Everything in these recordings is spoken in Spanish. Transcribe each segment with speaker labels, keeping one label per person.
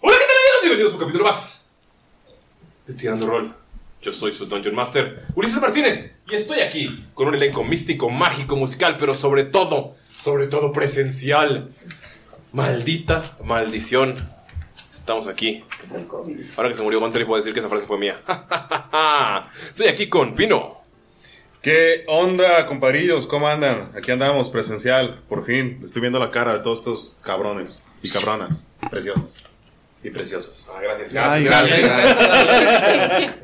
Speaker 1: Hola, ¿qué tal amigos? Bienvenidos a un capítulo más de Tirando Rol. Yo soy su Dungeon Master, Ulises Martínez, y estoy aquí con un elenco místico, mágico, musical, pero sobre todo, sobre todo presencial. Maldita maldición. Estamos aquí. Ahora que se murió Gunter, puedo decir que esa frase fue mía. Soy aquí con Pino.
Speaker 2: ¿Qué onda, comparillos? ¿Cómo andan? Aquí andamos, presencial, por fin. Estoy viendo la cara de todos estos cabrones y cabronas preciosas y preciosos.
Speaker 1: gracias,
Speaker 2: Ay,
Speaker 1: gracias.
Speaker 2: gracias.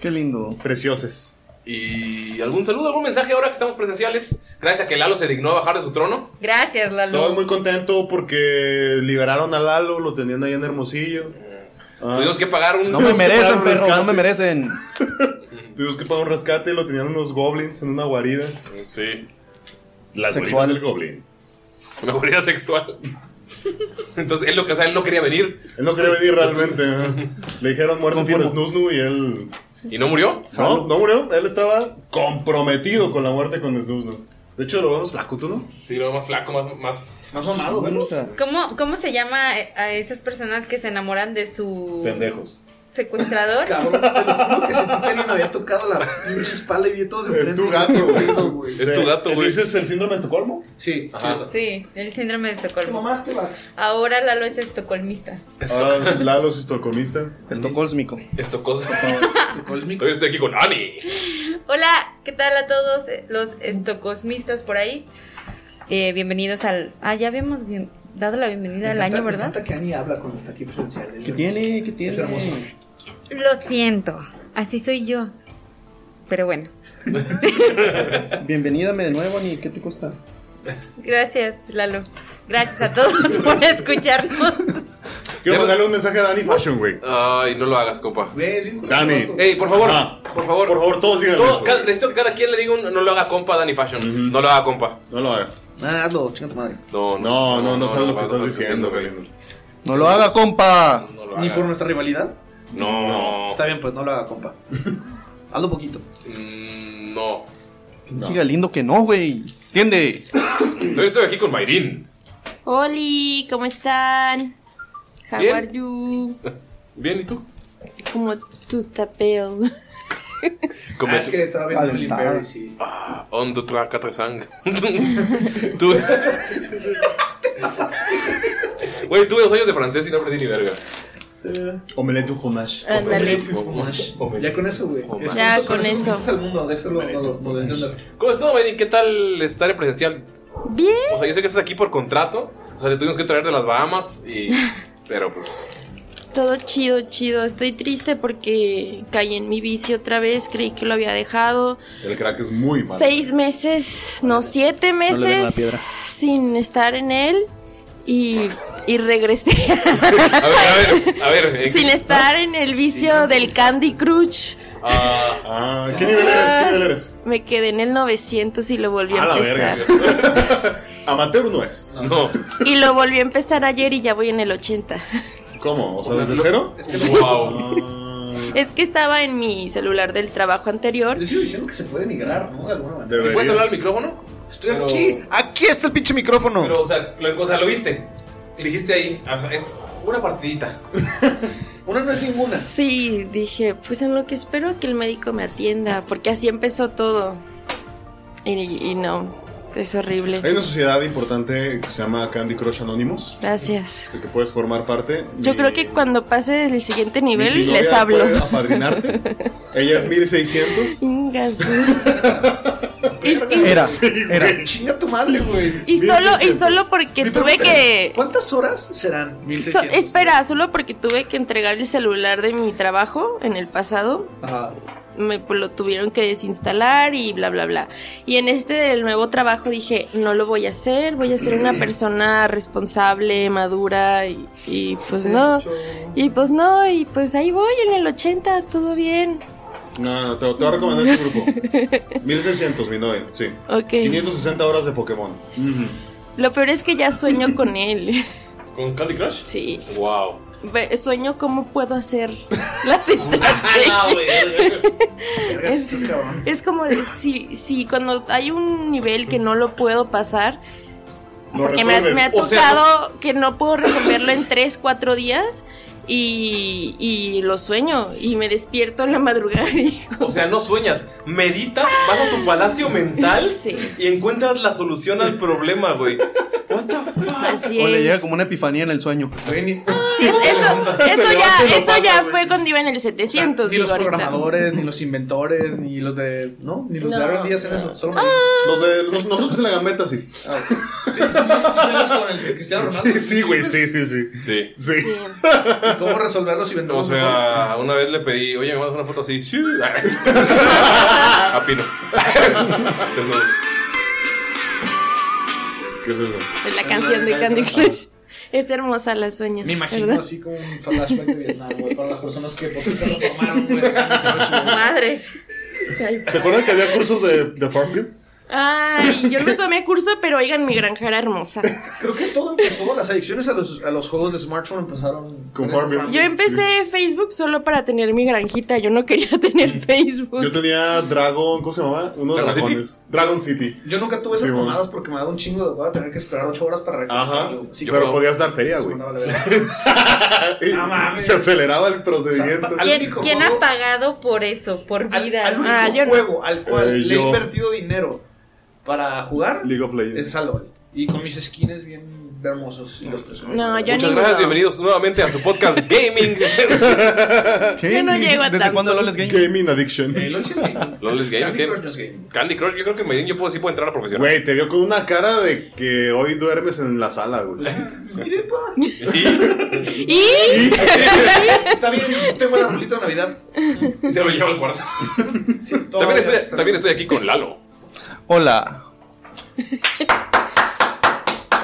Speaker 3: Qué lindo.
Speaker 2: Precioses.
Speaker 1: ¿Y algún saludo, algún mensaje ahora que estamos presenciales? Gracias a que Lalo se dignó a bajar de su trono.
Speaker 4: Gracias,
Speaker 2: Todo
Speaker 4: Lalo.
Speaker 2: muy contento porque liberaron a Lalo, lo tenían ahí en Hermosillo. Ah,
Speaker 1: Tuvimos que pagar un...
Speaker 3: No me merecen, perro, no me
Speaker 2: rescate.
Speaker 3: merecen.
Speaker 2: Tuvimos que pagar un rescate, lo tenían unos goblins en una guarida.
Speaker 1: Sí,
Speaker 2: La
Speaker 3: Sexual.
Speaker 2: del goblin.
Speaker 1: una guarida sexual. Entonces, él, lo, que- o sea, él no quería venir
Speaker 2: Él no quería venir realmente. ¿eh? Le dijeron muerto por Snusnu y él
Speaker 1: y no murió.
Speaker 2: No, no murió. Él estaba comprometido con la muerte con Snusno. De hecho, lo vemos flaco, ¿tú no?
Speaker 1: Sí, lo más flaco, más... más...
Speaker 2: Más mamado,
Speaker 3: Vamos a-
Speaker 4: ¿Cómo, ¿Cómo se llama a esas personas que se enamoran de su
Speaker 2: Pendejos.
Speaker 4: secuestrador?
Speaker 5: Cabrón, te lo juro que sentí que alguien me había tocado la pinche espalda y vi todos enfrente.
Speaker 2: Es tu gato, güey.
Speaker 1: Es tu gato, güey.
Speaker 2: ¿Dices el síndrome de Estocolmo?
Speaker 5: Sí, sí, eso.
Speaker 4: Sí, el síndrome de
Speaker 5: Te
Speaker 4: Estocolmo.
Speaker 5: mamaste, Max.
Speaker 4: Ahora Lalo es estocolmista.
Speaker 2: Ahora Lalo es estocolmista.
Speaker 3: Estocólsmico.
Speaker 1: Esto cosa... Hoy estoy aquí con Ani.
Speaker 4: Hola, ¿qué tal a todos los estocosmistas por ahí? Eh, bienvenidos al... Ah, ya habíamos bien- dado la bienvenida al año,
Speaker 5: Me
Speaker 4: ¿verdad?
Speaker 5: encanta que Ani habla cuando está aquí presencial. Es
Speaker 3: ¿Qué
Speaker 5: hermoso.
Speaker 3: tiene? ¿Qué tiene?
Speaker 5: Es hermoso.
Speaker 4: Lo siento, así soy yo. Pero bueno,
Speaker 3: Bienvenídame de nuevo, ni qué te cuesta.
Speaker 4: gracias Lalo. Gracias a todos por escucharnos.
Speaker 2: Quiero mandarle un mensaje a Danny Fashion, güey.
Speaker 1: Ay, no lo hagas, compa.
Speaker 5: Güey, es bien curioso,
Speaker 2: Dani.
Speaker 5: vato.
Speaker 1: Ey, por favor,
Speaker 2: Ajá.
Speaker 1: por favor.
Speaker 2: Por favor, todos digan
Speaker 1: Todo-
Speaker 2: eso.
Speaker 1: cada- necesito que cada quien le diga un... No lo haga compa, Danny Fashion. No lo haga compa.
Speaker 2: No lo haga.
Speaker 5: Ah, hazlo, chinga tu madre.
Speaker 1: No,
Speaker 2: No, no, no, sabes lo que
Speaker 1: no,
Speaker 2: estás
Speaker 1: no,
Speaker 2: diciendo,
Speaker 1: güey.
Speaker 2: güey.
Speaker 3: No lo haga, compa.
Speaker 1: No lo
Speaker 5: Ni
Speaker 1: haga.
Speaker 5: por nuestra rivalidad.
Speaker 1: No.
Speaker 5: Está bien, pues no lo haga, compa. Hazlo poquito.
Speaker 1: Mm, No.
Speaker 3: Chica, lindo que no, güey. ¿Entiende?
Speaker 1: Hoy estoy aquí con Mayrin.
Speaker 4: Oli, ¿cómo están? How
Speaker 1: Bien.
Speaker 4: are you?
Speaker 1: Bien, ¿y tú?
Speaker 4: Como tu tapel.
Speaker 1: Como
Speaker 5: Ah, es que estaba viendo el
Speaker 3: Alentada.
Speaker 5: Imperio, sí.
Speaker 1: On the track a Tresang. tuve. Güey, tuve dos años de francés y no aprendí ni verga. Eh.
Speaker 2: Omelette du fromage.
Speaker 4: Ándale.
Speaker 5: Ya con eso, güey.
Speaker 1: Fromage.
Speaker 4: Ya con eso.
Speaker 5: Es al mundo, déjalo, no, no, no, no, no.
Speaker 1: ¿Cómo estás, Mayrin? ¿Qué tal estar en presencial?
Speaker 6: Bien.
Speaker 1: O sea, yo sé que estás aquí por contrato. O sea, te tuvimos que traer de las Bahamas. Y, pero pues.
Speaker 6: Todo chido, chido. Estoy triste porque caí en mi vicio otra vez. Creí que lo había dejado.
Speaker 2: El crack es muy malo.
Speaker 6: Seis meses, no, siete
Speaker 2: le den la
Speaker 6: meses
Speaker 2: piedra.
Speaker 6: sin estar en él. Y, y regresé
Speaker 1: A ver, a ver, a ver. eh,
Speaker 6: sin estar en el vicio del Candy Crush.
Speaker 1: ah,
Speaker 2: ah, ¿Qué nivel eres? ¿Qué nivel eres?
Speaker 6: Me quedé en el 900 y lo volví a,
Speaker 2: A la
Speaker 6: empezar.
Speaker 2: verga. Amateur no es.
Speaker 1: No.
Speaker 2: Ah.
Speaker 6: Y lo volví a empezar ayer y ya voy en el 80.
Speaker 2: ¿Cómo? O sea, desde cero.
Speaker 1: wow.
Speaker 6: Es que estaba en mi celular del trabajo anterior.
Speaker 5: Yo sigo diciendo que se puede migrar, ¿no? De alguna manera.
Speaker 1: ¿Sí puedes hablar al micrófono?
Speaker 5: Estoy aquí.
Speaker 1: Aquí está el pinche micrófono. Pero, o sea, lo, o sea, lo viste. Y dijiste ahí. o sea, es una partidita.
Speaker 5: Una no es ninguna.
Speaker 6: Sí, dije, pues en lo que espero a que el médico me atienda, porque así empezó todo. Y, y no, es horrible.
Speaker 2: Hay una sociedad importante que se llama Candy Crush Anonymous,
Speaker 6: Gracias.
Speaker 2: de que puedes formar parte.
Speaker 6: Yo creo que cuando pase el siguiente nivel
Speaker 2: Mi novia
Speaker 6: les hablo.
Speaker 2: puede apadrinarte. Ella es 1600.
Speaker 6: Chingas.
Speaker 2: Era,
Speaker 5: era. Chinga tu madre, güey.
Speaker 6: Y solo, y solo porque
Speaker 5: Mi
Speaker 6: tuve
Speaker 5: pregunta
Speaker 6: que.
Speaker 5: es, ¿Cuántas horas serán?
Speaker 6: so- eh, espera, solo porque tuve que entregar el celular de mi trabajo en el pasado.
Speaker 5: Ajá.
Speaker 6: me pues, lo tuvieron que desinstalar y bla bla bla. Y en este del nuevo trabajo dije, no lo voy a hacer, voy a ser una persona responsable, madura y, y, pues no. Y pues no, y pues ahí voy en el 80, todo bien.
Speaker 2: No, no, te, te voy a recomendar este grupo. 1600, mi novia, sí.
Speaker 6: Ok.
Speaker 2: 560 horas de Pokémon.
Speaker 5: Mm,
Speaker 6: Lo peor es que ya sueño con él.
Speaker 1: ¿Con Candy Crush?
Speaker 6: Sí.
Speaker 1: Wow.
Speaker 6: Ve- Sueño cómo puedo hacer las estrategias. es, es como de, si, si cuando hay un nivel que no lo puedo pasar,
Speaker 2: Lo
Speaker 6: Porque me, ha-
Speaker 2: resuelves.
Speaker 6: me ha tocado
Speaker 2: O sea,
Speaker 6: que no puedo resolverlo en 3, 4 días y, y lo sueño y me despierto en la madrugada y
Speaker 1: O sea, no sueñas, meditas, vas a tu palacio mental
Speaker 6: Sí.
Speaker 1: y encuentras la solución al problema, güey.
Speaker 6: así
Speaker 3: O le llega
Speaker 6: es.
Speaker 3: como una epifanía en el sueño.
Speaker 6: Sí, es- eso
Speaker 5: Se
Speaker 6: eso
Speaker 5: levanta
Speaker 6: ya,
Speaker 5: y lo
Speaker 6: eso
Speaker 5: pasa,
Speaker 6: ya
Speaker 5: güey.
Speaker 6: fue cuando iba en el 700,
Speaker 5: Ni los
Speaker 6: digo ahorita.
Speaker 5: programadores, ni los inventores, ni los de. No, ni los
Speaker 6: No. Ah.
Speaker 5: de Aaron Díaz en eso. Solo
Speaker 2: Los de, los- nosotros en la gambeta, sí. Sí, sí, güey, sí, sí, sí.
Speaker 1: Sí.
Speaker 2: Sí.
Speaker 5: ¿Cómo resolverlos y
Speaker 1: O
Speaker 5: venderlos?
Speaker 1: sea, una vez le pedí, oye, me mandas una foto así. Sí. A Pino. Desnudo.
Speaker 2: ¿Qué es eso?
Speaker 6: La canción de Candy Crush. Es hermosa la sueño.
Speaker 5: Me imagino
Speaker 6: ¿verdad?
Speaker 5: así como un flashback de Vietnam, güey, para las personas que por fin se lo formaron, güey.
Speaker 6: Madres. Ay,
Speaker 2: ¿Se acuerdan que había cursos de, de Farmville?
Speaker 6: Ay, yo no tomé curso, pero oigan mi granjera hermosa.
Speaker 5: Creo que todo empezó, las adicciones a los, a los juegos de smartphone empezaron con Farmville.
Speaker 6: Yo empecé Facebook solo para tener mi granjita, yo no quería tener Facebook.
Speaker 2: Yo tenía Dragon, ¿cómo se llamaba? Uno de
Speaker 5: ¿Dragon
Speaker 2: los
Speaker 5: City?
Speaker 2: dragones. Dragon City.
Speaker 5: Yo nunca tuve esas
Speaker 2: Sí, bueno.
Speaker 5: tomadas porque me daba un chingo de hueva tener que esperar 8 horas para
Speaker 2: Ajá.
Speaker 5: recargarlo.
Speaker 2: Yo- pero podías dar feria, güey. Y se aceleraba el procedimiento.
Speaker 4: ¿Quién, quién ha pagado por eso? Por vida.
Speaker 5: Al único
Speaker 6: Ah,
Speaker 5: juego al cual
Speaker 2: Eh,
Speaker 5: le he
Speaker 2: yo.
Speaker 5: invertido dinero para jugar
Speaker 2: League of Legends.
Speaker 5: es a LOL. Y con mis skins bien hermosos y los presumo.
Speaker 6: No, yo
Speaker 1: Muchas
Speaker 6: ni-
Speaker 1: gracias, bienvenidos nuevamente a su podcast Gaming.
Speaker 6: Yo no llego a tanto.
Speaker 2: gaming? addiction.
Speaker 1: LOL es gaming. ¿qué? Candy Crush, yo creo que Medellín yo puedo, sí puedo entrar a profesional.
Speaker 2: Güey, te vio con una cara de que hoy duermes en la sala, güey.
Speaker 6: ¿Y?
Speaker 5: Está bien, tengo el arbolito de Navidad.
Speaker 1: Y se lo lleva al cuarto. también, estoy, también estoy aquí con Lalo.
Speaker 3: Hola.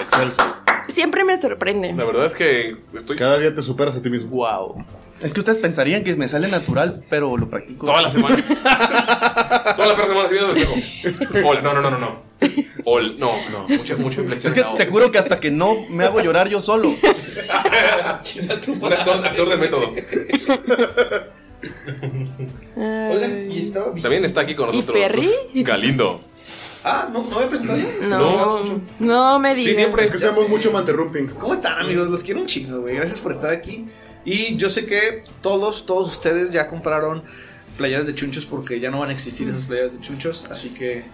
Speaker 2: Excelso.
Speaker 6: Siempre me sorprende.
Speaker 1: La verdad es que estoy.
Speaker 2: Cada día te superas a ti mismo.
Speaker 3: Wow. Es que ustedes pensarían que me sale natural, pero lo practico.
Speaker 1: Toda la semana. Toda la perra semana se viene al espejo. Hola, no, no, no, no, no. Hola, no, no. Mucha, mucha inflexión.
Speaker 3: Es que
Speaker 1: no.
Speaker 3: te juro que hasta que no me hago llorar yo solo.
Speaker 1: Un actor, actor de método.
Speaker 5: Oigan, y estaba bien.
Speaker 1: También está aquí con
Speaker 6: ¿Y
Speaker 1: nosotros.
Speaker 6: Perry?
Speaker 1: Galindo.
Speaker 5: Ah, no, no me presentado ya.
Speaker 6: No, no, me digas.
Speaker 2: Es que seamos mucho manterrumping.
Speaker 5: ¿Cómo están, amigos? Los quiero un chingo, güey. Gracias por estar aquí. Y yo sé que todos, todos ustedes ya compraron playeras de chunchos porque ya no van a existir esas playeras de chunchos. Así que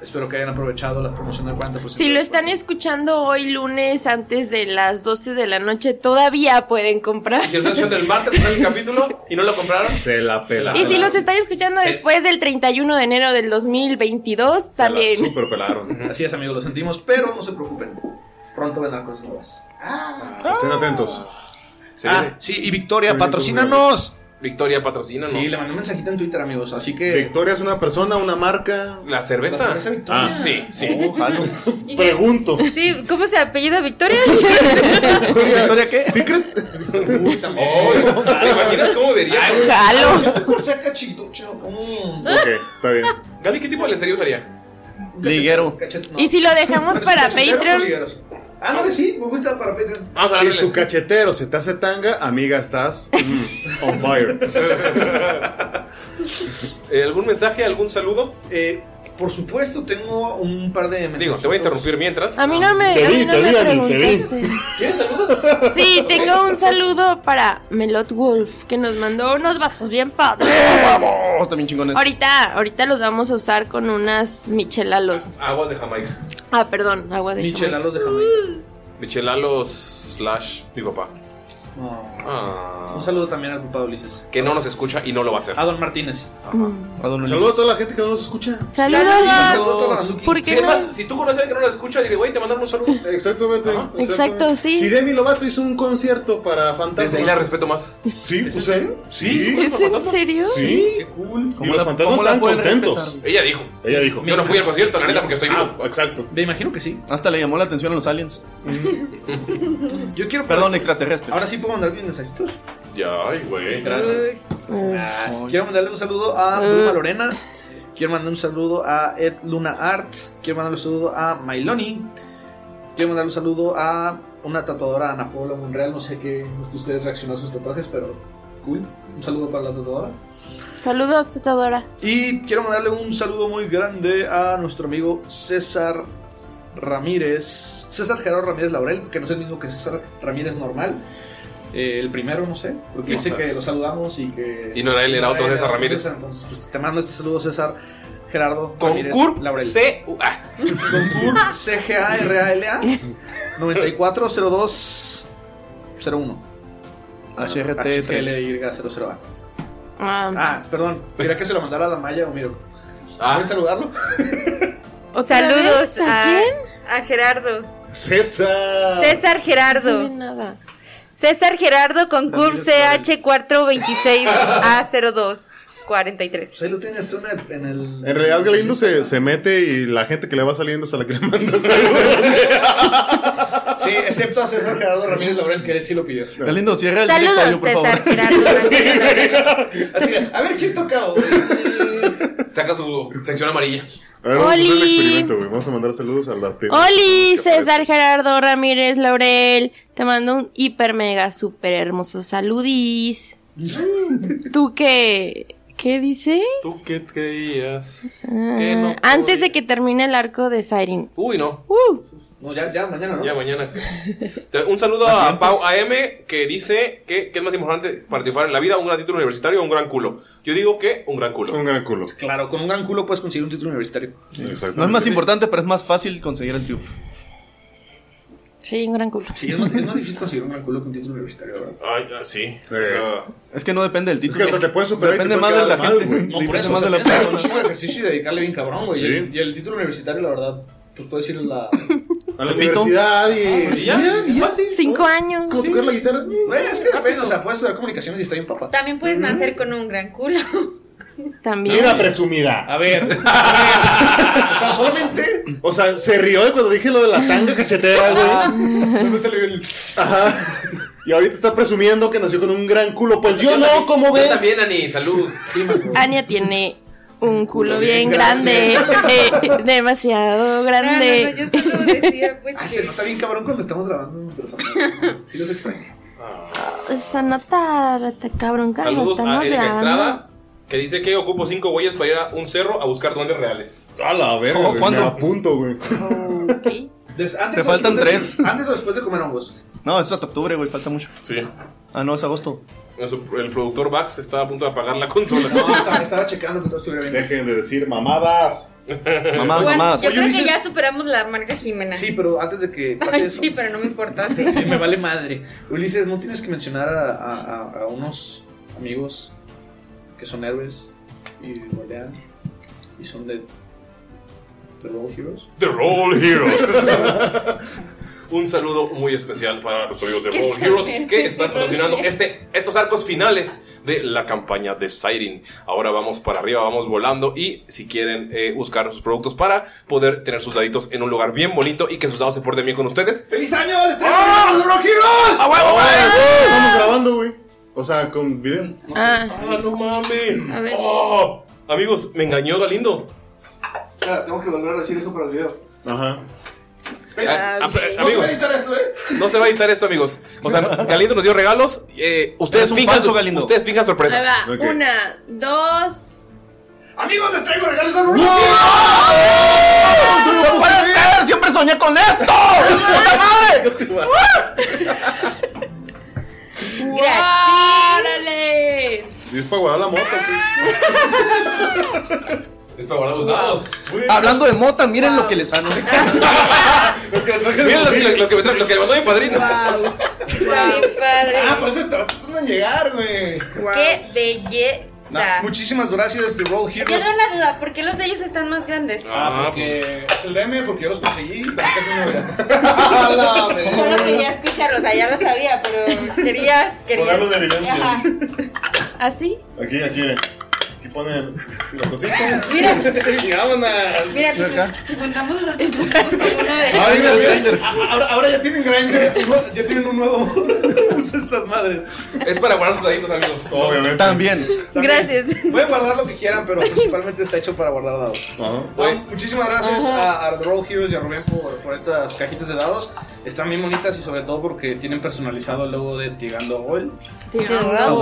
Speaker 5: Espero que hayan aprovechado la promoción del 40%.
Speaker 6: Si lo están escuchando hoy lunes antes de las 12 de la noche, todavía pueden comprar.
Speaker 1: Si están escuchando el martes, está el capítulo y no lo compraron,
Speaker 2: se la pela.
Speaker 6: Y si los están escuchando después del 31 de enero del 2022, también.
Speaker 2: Super pelaron.
Speaker 5: Así es, amigos, lo sentimos, pero no se preocupen. Pronto vendrán cosas nuevas.
Speaker 2: Estén atentos.
Speaker 5: Ah, sí, y Victoria, patrocínanos.
Speaker 1: Victoria, patrocínanos.
Speaker 5: Sí, le mandé un mensajito en Twitter, amigos, así que.
Speaker 2: Victoria es una persona, una marca.
Speaker 1: ¿La cerveza?
Speaker 5: La cerveza Victoria.
Speaker 1: Ah, sí, sí.
Speaker 2: Pregunto.
Speaker 4: Sí, ¿cómo se apellida Victoria?
Speaker 5: ¿Victoria qué?
Speaker 2: Secret.
Speaker 1: Oh, ¿Te imaginas cómo vería?
Speaker 5: saca chiquito, chavo.
Speaker 2: Ok, está bien.
Speaker 1: Gaby, ¿qué tipo de lencería usaría?
Speaker 3: Liguero.
Speaker 6: Y si lo dejamos para Patreon,
Speaker 5: Ah, no, sí, me gusta para Patreon.
Speaker 1: Vamos a
Speaker 2: Si
Speaker 1: darle.
Speaker 2: tu cachetero se te hace tanga, amiga, estás mm, on fire.
Speaker 1: Eh, ¿Algún mensaje, algún saludo?
Speaker 5: Eh, por supuesto, tengo un par de mensajes.
Speaker 1: Digo, te voy a interrumpir mientras.
Speaker 5: Ah.
Speaker 6: a mí no me,
Speaker 2: Te
Speaker 6: a mí
Speaker 2: vi,
Speaker 6: no
Speaker 2: te
Speaker 6: me
Speaker 2: vi, Dani, te vi.
Speaker 6: preguntaste. Sí, tengo un saludo para Melot Wolf, que nos mandó unos vasos bien padres.
Speaker 3: Oh, también chingones.
Speaker 6: Ahorita, ahorita los vamos a usar con unas michelalos.
Speaker 1: Aguas de Jamaica.
Speaker 6: Ah, perdón, agua de
Speaker 5: Michela,
Speaker 6: Jamaica.
Speaker 5: los de Jamaica.
Speaker 1: Michelalos slash mi papá.
Speaker 5: No.
Speaker 1: Ah,
Speaker 5: Un saludo también al papá de Ulises.
Speaker 1: que no nos escucha y no lo va a hacer.
Speaker 5: A Don Martínez.
Speaker 6: Mm.
Speaker 5: A Don
Speaker 2: Saludos a toda la gente que no nos escucha.
Speaker 6: Saludos.
Speaker 5: Saludo a toda la Azuki.
Speaker 6: ¿Por
Speaker 1: Si,
Speaker 6: qué no?
Speaker 1: además, si tú conoces a alguien que no nos escucha, dile, güey, te mandaron un saludo.
Speaker 2: Exactamente. exactamente.
Speaker 6: Exacto, sí.
Speaker 2: Si Demi Lovato hizo un concierto para fantasmas.
Speaker 1: Desde ahí la respeto más.
Speaker 2: Sí, pues ¿eh?
Speaker 1: Sí, sí,
Speaker 6: ¿Es en serio?
Speaker 2: Sí.
Speaker 5: Qué cool.
Speaker 2: Y los fantasmas están contentos.
Speaker 1: Ella dijo.
Speaker 2: Ella dijo.
Speaker 1: Yo no fui al concierto, la neta, porque estoy vivo.
Speaker 2: Ah, exacto.
Speaker 5: Me imagino que sí.
Speaker 3: Hasta le llamó la atención a los aliens.
Speaker 5: Yo quiero.
Speaker 3: Perdón, extraterrestres.
Speaker 5: Ahora sí puedo mandar mis mensajitos.
Speaker 1: Ya, ay, güey.
Speaker 5: Gracias. Ah, quiero mandarle un saludo a
Speaker 4: Ah.
Speaker 5: Bruma Lorena. Quiero mandar un saludo a Ed Luna Art. Quiero mandarle un saludo a Mailoni. Quiero mandarle un saludo a una tatuadora, Ana Paula Monreal. No sé qué ustedes reaccionaron a sus tatuajes, pero cool. Un saludo para la tatuadora.
Speaker 6: Saludos, tetadora.
Speaker 5: Y quiero mandarle un saludo muy grande a nuestro amigo César Ramírez. César Gerardo Ramírez Laurel, que no es el mismo que César Ramírez normal. Eh, el primero, no sé, porque dice que lo saludamos y que.
Speaker 1: Y no era él, era otro César Ramírez.
Speaker 5: entonces, pues te mando este saludo, César Gerardo
Speaker 1: Con
Speaker 5: Ramírez
Speaker 1: Curp
Speaker 5: Laurel.
Speaker 1: C. U- ah,
Speaker 5: Concur CGARALA 9402 01
Speaker 3: Ah, HRT3.
Speaker 5: HGLY00A.
Speaker 6: Ah,
Speaker 5: Ah, perdón, quería que se lo mandara a Damaya o Miro.
Speaker 1: ah,
Speaker 5: ¿Pueden saludarlo?
Speaker 6: ¿otra
Speaker 4: Saludos
Speaker 6: vez? ¿A quién?
Speaker 4: a Gerardo.
Speaker 2: César.
Speaker 4: César
Speaker 6: No
Speaker 4: Gerardo.
Speaker 6: vi nada.
Speaker 4: César Gerardo con CUR CH426A0243.
Speaker 5: Pues ahí lo tienes tú en el. En, el-
Speaker 2: En realidad Galindo se, se mete y la gente que le va saliendo es a la que le manda saludos.
Speaker 5: Sí, excepto a César Gerardo Ramírez Laurel, que él sí lo pidió.
Speaker 3: Galindo, cierra el directo
Speaker 4: Saludos,
Speaker 3: audio, por
Speaker 4: César
Speaker 3: favor.
Speaker 4: Gerardo.
Speaker 5: Así de, a ver quién tocado.
Speaker 1: saca su sección amarilla.
Speaker 2: A ver, vamos a hacer un
Speaker 6: Oli.
Speaker 2: experimento, güey. Vamos a mandar saludos a las primeras.
Speaker 6: Oli, César Gerardo Ramírez Laurel, te mando un hiper mega super hermoso saludis. ¿Tú qué? ¿Qué dice?
Speaker 1: ¿Tú qué creías?
Speaker 6: Ah,
Speaker 1: no
Speaker 6: antes de
Speaker 1: podía.
Speaker 6: que termine el arco de Siren.
Speaker 1: Uy, no.
Speaker 6: Uh,
Speaker 5: No, ya, ya, mañana, ¿no?
Speaker 1: Ya mañana. Te- Un saludo a Pau AM que dice que, que es más importante para triunfar en la vida, un gran título universitario o un gran culo. Yo digo que un gran culo.
Speaker 2: Un gran culo.
Speaker 5: Pues Claro, con un gran culo puedes conseguir un título universitario.
Speaker 2: Exacto.
Speaker 3: No es más importante, pero es más fácil conseguir el triunfo.
Speaker 6: sí, un gran culo.
Speaker 5: Sí, es más, es más difícil conseguir un gran culo que un título universitario, ¿verdad?
Speaker 1: Ay, ah, sí. O sea,
Speaker 3: Es que no depende del
Speaker 2: Es
Speaker 3: título.
Speaker 2: que hasta te puedes superar y
Speaker 3: Depende
Speaker 2: te
Speaker 3: más
Speaker 2: puede
Speaker 3: de la
Speaker 2: quedar mal,
Speaker 3: gente.
Speaker 2: güey.
Speaker 5: No, por
Speaker 3: Depende
Speaker 5: eso, o
Speaker 3: más
Speaker 5: sea,
Speaker 3: de la
Speaker 5: tienes que hacer un
Speaker 3: persona.
Speaker 5: chingo de ejercicio y dedicarle bien cabrón, güey.
Speaker 2: Sí.
Speaker 5: Y, el, y el título universitario, la verdad, pues puedes ir a la...
Speaker 2: A
Speaker 5: Ah,
Speaker 2: la
Speaker 3: Repito.
Speaker 2: universidad y.
Speaker 1: y ya,
Speaker 2: y
Speaker 1: fácil.
Speaker 6: Cinco años.
Speaker 2: Como tocar la guitarra.
Speaker 5: Güey, es que depende, o sea, puedes estudiar comunicaciones y está bien papá.
Speaker 4: También puedes nacer con un gran culo.
Speaker 6: También.
Speaker 2: Mira, presumida.
Speaker 5: A ver, a ver, o sea, solamente...
Speaker 2: O sea, se rió de cuando dije lo de la tanga cachetera, güey.
Speaker 5: ¿Dónde salió el...?
Speaker 2: Ajá. Y ahorita está presumiendo que nació con un gran culo. Pues yo no, ¿cómo
Speaker 1: Yo
Speaker 2: ves?
Speaker 1: también, Ani, salud.
Speaker 5: Sí, man.
Speaker 6: Ania tiene un culo bien grande. eh, demasiado grande.
Speaker 4: No, no, no, yo solo decía, pues.
Speaker 5: Ah,
Speaker 4: que-
Speaker 5: se nota bien cabrón cuando estamos grabando en persona. Sí los extraño.
Speaker 6: Esa nota, ta- este cabrón, cara,
Speaker 1: Saludos
Speaker 6: estamos
Speaker 1: a Erika
Speaker 6: grabando.
Speaker 1: Estrada que dice que ocupo cinco güeyes para ir a un cerro a buscar duendes reales.
Speaker 2: A la verga,
Speaker 3: ¿Cómo?
Speaker 2: güey,
Speaker 3: ¿Cuándo?
Speaker 2: me apunto, güey.
Speaker 6: Ok.
Speaker 5: Des- antes
Speaker 3: Te
Speaker 5: o
Speaker 3: faltan
Speaker 5: después de-
Speaker 3: tres.
Speaker 5: antes o después de comer hongos.
Speaker 3: No, es hasta octubre, güey, falta mucho.
Speaker 1: Sí.
Speaker 3: Ah, no, es agosto.
Speaker 1: El productor Bax está a punto de apagar la consola.
Speaker 5: estaba, estaba checando que todo estuviera bien.
Speaker 2: Dejen de decir mamadas.
Speaker 1: Mamadas,
Speaker 4: Bueno, yo creo que
Speaker 5: Ulises-
Speaker 4: ya superamos la marca Jimena.
Speaker 5: Sí, pero antes de que pase eso.
Speaker 4: sí, pero no me importa. sí.
Speaker 5: Sí, me vale madre. Ulises, ¿no tienes que mencionar a, a- a- a unos amigos que son héroes y guardián y son de The Roll Heroes?
Speaker 1: The Roll Heroes. Un saludo muy especial para los amigos de
Speaker 5: ¿Qué
Speaker 1: Roll
Speaker 5: son
Speaker 1: Heroes que
Speaker 5: héroes?
Speaker 1: están patrocinando este, estos arcos finales de la campaña de Siren. Ahora vamos para arriba, vamos volando y si quieren eh, buscar sus productos para poder tener sus daditos en un lugar bien bonito y que sus dados se porten bien con ustedes.
Speaker 5: ¡Feliz año! ¡Les
Speaker 1: traigo
Speaker 5: ¡Ah! los Rock Heroes!
Speaker 1: ¡A huevo,
Speaker 2: Estamos grabando, güey. O sea, con video.
Speaker 1: Ah, no mames. Oh, amigos, me engañó Galindo.
Speaker 5: Espera, tengo que volver a decir eso para el video.
Speaker 2: Ajá.
Speaker 1: Ah, ah,
Speaker 5: No se
Speaker 1: amigos.
Speaker 5: va a editar esto, ¿eh?
Speaker 1: No se va a editar esto, amigos. O sea, Galindo nos dio regalos. eh, ustedes
Speaker 3: Eres un
Speaker 1: finjan
Speaker 3: falso,
Speaker 1: su-
Speaker 3: Galindo.
Speaker 1: Ustedes finjan sorpresa.
Speaker 6: Ahí va. Una, dos.
Speaker 5: Amigos, les traigo regalos a Rubio.
Speaker 3: ¡No puede ser! ¡Siempre soñé con esto! ¡Puta madre!
Speaker 6: ¡Órale!
Speaker 2: Y es para guardar la moto.
Speaker 1: Es para guardar los dados.
Speaker 3: Hablando de mota, miren lo que les dan.
Speaker 1: Miren los que, los que me tra- los que le mandó mi padrino. Ah,
Speaker 4: padre.
Speaker 5: Ah, por eso te estás tratando de llegar, güey.
Speaker 4: ¡Qué belleza!
Speaker 5: Nah, muchísimas gracias, The Roll
Speaker 4: yo
Speaker 5: Heroes.
Speaker 4: tengo una duda, ¿por qué los de ellos están más grandes?
Speaker 5: Ah,
Speaker 1: pues.
Speaker 3: eh,
Speaker 5: porque es el DM, porque yo los conseguí.
Speaker 4: Solo quería escucharlos, o sea, ya lo sabía, pero quería, quería.
Speaker 2: darlo de evidencia.
Speaker 4: Ajá. ¿Así?
Speaker 2: Aquí, aquí, miren. Aquí ponen la cosita.
Speaker 4: Mira.
Speaker 2: y vámonos.
Speaker 4: Mira,
Speaker 2: Y acá.
Speaker 4: si contamos los es una de
Speaker 5: Ahora, ya- ahora, ahora ya tienen Grindr, ya tienen un nuevo uso estas madres. Oh.
Speaker 1: Es para guardar sus daditos, amigos.
Speaker 2: Obviamente.
Speaker 3: También.
Speaker 4: Gracias.
Speaker 5: Pueden guardar lo que quieran, pero ah, principalmente está hecho para guardar dados. Bueno, muchísimas gracias
Speaker 4: Ajá.
Speaker 5: a, a The Roll Heroes y a Rubén por, por estas cajitas de dados. Están bien bonitas y sobre todo porque tienen personalizado el logo de Tigando Gol. Tirando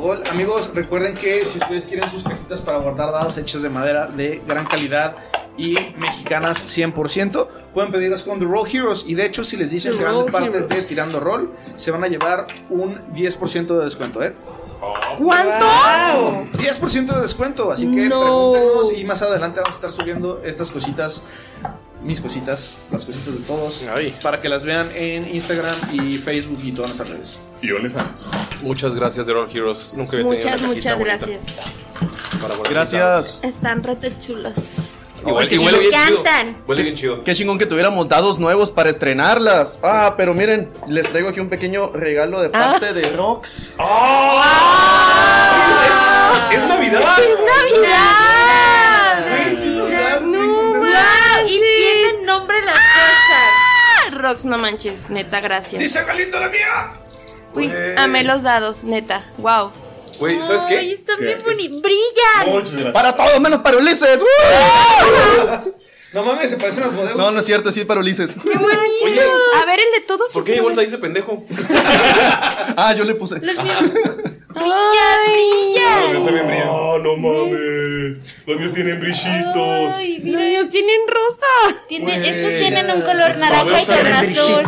Speaker 5: gol. Amigos, recuerden que si ustedes quieren sus cajitas para guardar dados hechas de madera de gran calidad y mexicanas 100%, pueden pedirlas con The Roll Heroes. Y de hecho, si les dicen
Speaker 3: The
Speaker 5: que van de
Speaker 3: Roll
Speaker 5: parte
Speaker 3: Heroes.
Speaker 5: de Tirando Roll, se van a llevar un 10% de descuento, ¿eh?
Speaker 6: ¿Cuánto?
Speaker 5: 10% de descuento, así que pregúntenos y más adelante vamos a estar subiendo estas cositas, mis cositas, las cositas de todos, para que las vean en Instagram y Facebook y todas nuestras redes.
Speaker 2: Y OnlyFans.
Speaker 1: Muchas gracias, The Roll Heroes. Nunca había tenido
Speaker 6: Muchas,
Speaker 1: una cajita
Speaker 6: muchas
Speaker 1: bonita
Speaker 6: gracias.
Speaker 1: para guardar
Speaker 3: Gracias.
Speaker 6: Están rete chulos.
Speaker 1: mis dados. Y huele- y
Speaker 6: Me
Speaker 1: huele bien chido.
Speaker 6: encantan.
Speaker 1: Huele bien chido.
Speaker 3: Qué chingón que tuviéramos dados nuevos para estrenarlas. Ah, pero miren, les traigo aquí un pequeño regalo de
Speaker 5: Ah.
Speaker 3: parte de Rox.
Speaker 1: ¡Es Navidad!
Speaker 6: ¡Oh! ¡Es Navidad!
Speaker 5: ¡No
Speaker 6: manches!
Speaker 4: Y tienen nombre las
Speaker 6: ¡Ah! Rox, no manches, neta, gracias.
Speaker 1: ¡Dice Galindo la mía!
Speaker 6: Uy,
Speaker 1: Güey.
Speaker 6: amé los dados, neta. Wow.
Speaker 1: Güey, ¿sabes qué?
Speaker 6: Ay, están
Speaker 1: ¿Qué?
Speaker 6: bien
Speaker 1: Es-
Speaker 6: bonitos. Brillan.
Speaker 3: Para todos, menos para Ulises.
Speaker 5: No mames, se parecen las modelos.
Speaker 3: No, no es cierto, sí para Ulises.
Speaker 6: ¡Qué bonitos!
Speaker 1: Oye.
Speaker 6: A ver, el de todos.
Speaker 1: ¿Por qué mi bolsa dice pendejo?
Speaker 3: Ah, yo le puse.
Speaker 6: ¡Brillan, brillan!
Speaker 1: ¡Oh, no mames! Los míos tienen brillitos.
Speaker 6: Los míos tienen rosa.
Speaker 4: Tiene- estos tienen un color naranja y color azul.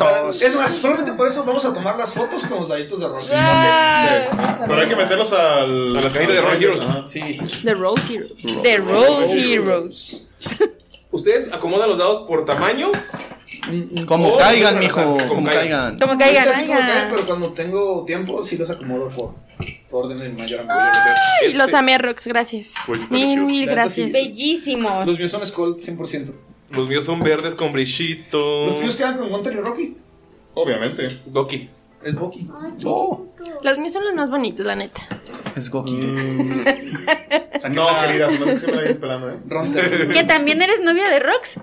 Speaker 5: Es más, solamente por eso vamos a tomar las fotos con los daditos de Roxy.
Speaker 2: Pero hay que meterlos al.
Speaker 1: A la cajita de Roll Heroes.
Speaker 2: Ajá.
Speaker 6: The Road Heroes.
Speaker 4: The Rose Heroes.
Speaker 1: ¿Ustedes acomodan los dados por tamaño?
Speaker 3: Como
Speaker 1: Oh,
Speaker 3: caigan,
Speaker 1: no,
Speaker 3: mijo.
Speaker 1: como
Speaker 3: Como
Speaker 1: caigan.
Speaker 3: caigan.
Speaker 4: Como
Speaker 5: Ahorita
Speaker 4: caigan,
Speaker 5: sí como caen,
Speaker 4: caigan.
Speaker 5: pero cuando tengo tiempo sí los acomodo por, por orden de mayor amor.
Speaker 6: Ay, Los amé a Rox, gracias.
Speaker 2: Pues,
Speaker 6: Mil, mil gracias.
Speaker 4: Bellísimos.
Speaker 5: Los míos son Skull 100%.
Speaker 1: Los míos son verdes con brillitos.
Speaker 5: Los tuyos quedan con Gunter y Rocky.
Speaker 2: Obviamente.
Speaker 1: Goki.
Speaker 5: Es Bucky.
Speaker 6: Oh. Los míos son los más bonitos, la neta.
Speaker 3: Es Goki.
Speaker 5: Mm.
Speaker 2: No, querida, se me, se me la iba esperando, ¿eh?
Speaker 5: Ronster.
Speaker 4: Que también eres novia de Rox.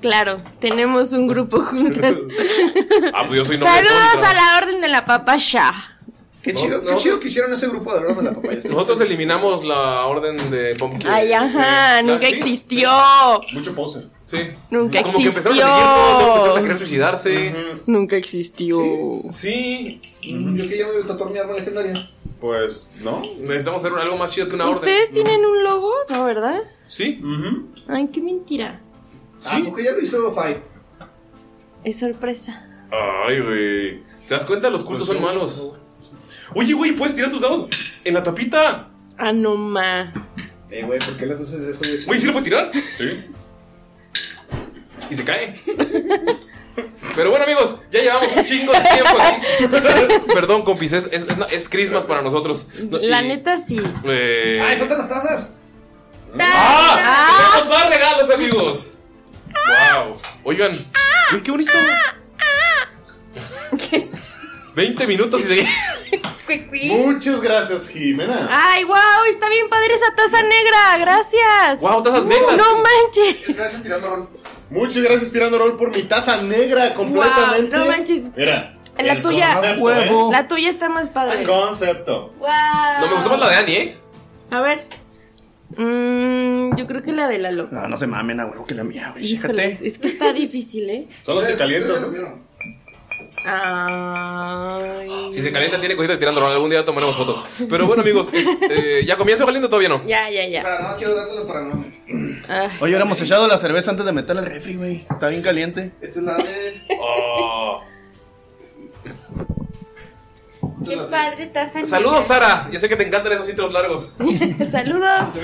Speaker 6: Claro, tenemos un grupo juntas.
Speaker 1: Ah, pues yo soy novia
Speaker 6: Saludos
Speaker 1: contra.
Speaker 6: a la orden de la papa Shah.
Speaker 5: Qué chido, qué chido que hicieron ese grupo de broma de la papaya. Estoy-
Speaker 1: Nosotros eliminamos la orden de Pumpkin.
Speaker 6: Ay, ajá,
Speaker 1: Sí.
Speaker 6: nunca
Speaker 1: Sí,
Speaker 6: existió.
Speaker 2: Mucho poser.
Speaker 1: Sí.
Speaker 6: Nunca
Speaker 1: Como que empezaron a seguir
Speaker 6: existió.
Speaker 1: todo, todos empezaron a querer suicidarse.
Speaker 6: Nunca existió.
Speaker 1: Sí,
Speaker 5: Yo que ya me voy a tatuar mi arma legendaria.
Speaker 2: Pues, ¿no?
Speaker 1: necesitamos hacer algo más chido que una orden.
Speaker 6: ¿Ustedes tienen un logo? No, ¿verdad?
Speaker 1: Sí,
Speaker 6: Ay, qué mentira.
Speaker 5: Sí. Ah, porque ya lo hizo Fai.
Speaker 6: Es sorpresa.
Speaker 1: Ay, güey. ¿Te das cuenta? Los cultos son malos. Oye, güey, ¿puedes tirar tus dados en la tapita?
Speaker 6: Ah, no ma.
Speaker 5: Eh, güey, ¿por qué les haces eso?
Speaker 1: Güey, ¿sí lo puedo tirar? Sí. Y se cae. Pero bueno, amigos, ya llevamos un chingo de tiempo aquí. Perdón, compis, es, es, es Christmas para nosotros. No,
Speaker 6: La
Speaker 1: y,
Speaker 6: neta sí.
Speaker 1: eh,
Speaker 5: faltan las tazas!
Speaker 1: ¡Ah! ¡Tenemos más regalos, amigos! ¡Wow! Oigan, uy, qué bonito. 20 minutos y seguimos.
Speaker 2: Muchas gracias, Jimena.
Speaker 6: Ay, wow, está bien padre esa taza negra, gracias.
Speaker 2: Guau, tazas negras.
Speaker 6: No manches.
Speaker 2: Gracias, Tirando Rol. Muchas gracias, Tirando Rol, por mi taza negra completamente.
Speaker 6: Guau, no manches.
Speaker 2: Mira.
Speaker 6: La
Speaker 2: el
Speaker 6: tuya,
Speaker 2: concepto, ¿eh?
Speaker 6: la tuya está más padre.
Speaker 2: El concepto.
Speaker 6: Wow.
Speaker 1: Dani, ¿eh?
Speaker 6: A ver. Mm, yo creo que la de Lalo.
Speaker 3: No, no se mamen a huevo que la mía, güey.
Speaker 6: Híjole, es que está difícil, ¿eh?
Speaker 2: Son los que calientan.
Speaker 6: Ay.
Speaker 1: Si se calienta, tiene cositas tirando. Algún día tomaremos fotos. Pero bueno, amigos, es, eh, ¿ya comienzo valiendo todavía no?
Speaker 6: Ya, ya, ya.
Speaker 5: no quiero dárselas para no.
Speaker 6: Ah.
Speaker 3: Oye, hubiéramos echado la cerveza antes de meterla al refri, güey. Está bien caliente.
Speaker 5: Esta es la de.
Speaker 1: Oh.
Speaker 4: Qué padre taza.
Speaker 1: Saludos, Sara. Yo sé que te encantan esos intros largos.
Speaker 4: Saludos.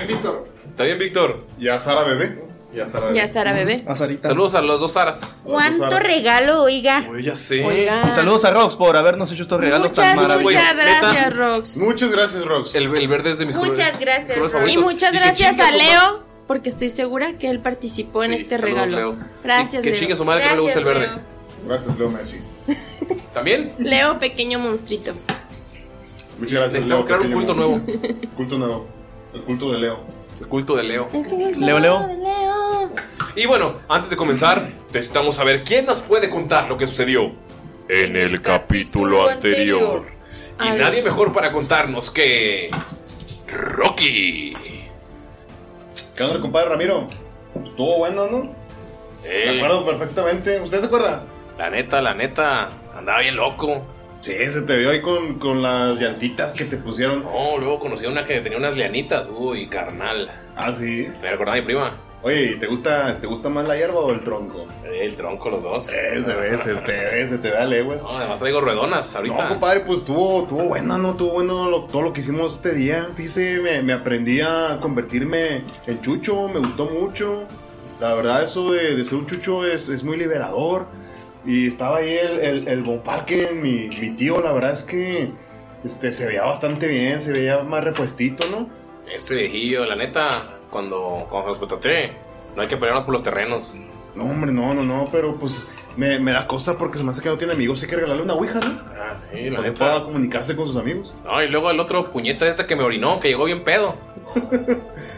Speaker 1: También, Víctor. ¿Y a Sara Bebé? Y a Sara
Speaker 4: Y a Sara
Speaker 5: Mm.
Speaker 4: Bebé.
Speaker 1: A Sarita. Saludos a los dos Saras.
Speaker 4: ¿Cuánto regalo, oiga?
Speaker 1: Güey, ya sé.
Speaker 4: Oigan.
Speaker 3: Y saludos a Rox por habernos hecho estos regalos tan
Speaker 6: Muchas,
Speaker 3: maravillosos.
Speaker 6: muchas gracias, Rox.
Speaker 3: Muchas gracias, Rox.
Speaker 1: El, verde es de mis
Speaker 6: Muchas gracias.
Speaker 1: colores
Speaker 6: Rox. Y
Speaker 1: favoritos.
Speaker 6: muchas
Speaker 1: Y que
Speaker 6: gracias
Speaker 1: chingue
Speaker 6: a
Speaker 1: su
Speaker 6: Leo, porque estoy segura que él participó en
Speaker 1: Sí,
Speaker 6: este
Speaker 1: saludos,
Speaker 6: regalo.
Speaker 1: Leo.
Speaker 6: Gracias,
Speaker 1: Que
Speaker 6: Leo.
Speaker 1: chingue su madre que no le gusta el verde. Gracias, Leo Messi. ¿También?
Speaker 6: Leo, pequeño monstruito.
Speaker 2: Muchas gracias,
Speaker 1: Necesitamos crear un
Speaker 2: pequeño
Speaker 1: culto nuevo.
Speaker 2: monstruo. Culto nuevo. El culto de Leo.
Speaker 1: El culto de Leo.
Speaker 3: Leo, Leo.
Speaker 1: Y bueno, antes de comenzar, necesitamos saber quién nos puede contar lo que sucedió en el capítulo anterior. Y
Speaker 6: Ay.
Speaker 1: nadie mejor para contarnos que. Rocky.
Speaker 2: ¿Qué onda, compadre Ramiro? Estuvo bueno, ¿no? Me acuerdo perfectamente. ¿Usted se acuerda?
Speaker 1: La neta, la neta. Andaba bien loco.
Speaker 2: Sí, se te vio ahí con, con las llantitas que te pusieron.
Speaker 1: No, luego conocí a una que tenía unas lianitas. Uy, carnal.
Speaker 2: Ah, sí.
Speaker 1: Me recordaba a mi prima.
Speaker 2: Oye, ¿y ¿te gusta, ¿te gusta más la hierba o el tronco?
Speaker 1: El tronco, los dos.
Speaker 2: Ese, ve, se te ve, se te ve a leguas.
Speaker 1: No, además traigo ruedonas ahorita.
Speaker 2: No, compadre, pues tuvo, tuvo buena, ¿no? Tuvo bueno lo- todo lo que hicimos este día. Fíjese, me, me aprendí a convertirme en chucho, me gustó mucho. La verdad, eso de, de ser un chucho es, es muy liberador. Y estaba ahí el, el, el Bon Parken, mi, mi tío, la verdad es que este, se veía bastante bien, se veía más repuestito, ¿no?
Speaker 1: Ese viejillo, la neta, cuando, cuando nos contraté, no hay que pelearnos por los terrenos.
Speaker 2: No, hombre, no, no, no, pero pues me, me da cosa porque se me hace que no tiene amigos. Hay que regalarle una ouija, ¿no?
Speaker 1: Ah, sí, la
Speaker 2: Para que
Speaker 1: neta.
Speaker 2: pueda comunicarse con sus amigos.
Speaker 1: No, y luego el otro puñeta este que me orinó, que llegó bien pedo.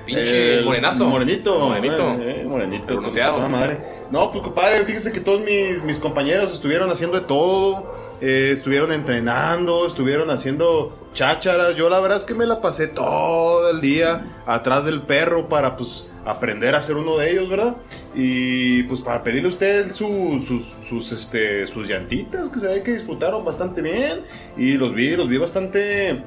Speaker 1: Pinche
Speaker 2: El
Speaker 1: morenazo.
Speaker 2: Morenito.
Speaker 1: Morenito.
Speaker 2: Eh, eh, morenito.
Speaker 1: Pronunciado.
Speaker 2: Ah, madre. No, pues compadre, fíjese que todos mis, mis compañeros estuvieron haciendo de todo. eh, estuvieron entrenando, estuvieron haciendo chácharas. Yo la verdad es que me la pasé todo el día atrás del perro para pues aprender a ser uno de ellos, ¿verdad? Y pues para pedirle a ustedes su- sus, sus, este, sus llantitas, que se ve que disfrutaron bastante bien. Y los vi, los vi bastante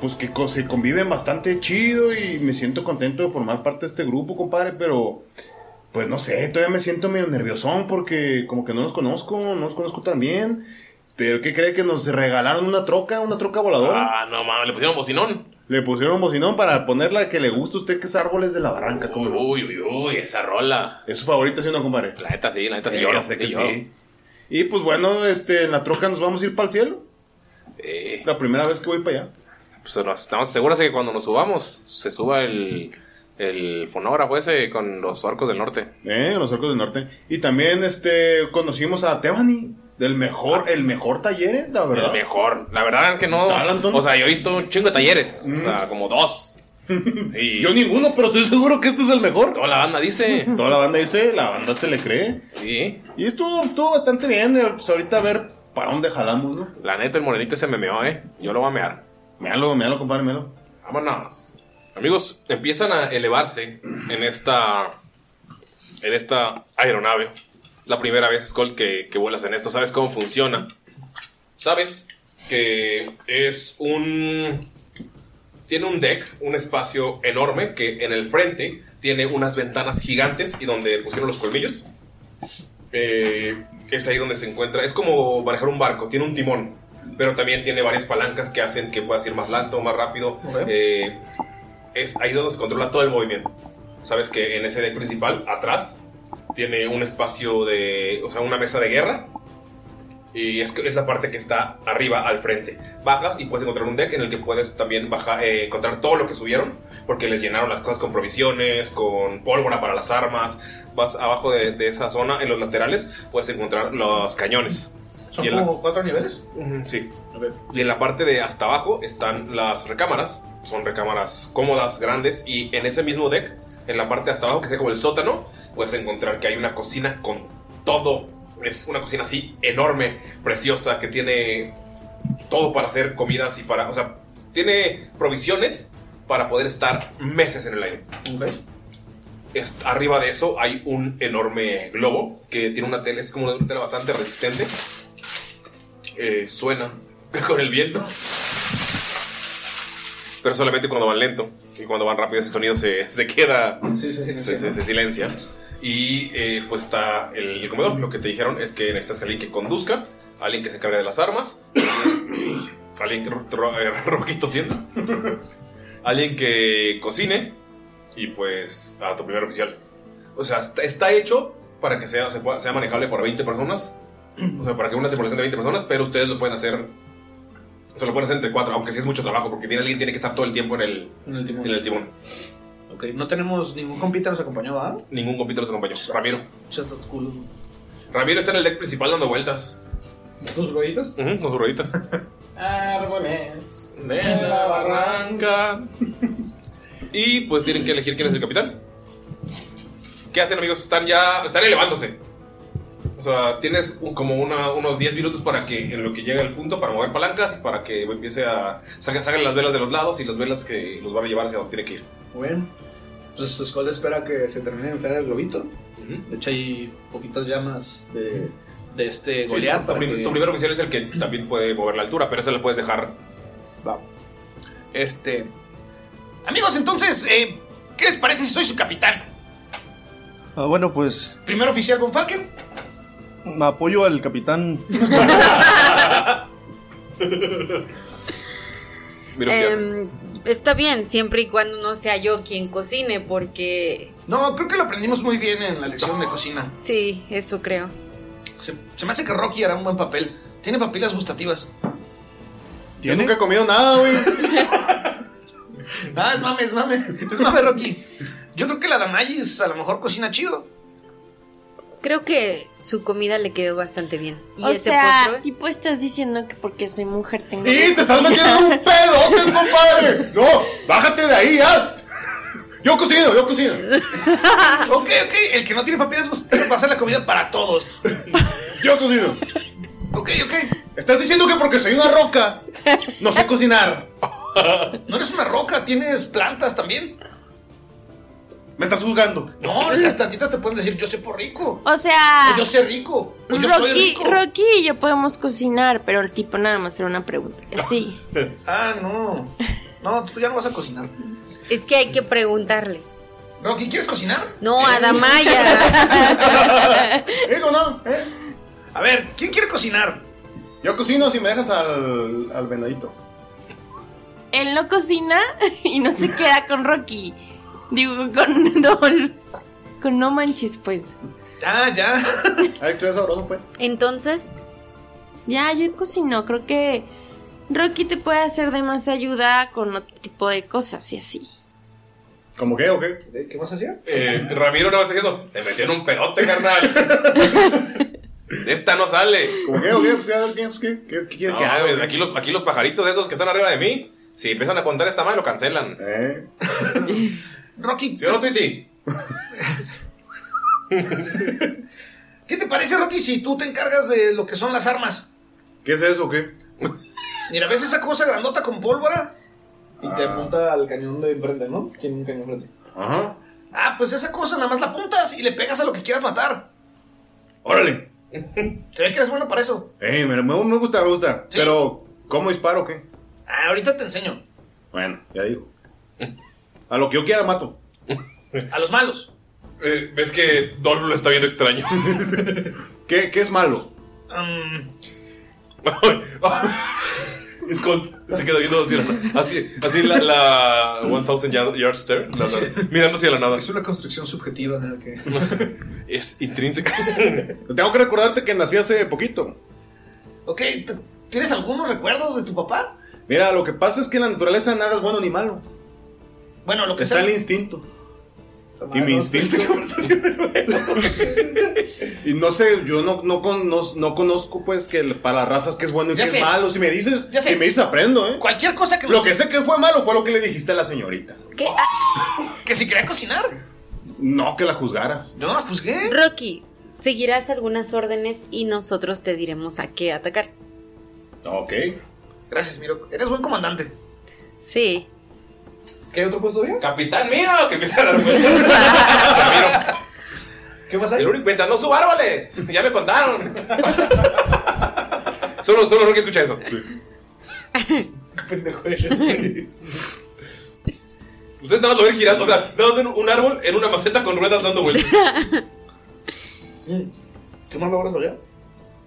Speaker 2: pues que co- se conviven bastante chido y me siento contento de formar parte de este grupo, compadre, pero pues no sé, todavía me siento medio nerviosón porque como que no los conozco, no los conozco tan bien. Pero ¿qué cree que nos regalaron una troca, una troca voladora?
Speaker 1: Ah, no mames, le pusieron bocinón.
Speaker 2: Le pusieron un bocinón para ponerla que le gusta a usted, que es Árboles de la Barranca. ¿cómo no?
Speaker 1: Uy, uy, uy, esa rola.
Speaker 2: Es su favorita, ¿sí o no, compadre?
Speaker 1: La neta sí, la neta sí,
Speaker 2: Eh,
Speaker 1: lloro.
Speaker 2: ya sé
Speaker 1: sí
Speaker 2: que
Speaker 1: lloro.
Speaker 2: sí. Y pues bueno, este, en la troca nos vamos a ir para el cielo.
Speaker 1: Eh,
Speaker 2: La primera vez que voy para allá.
Speaker 1: pues nos- estamos seguros de que cuando nos subamos, se suba el, el fonógrafo ese con los orcos del norte.
Speaker 2: Eh, los arcos del norte. Y también este conocimos a Tebani, del mejor, el mejor taller, eh, la verdad.
Speaker 1: El mejor. La verdad es que no. O sea, yo he visto un chingo de talleres. O sea, como dos.
Speaker 2: Yo ninguno, pero estoy seguro que este es el mejor.
Speaker 1: Toda la banda dice.
Speaker 2: Toda la banda dice, la banda se le cree.
Speaker 1: Sí.
Speaker 2: Y estuvo, estuvo bastante bien. eh, Pues ahorita a ver para dónde jalamos, ¿no?
Speaker 1: La neta, el morenito se me meó, eh. Yo lo voy a mear.
Speaker 2: Méalo, méalo, compadre, méalo.
Speaker 1: Vámonos. Amigos, empiezan a elevarse en esta. En esta aeronave. Es la primera vez, Skull, que, que vuelas en esto. ¿Sabes cómo funciona? ¿Sabes? Que es un. Tiene un deck, un espacio enorme que en el frente tiene unas ventanas gigantes y donde pusieron los colmillos. Eh, Es ahí donde se encuentra. Es como manejar un barco, tiene un timón, pero también tiene varias palancas que hacen que puedas ir más lento, más rápido. Eh, es ahí donde se controla todo el movimiento. Sabes que en ese deck principal, atrás, tiene un espacio de. O sea, una mesa de guerra. Y es, que- es la parte que está arriba al frente. Bajas y puedes encontrar un deck en el que puedes también bajar, encontrar todo lo que subieron. Porque les llenaron las cosas con provisiones, con pólvora para las armas. Vas abajo de, de esa zona, en los laterales, puedes encontrar los cañones.
Speaker 5: ¿Son
Speaker 1: Y en la-
Speaker 5: como cuatro niveles?
Speaker 1: Mm, Sí. Y en la parte de hasta abajo están las recámaras. Son recámaras cómodas, grandes. Y en ese mismo deck, en la parte de hasta abajo, que sea como el sótano, puedes encontrar que hay una cocina con todo. Es una cocina así enorme, preciosa, que tiene todo para hacer comidas y para. O sea, tiene provisiones para poder estar meses en el aire. Est- arriba de eso hay un enorme globo que tiene una tela, es como una tela bastante resistente. Eh, suena con el viento. Pero solamente cuando van lento. Y cuando van rápido ese sonido se, se queda. se, se- se silencia. Y eh, pues está el, el comedor. Lo que te dijeron es que necesitas alguien que conduzca, alguien que se encargue de las armas, alguien que ro- ro- eh, roquito siendo, alguien que cocine y pues a tu primer oficial. O sea, está, está hecho para que sea, se pueda- sea manejable para 20 personas. O sea, para que una tripulación de 20 personas, pero ustedes lo pueden hacer. O sea, lo pueden hacer entre cuatro, aunque sí es mucho trabajo, porque tiene, alguien tiene que estar todo el tiempo en el,
Speaker 5: En el timón.
Speaker 1: en el timón.
Speaker 5: Ok, no tenemos ningún compita nos acompañó, ¿verdad?
Speaker 1: Ningún compito los acompañó. Ramiro.
Speaker 5: Shut up, culos.
Speaker 1: Ramiro está en el deck principal dando vueltas.
Speaker 5: ¿Tus rueditas?
Speaker 1: Ujú, con sus rueditas.
Speaker 5: Árboles.
Speaker 1: De la barranca. Y pues tienen que elegir quién es el capitán. ¿Qué hacen amigos? Están ya. Están elevándose. O sea, tienes un- como una- unos 10 minutos para que en lo que llega el punto para mover palancas y para que empiece a. Salgan, salgan las velas de los lados y las velas que los van a llevar hacia donde tiene que ir.
Speaker 5: Bueno, pues Skull espera que se termine de inflar el globito. De hecho, hay poquitas llamas de, de este
Speaker 1: Sí,
Speaker 5: Goliath.
Speaker 1: tu,
Speaker 5: para
Speaker 1: prim-
Speaker 5: que-
Speaker 1: tu primer oficial es el que también puede mover la altura, pero ese lo puedes dejar.
Speaker 5: Va. Este.
Speaker 7: Amigos, entonces, eh, ¿qué les parece si soy su capitán?
Speaker 3: Ah, bueno, pues
Speaker 7: Primer oficial Von Falken.
Speaker 3: apoyo al capitán.
Speaker 4: Em, está bien, siempre y cuando no sea yo quien cocine, porque
Speaker 7: No, creo que lo aprendimos muy bien en la lección de cocina.
Speaker 4: sí, eso creo.
Speaker 7: Se, se me hace que Rocky hará un buen papel. Tiene papilas gustativas.
Speaker 2: Yo nunca he comido nada, güey.
Speaker 7: Ah, es mame, es mame. Es mame, Rocky. Yo creo que la Damayis a lo mejor cocina chido.
Speaker 4: Creo que su comida le quedó bastante bien. Y
Speaker 6: O
Speaker 4: ese
Speaker 6: sea,
Speaker 4: postre-
Speaker 6: tipo estás diciendo que porque soy mujer tengo.
Speaker 2: ¡Y
Speaker 6: que
Speaker 2: te estás
Speaker 6: cocinar.
Speaker 2: metiendo en un pedote, compadre! ¡No! ¡Bájate de ahí, ya! Yo cocino, yo cocino.
Speaker 7: Ok, ok. El que no tiene papilas gustativas va a hacer la comida para todos.
Speaker 2: Yo cocino.
Speaker 7: Ok, ok.
Speaker 2: Estás diciendo que porque soy una roca, no sé cocinar.
Speaker 7: No eres una roca, tienes plantas también.
Speaker 2: Me estás juzgando.
Speaker 7: No, las plantitas te pueden decir yo soy por rico.
Speaker 6: O sea,
Speaker 7: O yo soy rico. O yo soy
Speaker 6: Rocky,
Speaker 7: rico.
Speaker 6: Rocky y yo podemos cocinar, pero el tipo nada más era una pregunta. Sí.
Speaker 7: Ah, no. No, tú ya no vas a cocinar.
Speaker 4: es que hay que preguntarle.
Speaker 7: Rocky, ¿quieres cocinar?
Speaker 4: No, Adamaya.
Speaker 2: Digo, no. ¿eh?
Speaker 7: A ver, ¿quién quiere cocinar?
Speaker 2: Yo cocino si me dejas al, al venadito.
Speaker 6: Él no cocina y no se queda con Rocky. Digo, con Dol. Con no manches, pues.
Speaker 7: Ya, ya.
Speaker 2: Ay, tú eres sabroso, pues.
Speaker 6: Entonces. Ya, yo cocino. Creo que Rocky te puede hacer de más ayuda con otro tipo de cosas y así.
Speaker 2: ¿Cómo qué o qué?
Speaker 5: ¿Qué más hacía?
Speaker 1: Eh, Ramiro no va diciendo, te metió en un pedote, carnal. De esta no sale.
Speaker 2: ¿Cómo qué o qué? Pues, ya, ¿qué? Pues, ¿qué? ¿Qué- qué quieren
Speaker 1: No,
Speaker 2: que haga?
Speaker 1: hombre, aquí, los, aquí los pajaritos esos que están arriba de mí, si empiezan a contar esta madre, lo cancelan.
Speaker 7: Rocky.
Speaker 1: ¿Sí o no, Tweety?
Speaker 7: ¿Qué te parece, Rocky, si tú te encargas de lo que son las armas?
Speaker 2: ¿Qué es eso o qué?
Speaker 7: Mira, ¿ves esa cosa grandota con pólvora?
Speaker 5: Y te apunta al cañón de enfrente, ¿no? Tiene un cañón enfrente.
Speaker 2: Ajá.
Speaker 7: Ah, pues esa cosa nada más la apuntas y le pegas a lo que quieras matar.
Speaker 2: Órale.
Speaker 7: Se ve que eres bueno para eso.
Speaker 2: Eh, me, me- me gusta, me gusta. Pero, ¿cómo disparo o qué?
Speaker 7: Ah, ahorita te enseño.
Speaker 2: Bueno, ya digo. A lo que yo quiera mato.
Speaker 7: A los malos.
Speaker 1: Eh, Ves que Dolph lo está viendo extraño.
Speaker 2: ¿Qué, qué es malo?
Speaker 1: Es con- se queda viendo hacia la nada. Así, así la, la 1000 yard, yard stare, la- la- mirando hacia la nada.
Speaker 5: Es una construcción subjetiva en la que.
Speaker 1: Es intrínseca.
Speaker 2: Tengo que recordarte que nací hace poquito.
Speaker 5: Ok, ¿tú- ¿tienes algunos recuerdos de tu papá?
Speaker 2: Mira, lo que pasa es que en la naturaleza nada es bueno ni malo.
Speaker 5: Bueno, lo que
Speaker 2: Está
Speaker 5: sea.
Speaker 2: el instinto. Y mi instinto. y no sé, yo no, no, con- no- no conozco pues que el- para las razas que es bueno y
Speaker 5: Ya
Speaker 2: que
Speaker 5: sé.
Speaker 2: es malo. Si me dices,
Speaker 5: Ya sé.
Speaker 2: si me dices aprendo, ¿eh?
Speaker 5: Cualquier cosa que
Speaker 2: Lo que sé que fue malo fue lo que le dijiste a la señorita.
Speaker 4: ¿Qué?
Speaker 5: ¿Que si quería cocinar?
Speaker 2: No, que la juzgaras.
Speaker 5: Yo no la juzgué.
Speaker 4: Rocky, seguirás algunas órdenes y nosotros te diremos a qué atacar.
Speaker 2: Ok.
Speaker 5: Gracias, Miro. Eres buen comandante.
Speaker 4: Sí.
Speaker 5: ¿Qué hay otro puesto bien?
Speaker 1: Capitán, mira, que empieza a dar vueltas.
Speaker 5: ¿Qué pasa?
Speaker 1: El único inventando sus árboles. Ya me contaron. solo, solo Rocky escucha eso.
Speaker 5: Pendejo eres.
Speaker 1: Ustedes nada más lo ven girando. O sea, nada más ven un árbol en una maceta con ruedas dando vueltas.
Speaker 5: ¿Qué más logras allá?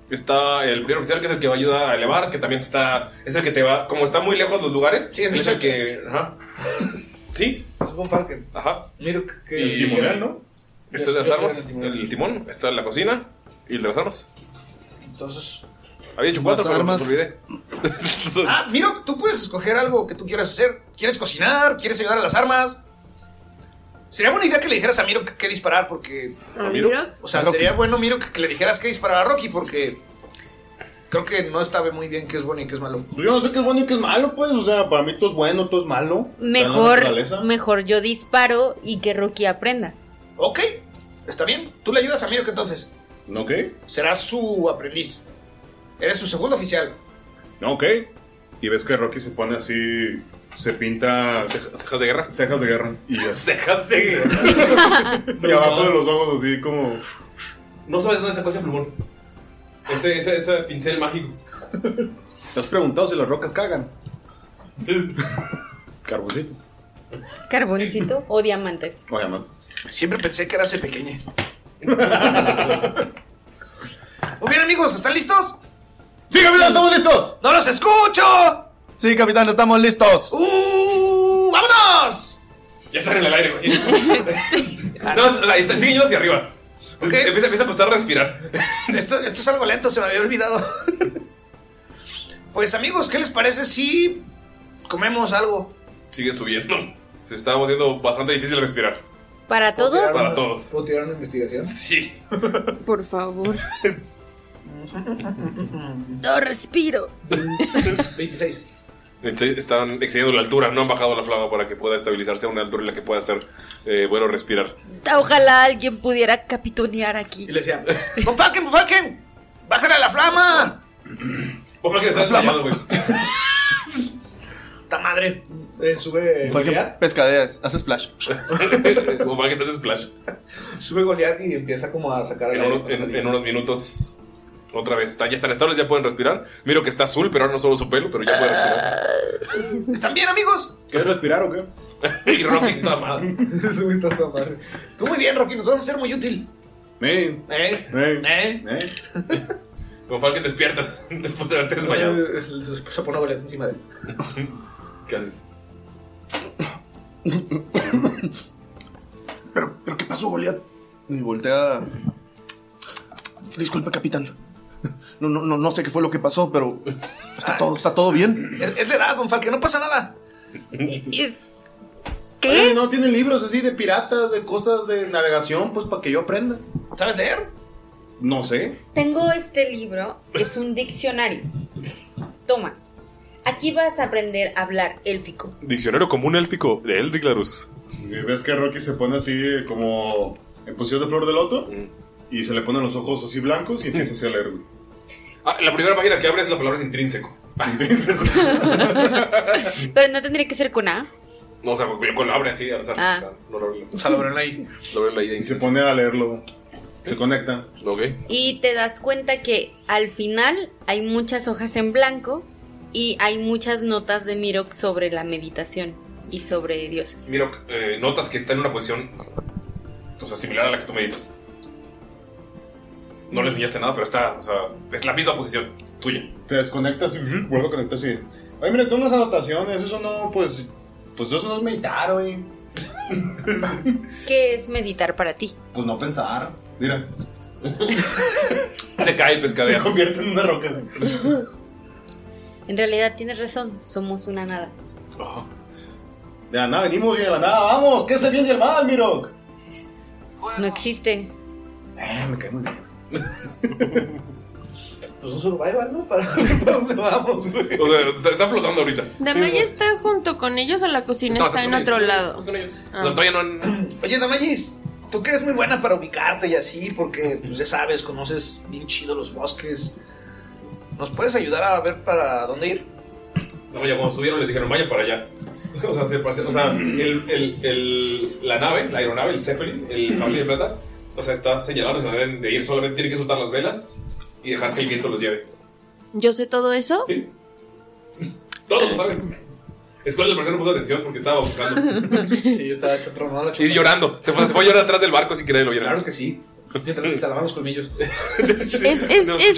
Speaker 1: Está el primer oficial, que es el que va a ayudar a elevar, que también está. Es el que te va. Como está muy lejos de los lugares, sí, es el que. Ajá. Sí.
Speaker 5: Es un Falcon.
Speaker 1: Ajá.
Speaker 5: Miro que.
Speaker 1: Y-
Speaker 5: timonel, ¿no?
Speaker 1: Está el Este de
Speaker 5: Yo
Speaker 1: las
Speaker 5: soy
Speaker 1: armas,
Speaker 5: el
Speaker 1: el, timón, está la cocina y el de las armas.
Speaker 5: Entonces.
Speaker 1: Había hecho cuatro,
Speaker 5: Las
Speaker 1: pero
Speaker 5: armas.
Speaker 1: los olvidé.
Speaker 5: Ah, Miro, tú puedes escoger algo que tú quieras hacer. ¿Quieres cocinar? ¿Quieres ayudar a las armas? Sería buena idea que le dijeras a Miro que, que disparar porque.
Speaker 6: ¿A Miro?
Speaker 5: O sea,
Speaker 6: A Rocky.
Speaker 5: sería bueno, Miro, que, que le dijeras que disparar a Rocky porque. Creo que no sabe muy bien qué es bueno y qué es malo.
Speaker 2: Pues yo no sé qué es bueno y qué es malo, pues. O sea, para mí todo es bueno, todo es malo. Está en la naturaleza.
Speaker 4: Mejor, mejor yo disparo y que Rocky aprenda.
Speaker 5: Ok, está bien. Tú le ayudas a Miro que entonces.
Speaker 2: Ok.
Speaker 5: Serás su aprendiz. Eres su segundo oficial.
Speaker 2: Ok. Y ves que Rocky se pone así. Se pinta.
Speaker 1: Cejas de guerra.
Speaker 2: Cejas de guerra. Y ya.
Speaker 1: Cejas de guerra.
Speaker 2: y abajo de los ojos así como.
Speaker 1: No sabes dónde sacó ese plumón. Ese, ese, ese pincel mágico.
Speaker 2: ¿Te has preguntado si las rocas cagan? Carboncito.
Speaker 4: Carboncito o diamantes.
Speaker 2: Obviamente.
Speaker 5: Siempre pensé que eras pequeña. Muy bien, amigos, ¿están listos?
Speaker 2: ¡Sí, capitán, estamos listos!
Speaker 5: ¡No los escucho!
Speaker 3: Sí, capitán, estamos listos.
Speaker 5: ¡Uh! ¡Vámonos!
Speaker 1: Ya están en el aire, güey. No, ahí está, siguen yendo hacia arriba. Empieza, empieza a costar respirar.
Speaker 5: Esto, esto es algo lento, se me había olvidado. Pues amigos, ¿qué les parece si comemos algo?
Speaker 1: Sigue subiendo. Se está volviendo bastante difícil respirar.
Speaker 4: ¿Para todos?
Speaker 1: Para todos.
Speaker 5: ¿Puedo tirar una investigación?
Speaker 1: Sí.
Speaker 4: Por favor. No respiro.
Speaker 5: 26.
Speaker 1: Entonces, Están excediendo la altura, no han bajado la flama para que pueda estabilizarse a una altura en la que pueda estar eh, bueno respirar.
Speaker 4: Ojalá alguien pudiera capitonear aquí.
Speaker 5: Y le decía, ¡Bonfalken, Bonfalken! ¡Bájale a la flama!
Speaker 1: Ojalá que estás desmayado, güey.
Speaker 5: ¡Ta madre! Eh, sube Goliat.
Speaker 3: Pescadeas, hace splash.
Speaker 1: Ojalá que te haces splash.
Speaker 5: Sube Goliat y empieza como a sacar
Speaker 1: En, uno- en- en unos minutos, otra vez, están, ya están estables, ya pueden respirar. Miro que está azul, pero ahora no solo su pelo, pero ya puede respirar.
Speaker 5: ¿Están bien, amigos?
Speaker 2: ¿Quieres respirar o qué?
Speaker 1: Y Rocky está mal.
Speaker 5: Sube esta toda madre. Tú muy bien, Rocky, nos vas a ser muy útil.
Speaker 2: Me.
Speaker 5: ¿Eh?
Speaker 2: Me.
Speaker 5: ¿Eh?
Speaker 2: Me.
Speaker 1: Gonfal que te despiertas después de haberte desmayado.
Speaker 5: Eh, Se pone Goliat encima de él.
Speaker 1: ¿Qué haces?
Speaker 3: ¿Pero qué pasó, Goliath? Y voltea. Disculpe, capitán. No, no, no, no sé qué fue lo que pasó, pero está todo, está todo bien.
Speaker 5: Es, es la edad, Bonfalken, no pasa nada.
Speaker 2: ¿Qué? no tienen libros así de piratas, de cosas de navegación, pues para que yo aprenda.
Speaker 5: ¿Sabes leer?
Speaker 2: No sé.
Speaker 4: Tengo este libro, es un diccionario. Toma. Aquí vas a aprender a hablar élfico.
Speaker 1: Diccionario común élfico de Eldrick Larus.
Speaker 2: Y ves que Rocky se pone así como en posición de flor de loto y se le ponen los ojos así blancos y empieza así a leer, güey.
Speaker 1: Ah, la primera página que abres la palabra es intrínseco.
Speaker 4: Pero no tendría que ser con A.
Speaker 1: No, o sea, con la abre así al azar.
Speaker 4: Ah.
Speaker 1: O sea, No lo abren.
Speaker 5: O sea, lo verán ahí.
Speaker 1: Lo abren la idea
Speaker 2: Y se pone a leerlo. Se conecta.
Speaker 1: Ok.
Speaker 4: Y te das cuenta que al final hay muchas hojas en blanco y hay muchas notas de Mirok sobre la meditación y sobre dioses.
Speaker 1: Miro, eh, notas que está en una posición o sea, similar a la que tú meditas. No le enseñaste nada, pero está, o sea, es la misma posición tuya.
Speaker 2: Te desconectas y ¡rup! vuelve a conectarse. y, Oye, mira, todas las anotaciones, eso no, pues. Pues eso no es meditar, oye.
Speaker 4: ¿Qué es meditar para ti?
Speaker 2: Pues no pensar. Mira.
Speaker 1: Se cae pescadero.
Speaker 2: Se convierte en una roca.
Speaker 4: En realidad tienes razón, somos una nada.
Speaker 2: De la nada venimos y de la nada vamos. ¿Qué es el bien y el mal, Mirok?
Speaker 4: Pues No existe.
Speaker 2: Eh, me cae muy bien.
Speaker 5: Pues un survival, ¿no? ¿Para, para dónde vamos, güey?
Speaker 1: O sea, está, está flotando ahorita.
Speaker 6: ¿Damayi está junto con ellos o la cocina
Speaker 1: No,
Speaker 6: está
Speaker 1: estás
Speaker 6: en
Speaker 1: con
Speaker 6: otro
Speaker 1: ellos,
Speaker 6: lado?
Speaker 4: Ah.
Speaker 1: O sea, todavía no han-
Speaker 5: Oye, Damayis, tú que eres muy buena para ubicarte y así, porque pues, ya sabes, conoces bien chido los bosques. ¿Nos puedes ayudar a ver para dónde ir?
Speaker 1: No, ya cuando subieron les dijeron, vayan para allá. O sea, se pase- o sea, el, el, el- la nave, la aeronave, el Zeppelin, el jabalí de plata, o sea, está señalado que se deben de ir, solamente tienen que soltar las velas y dejar que el viento los lleve.
Speaker 6: ¿Yo sé todo eso?
Speaker 1: Todos lo saben. Es cual el personaje no puso atención porque estaba buscando.
Speaker 5: sí, yo estaba hecho tronado. la
Speaker 1: Y
Speaker 5: chota.
Speaker 1: llorando. Se fue, se fue a llorar atrás del barco sin querer lo vieron. Claro
Speaker 5: que sí. Mientras le instalaban los colmillos.
Speaker 6: Es, es, es,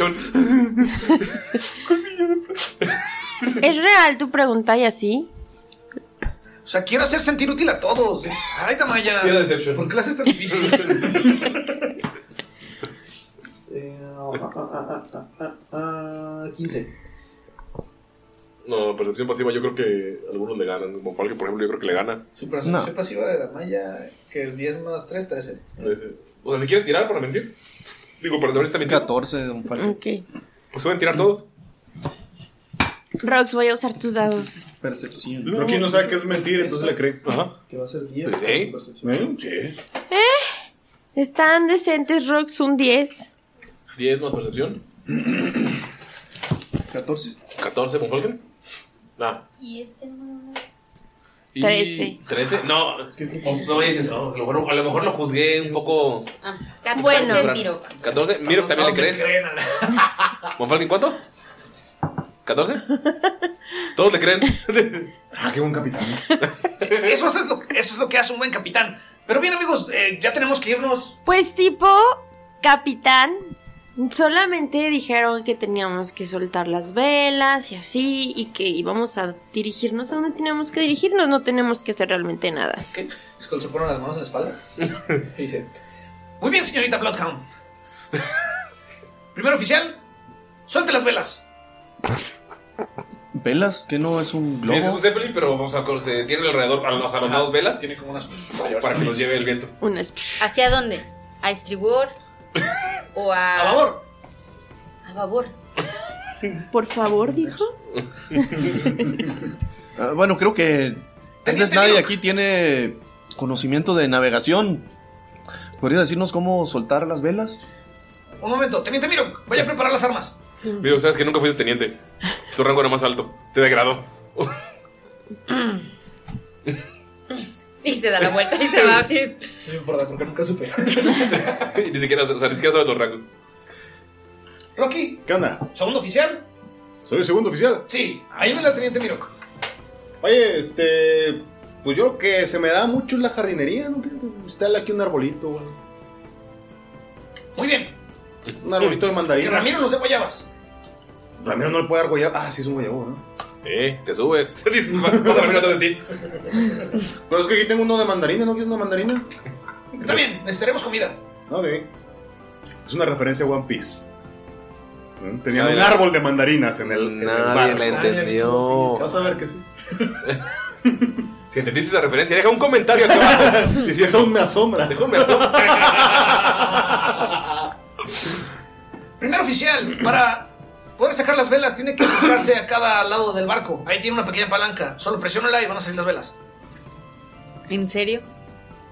Speaker 6: es real tu pregunta y así.
Speaker 5: O sea, quiero hacer sentir útil a todos. Ay, Damaya.
Speaker 1: Quiero decepción.
Speaker 5: ¿Por qué lo haces tan difícil? Eh, ah, ah, ah, ah, ah, 15.
Speaker 1: No, percepción pasiva, yo creo que algunos le ganan. Como Falke, por ejemplo, yo creo que le gana.
Speaker 5: Su percepción pasiva de Damaya, que es 10 más 3, 13.
Speaker 1: O sea, si quieres tirar para mentir. Digo, para saber si está mintiendo.
Speaker 3: 14 de un
Speaker 6: Ok.
Speaker 1: Pues pueden tirar todos.
Speaker 6: Rox, voy a usar tus dados.
Speaker 3: Percepción.
Speaker 2: Pero quien no sabe qué es mentir, entonces le cree.
Speaker 1: Ajá.
Speaker 5: Que va a ser 10.
Speaker 1: ¿Eh?
Speaker 2: Sí.
Speaker 6: Están decentes, Rox, un 10.
Speaker 1: 10 más percepción.
Speaker 3: 14.
Speaker 1: 14 con Falken. Nah.
Speaker 4: ¿Y este no?
Speaker 1: Y-
Speaker 6: Trece.
Speaker 1: 13. No, o- no me dices, no, a, lo mejor, a lo mejor lo juzgué un poco.
Speaker 4: Ah, 14
Speaker 6: Bueno.
Speaker 4: Miro.
Speaker 1: 14. Miro, también le crees. ¿Monfalken cuánto? ¿14? Todos le creen.
Speaker 2: Ah, qué buen capitán.
Speaker 5: Eso es lo, eso es lo que hace un buen capitán. Pero bien, amigos, eh, ya tenemos que irnos.
Speaker 6: Pues tipo, capitán, solamente dijeron que teníamos que soltar las velas y así, y que íbamos a dirigirnos a donde teníamos que dirigirnos, no tenemos que hacer realmente nada.
Speaker 5: Es cuando se ponen las manos en la espalda. Y dice: Muy bien, señorita Bloodhound. Primer oficial, suelte las velas.
Speaker 3: ¿Velas? ¿Que no es un
Speaker 1: Sí, es
Speaker 3: globo?
Speaker 1: un Zeppelin, pero vamos a se tiene alrededor, a los, a los lados velas. Tiene
Speaker 5: como unas
Speaker 1: para que los lleve el viento.
Speaker 4: ¿Hacia dónde? ¿A estribor? ¿O a.?
Speaker 1: A babor.
Speaker 4: A babor.
Speaker 6: Por favor, dijo.
Speaker 3: Ah, bueno, creo que tal vez nadie aquí tiene conocimiento de navegación. ¿Podría decirnos cómo soltar las velas?
Speaker 5: Un momento, teniente Miro, voy a preparar las armas.
Speaker 1: Miro, sabes que nunca fuiste teniente. Tu rango era más alto. Te degradó.
Speaker 4: Y se da la vuelta y se va a abrir.
Speaker 5: No me importa, porque nunca supe.
Speaker 1: Y ni siquiera, o sea, ni siquiera sabes los rangos.
Speaker 5: Rocky.
Speaker 2: ¿Qué onda?
Speaker 5: ¿Segundo oficial?
Speaker 2: ¿Soy el segundo oficial?
Speaker 5: Sí, ayúdale al teniente Miro.
Speaker 2: Oye, este. Pues yo creo que se me da mucho la jardinería, ¿no? Está aquí un arbolito, güey.
Speaker 5: Muy bien.
Speaker 2: Un arbolito de
Speaker 5: Que
Speaker 2: mandarinas.
Speaker 5: Ramiro los de guayabas.
Speaker 2: Ramiro Pues, no le puede dar guayabo. Ah, sí es un guayabo, ¿no?
Speaker 1: Eh, te subes. Dices, Vas a mirar atrás de ti.
Speaker 2: Pero es que aquí tengo uno de mandarina, ¿no quieres una mandarina?
Speaker 5: Está bien, necesitaremos comida.
Speaker 2: Ok. Es una referencia a One Piece. ¿Mm? Tenían
Speaker 1: Nadie
Speaker 2: un
Speaker 1: la-
Speaker 2: árbol de mandarinas en el. en el
Speaker 1: Nadie
Speaker 2: bar.
Speaker 1: la entendió.
Speaker 2: Vas a ver que sí.
Speaker 1: Si entendiste esa referencia, deja un comentario aquí abajo diciendo
Speaker 2: me asombra.
Speaker 1: Deja un me asombra.
Speaker 5: Primer oficial, para poder sacar las velas, tiene que acercarse a cada lado del barco. Ahí tiene una pequeña palanca. Solo presiónala y van a salir las velas.
Speaker 4: ¿En serio?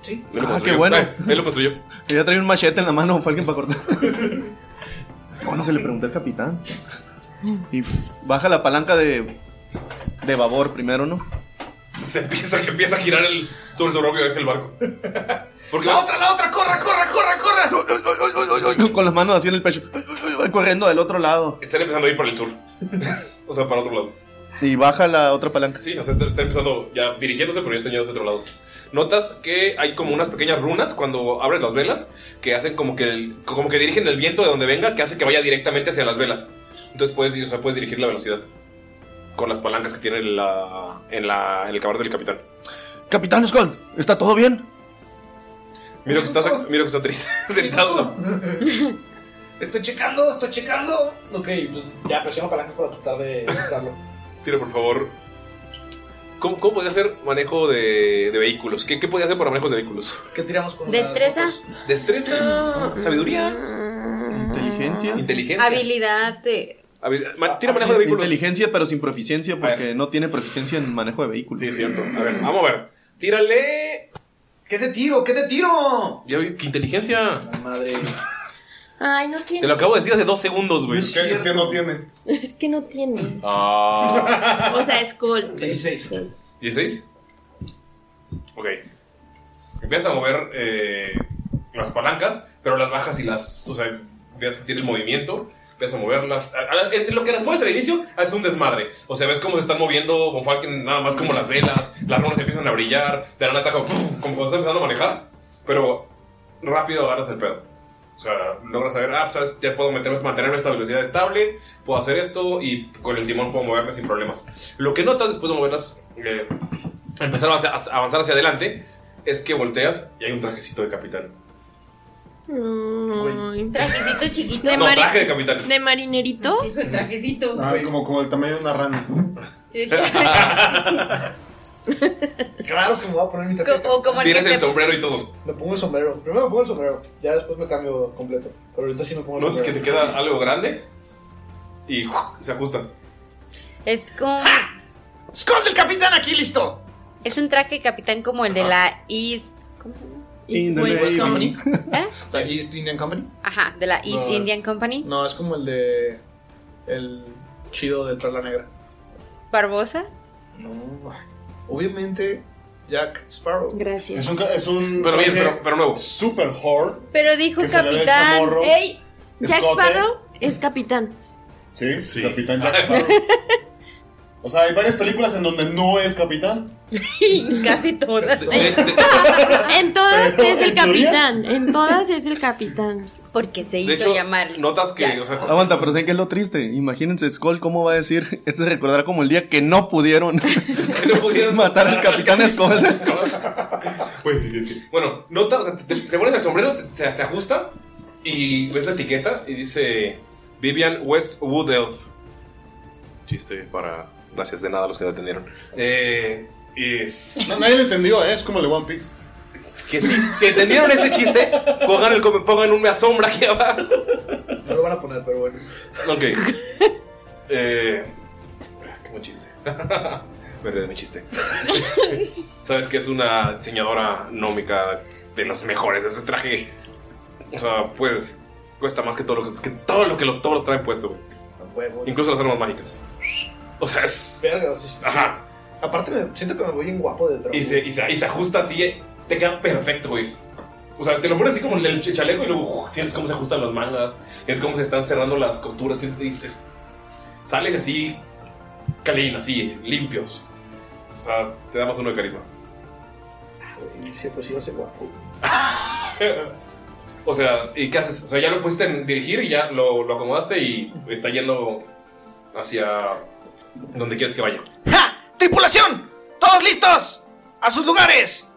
Speaker 5: Sí.
Speaker 1: Él lo
Speaker 3: Ah,
Speaker 1: construyó.
Speaker 3: qué bueno.
Speaker 1: Ay, él lo construyó.
Speaker 3: Ya traía un machete en la mano, fue alguien para cortar. Qué bueno que le pregunté al capitán. Y baja la palanca de. de babor primero, ¿no?
Speaker 1: Se empieza, que empieza a girar el, sobre su propio eje el barco. Porque
Speaker 5: La otra, la otra, corra, corra, corra, corra.
Speaker 3: Con las manos así en el pecho. Corriendo del otro lado.
Speaker 1: están empezando a ir para el sur. O sea, para otro lado.
Speaker 3: Y baja la otra palanca.
Speaker 1: Sí, o sea, está, está empezando ya dirigiéndose, pero ya está yendo hacia otro lado. Notas que hay como unas pequeñas runas cuando abres las velas que hacen como que, el- como que dirigen el viento de donde venga, que hace que vaya directamente hacia las velas. Entonces puedes, o sea, puedes dirigir la velocidad con las palancas que tiene la, en, la, en el caballo del capitán.
Speaker 3: Capitán Skull, ¿está todo bien?
Speaker 1: Miro que está, miro que está triste, sentado.
Speaker 5: Estoy checando, estoy checando. Ok, pues ya presiono palancas para tratar de buscarlo.
Speaker 1: Tira, por favor. ¿Cómo, cómo podría ser manejo de, de vehículos? ¿Qué, ¿Qué podría hacer para manejos de vehículos?
Speaker 5: ¿Qué tiramos con
Speaker 4: Destreza,
Speaker 1: Destreza, sabiduría,
Speaker 3: Inteligencia. Ah,
Speaker 1: Inteligencia.
Speaker 4: habilidad de...
Speaker 1: Tira manejo de vehículos.
Speaker 3: Inteligencia, pero sin proficiencia, porque no tiene proficiencia en manejo de vehículos. Sí,
Speaker 1: es cierto. A ver, vamos a ver. Tírale.
Speaker 5: ¿Qué te tiro? ¿Qué te tiro?
Speaker 1: Ya vi- ¡Qué inteligencia!
Speaker 5: madre.
Speaker 6: Ay, no tiene.
Speaker 1: Te lo acabo de decir hace dos segundos, güey.
Speaker 2: Pues, Es que, es que no tiene.
Speaker 6: Es que no tiene.
Speaker 1: Ah.
Speaker 6: O sea, es cold.
Speaker 5: 16.
Speaker 1: ¿16? Ok. Empiezas a mover eh, las palancas, pero las bajas y las. O sea, empiezas a sentir el movimiento. Empiezas a moverlas. a- a- Entre lo que las mueves al inicio, haces un desmadre. O sea, ves cómo se están moviendo Von Falken, nada más como las velas. Las runas empiezan a brillar. De la nada está como. ¡fuf! como cuando estás empezando a manejar. Pero rápido agarras el pedo. O sea, logras saber, ah, pues, ¿sabes? ya puedo meterme, mantenerme a esta velocidad estable, puedo hacer esto y con el timón puedo moverme sin problemas. Lo que notas después de moverlas, eh, empezar a avanzar- a avanzar hacia adelante, es que volteas y hay un trajecito de capitán.
Speaker 4: Trajecito chiquito.
Speaker 6: De,
Speaker 1: No,
Speaker 6: mari-
Speaker 1: traje de capitán.
Speaker 6: de marinerito.
Speaker 4: Dijo el trajecito.
Speaker 2: Ah, como, como el tamaño de una rana.
Speaker 5: Claro que me voy a poner mi tarjeta.
Speaker 4: O como el que se...
Speaker 1: sombrero y todo.
Speaker 5: Me pongo el sombrero. Primero me pongo el sombrero. Ya después me cambio completo. Pero ahorita sí me pongo el
Speaker 1: Notas que
Speaker 5: sombrero.
Speaker 1: te queda algo grande y ¡juc! se ajusta.
Speaker 4: Es como...
Speaker 5: ¡Skull del capitán aquí, listo!
Speaker 4: Es un traje capitán como el de la East... ¿Cómo se llama?
Speaker 5: In the
Speaker 4: West
Speaker 5: Navy.
Speaker 4: Company.
Speaker 5: ¿La East Indian Company?
Speaker 4: Ajá, de la East
Speaker 5: No, es-
Speaker 4: Indian Company.
Speaker 5: No, es como el de. El chido del Perla Negra.
Speaker 4: Barbosa.
Speaker 5: No. Obviamente, Jack Sparrow.
Speaker 6: Gracias.
Speaker 2: Es un, ca- es un
Speaker 5: Pero bien,
Speaker 2: traje
Speaker 1: pero nuevo.
Speaker 2: Super whore.
Speaker 6: Pero dijo
Speaker 2: Que se le ve el
Speaker 6: capitán.
Speaker 2: chamorro.
Speaker 6: Ey, Jack
Speaker 2: Escote.
Speaker 6: Sparrow es capitán.
Speaker 2: Sí, Capitán Jack Sparrow. O sea, hay varias películas en donde no es capitán.
Speaker 4: Casi todas.
Speaker 1: Este,
Speaker 6: en todas
Speaker 2: Pero,
Speaker 6: es el
Speaker 2: ¿en teoría?
Speaker 6: capitán. En todas es el capitán.
Speaker 4: Porque se
Speaker 6: hizo
Speaker 4: llamar.
Speaker 1: Notas que, o sea,
Speaker 2: Ah,
Speaker 3: Aguanta, pero sé que es lo triste. Imagínense, Skull, ¿cómo va a decir? Este se recordará como el día que no pudieron, matar al capitán Skull.
Speaker 1: Pues sí, es que. Bueno, notas, o sea, te, te pones el sombrero, se, se- se ajusta y ves la etiqueta y dice Vivian Westwood Elf. Chiste para. Gracias de nada a los que lo atendieron. Eh, es-
Speaker 2: No, nadie lo entendió, ¿eh? es como el de One Piece.
Speaker 1: Que sí, si entendieron este chiste, pongan, el, com- pongan un me asombra aquí abajo.
Speaker 5: No lo van a poner, pero bueno.
Speaker 1: Ok. Eh, qué buen chiste. Me reí de mi chiste. Sabes que es una diseñadora nómica de las mejores. Ese traje. O sea, pues. Cuesta más que todo lo que, que todo lo que lo- todos los traen puesto, güey.
Speaker 5: Huevo.
Speaker 1: Incluso las armas mágicas. O sea, es.
Speaker 5: Verga, o sea, sí.
Speaker 1: Ajá.
Speaker 5: Aparte, me siento que me voy bien guapo de droga.
Speaker 1: Y se, y se- y se ajusta así. eh, Te queda perfecto, güey. O sea, te lo pones así como el ch- chaleco y luego uf, sientes cómo se ajustan las mangas. Sientes cómo se están cerrando las costuras. sientes- y se- sales así. Clean, así, eh, limpios. O sea, te da más uno de carisma.
Speaker 5: Y siempre Ah, sí hace guapo.
Speaker 1: O sea, ¿y qué haces? O sea, ya lo pusiste en dirigir y ya lo, lo acomodaste y está yendo hacia donde quieres que vaya.
Speaker 7: ¡Tripulación! ¡Todos listos! ¡A sus lugares!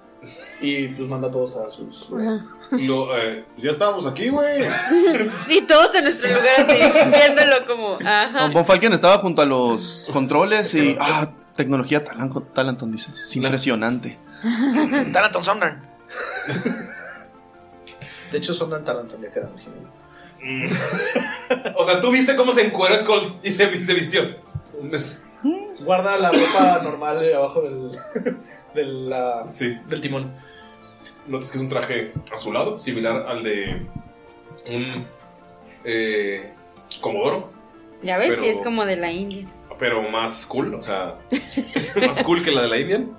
Speaker 5: Y pues manda a todos a sus.
Speaker 1: eh,
Speaker 2: Ya estábamos aquí, güey.
Speaker 4: y todos en nuestro lugar así, viéndolo como... ah, Ajá.
Speaker 3: Von Falken estaba junto a los controles y. Ah, tecnología talanco- Talanton, dice. Es impresionante.
Speaker 7: Taranton Sondern.
Speaker 5: De hecho, son tan tarantos, ya quedamos. Jimena.
Speaker 1: O sea, tú viste cómo se encueró Skull y se, se vistió. Es-
Speaker 5: Guarda la ropa normal eh, abajo del. de la- del timón.
Speaker 1: Notas que es un traje azulado, similar al de un eh, comodoro,
Speaker 4: Ya ves,
Speaker 1: Pero-
Speaker 4: sí, es como de la India.
Speaker 1: pero más cool, o sea, más cool que la de la Indian.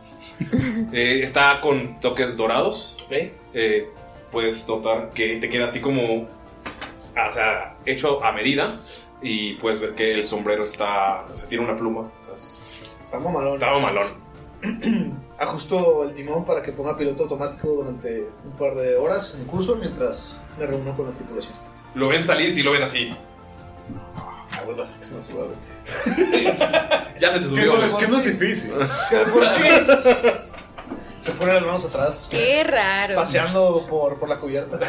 Speaker 1: Eh, está con toques dorados. Eh, puedes notar que te queda así como, o sea, ah, hecho a medida. Y puedes ver que el sombrero está. O sea, tiene una pluma. O sea, es-
Speaker 5: Está mamalón.
Speaker 1: está malón.
Speaker 5: Ajusto el timón para que ponga piloto automático durante un par de horas en el curso mientras me reúno con la tripulación.
Speaker 1: Lo ven salir si lo ven así.
Speaker 5: Ah, güey, vas a que se me suba, güey.
Speaker 1: Ya se te subió.
Speaker 5: no- que no es
Speaker 1: difícil.
Speaker 5: Por así. Se ponen las manos atrás.
Speaker 4: Qué raro.
Speaker 5: Paseando por, por la cubierta.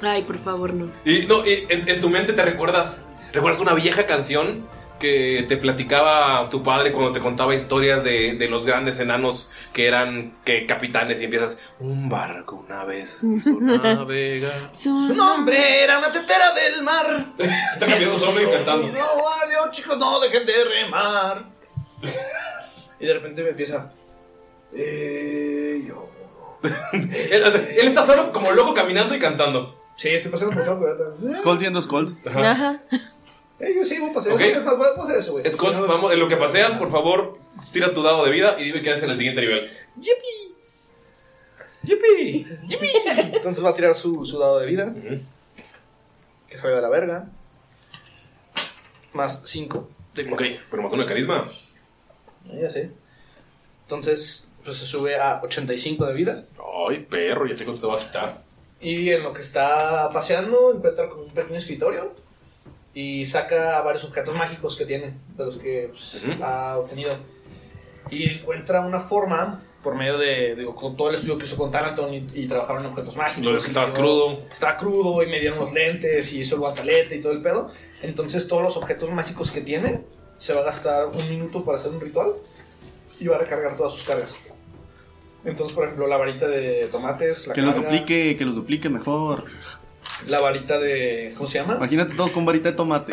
Speaker 6: Ay, por favor, no.
Speaker 1: Y no, y en, en tu mente te recuerdas. Recuerdas una vieja canción que te platicaba tu padre cuando te contaba historias de, de los grandes enanos que eran que capitanes y empiezas. Un barco una vez. Su navega.
Speaker 6: Su
Speaker 5: nombre era una tetera del mar.
Speaker 1: Está cambiando solo y cantando.
Speaker 5: No, adiós, chicos, no dejen de remar. y de repente me empieza. Eh, yo.
Speaker 1: Él, o sea, él está solo como loco caminando y cantando.
Speaker 5: Sí, estoy pasando por todo, pero.
Speaker 3: Scold siendo Scold.
Speaker 5: Eh, yo sí, voy a pasear.
Speaker 1: Ok.
Speaker 5: Es más, voy a hacer eso, güey.
Speaker 1: Scott, vamos, en lo que paseas, por favor, tira tu dado de vida y dime qué haces en el siguiente nivel.
Speaker 5: ¡Yipi! ¡Yipi! ¡Yipi! Entonces va a tirar su, su dado de vida. Que salga de la verga. Más 5.
Speaker 1: Ok, pero más uno de carisma.
Speaker 5: Ya sé. Entonces pues, se sube a 85 de vida.
Speaker 1: Ay, perro, ya sé cuánto te va a quitar.
Speaker 5: Y en lo que está paseando, encuentra como un pequeño escritorio. Y saca varios objetos mágicos que tiene, de los que pues,
Speaker 1: Ujú.
Speaker 5: ha obtenido. Y encuentra una forma, por medio de, digo, con todo el estudio que hizo con Tarleton y, y trabajaron en objetos mágicos.
Speaker 1: Lo de que estabas
Speaker 5: Y
Speaker 1: crudo.
Speaker 5: Estaba crudo y me dieron los lentes y hizo el guantelete y todo el pedo. Entonces todos los objetos mágicos que tiene, se va a gastar un minuto para hacer un ritual y va a recargar todas sus cargas. Entonces, por ejemplo, la varita de tomates, la
Speaker 3: Que los
Speaker 5: carga-
Speaker 3: duplique, que los duplique mejor.
Speaker 5: la varita de. ¿Cómo se llama?
Speaker 3: Imagínate todos con varita de tomate.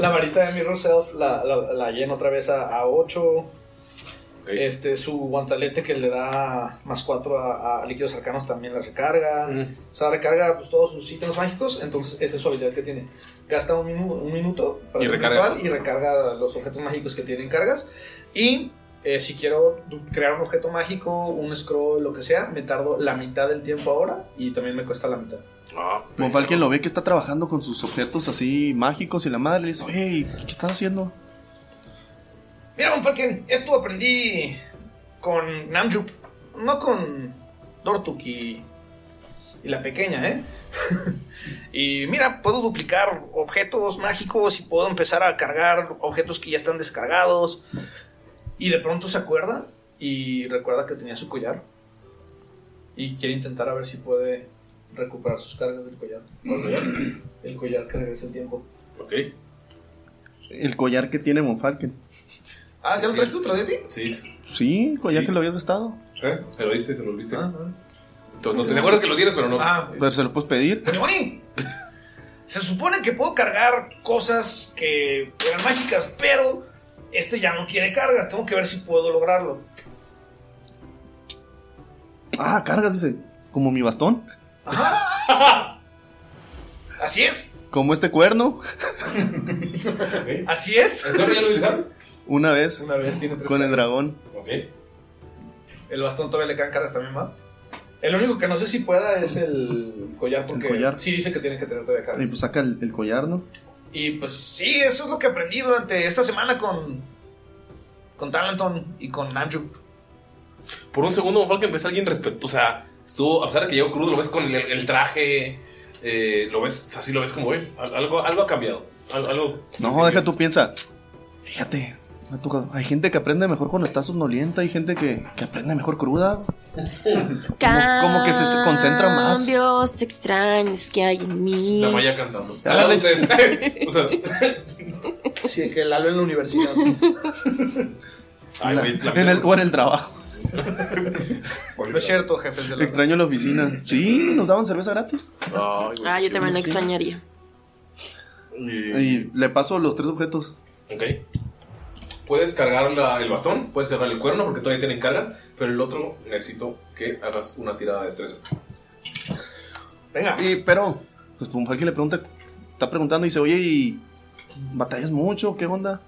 Speaker 5: La varita de Mirror Self la, la, la llena otra vez a, 8. Este, su guantalete que le da más 4 a, a líquidos arcanos también la recarga. O sea, recarga pues, todos sus ítems mágicos. Entonces, esa es su habilidad que tiene. Gasta un, minu- un minuto
Speaker 1: Y
Speaker 5: hacer un
Speaker 1: recarga.
Speaker 5: ritual y recarga los objetos mágicos que tienen cargas. Y eh, si quiero du- crear un objeto mágico, un scroll, lo que sea, me tardo la mitad del tiempo ahora y también me cuesta la mitad.
Speaker 3: Monfalken lo ve que está trabajando con sus objetos así mágicos y la madre le dice, oye, ¿qué estás haciendo?
Speaker 5: Mira, Monfalken, esto aprendí con Namjoon, no con Dortuk y, y la pequeña, ¿eh? y mira, puedo duplicar objetos mágicos y puedo empezar a cargar objetos que ya están descargados. Y de pronto se acuerda y recuerda que tenía su collar. Y quiere intentar a ver si puede recuperar sus cargas del collar. El collar que regresa el tiempo.
Speaker 1: Ok.
Speaker 3: El collar que tiene Monfalken.
Speaker 5: Ah, ¿ya lo traes tú, traes de ti?
Speaker 1: Sí.
Speaker 3: Sí, collar que lo habías gastado.
Speaker 1: ¿Eh? ¿Se lo diste? ¿Se lo viste? Entonces no te ¿te acuerdas que lo tienes, pero no.
Speaker 5: Ah,
Speaker 3: Pero se lo puedes pedir.
Speaker 5: Bonnie, se supone que puedo cargar cosas que eran mágicas, pero este ya no tiene cargas. Tengo que ver si puedo lograrlo.
Speaker 3: Ah, cargas, dice. Como mi bastón.
Speaker 5: Así es,
Speaker 3: Como este cuerno.
Speaker 5: así es.
Speaker 1: ¿El cuerno ya lo utilizaron?
Speaker 3: Una vez.
Speaker 5: Una vez tiene tres
Speaker 3: Con el
Speaker 5: cargas.
Speaker 3: dragón.
Speaker 1: Ok.
Speaker 5: El bastón todavía le caen cargas también, ¿va? El único que no sé si pueda es el collar, porque
Speaker 3: collar.
Speaker 5: sí dice que tienes que tener todavía
Speaker 3: Y
Speaker 5: cargas.
Speaker 3: pues saca el, el collar, ¿no?
Speaker 5: Y pues sí, eso es lo que aprendí durante esta semana con. con Talenton y con Namjoon.
Speaker 1: Por un segundo, Monfalken ves a alguien respeto. O sea, estuvo, a pesar de que llegó crudo, lo ves con el, el traje. eh, lo ves, o sea, sí lo ves como, güey. al- Algo, algo ha cambiado. Al- algo.
Speaker 3: No, deja tú piensa. Fíjate. me ha tocado. Hay gente que aprende mejor cuando está somnolienta, hay gente que, que aprende mejor cruda. Como- como que se concentra más.
Speaker 6: Cambios Ah, extraños que hay en mí.
Speaker 1: La Maya cantando. Ah, ustedes. o sea,
Speaker 5: Sí, que Lalo en la universidad.
Speaker 1: ay, güey, la-
Speaker 3: En el, o en el trabajo.
Speaker 5: no es cierto, jefes de la.
Speaker 3: Extraño la oficina. Mm. Sí, nos daban cerveza gratis.
Speaker 6: Ah, yo también la extrañaría.
Speaker 3: Y le paso los tres objetos.
Speaker 1: Ok. Puedes cargar la- el bastón, puedes cargar el cuerno porque todavía tienen carga, pero el otro necesito que hagas una tirada de destreza.
Speaker 5: Venga.
Speaker 3: Y, pero, pues Pumfal que le pregunta, está preguntando y dice, oye, ¿y batallas mucho? ¿Qué onda?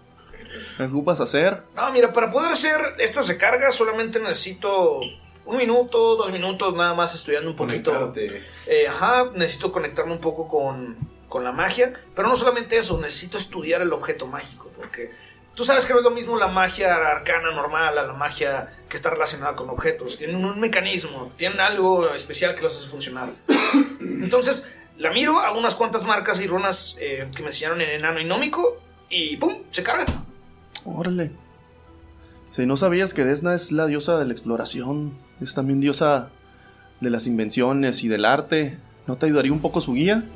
Speaker 3: ¿Qué ocupas hacer?
Speaker 5: No, mira, para poder hacer estas recargas solamente necesito un minuto, dos minutos, nada más estudiando un poquito.
Speaker 1: Conectarte.
Speaker 5: Eh, ajá, necesito conectarme un poco con con la magia. Pero no solamente eso, necesito estudiar el objeto mágico. Porque tú sabes que no es lo mismo la magia arcana normal a la magia que está relacionada con objetos. Tienen un mecanismo, tienen algo especial que los hace funcionar. Entonces, la miro a unas cuantas marcas y runas eh, que me enseñaron en enano y nómico. Y ¡pum! Se carga.
Speaker 3: Órale. Si no sabías que Desna es la diosa de la exploración, es también diosa de las invenciones y del arte, ¿no te ayudaría un poco su guía?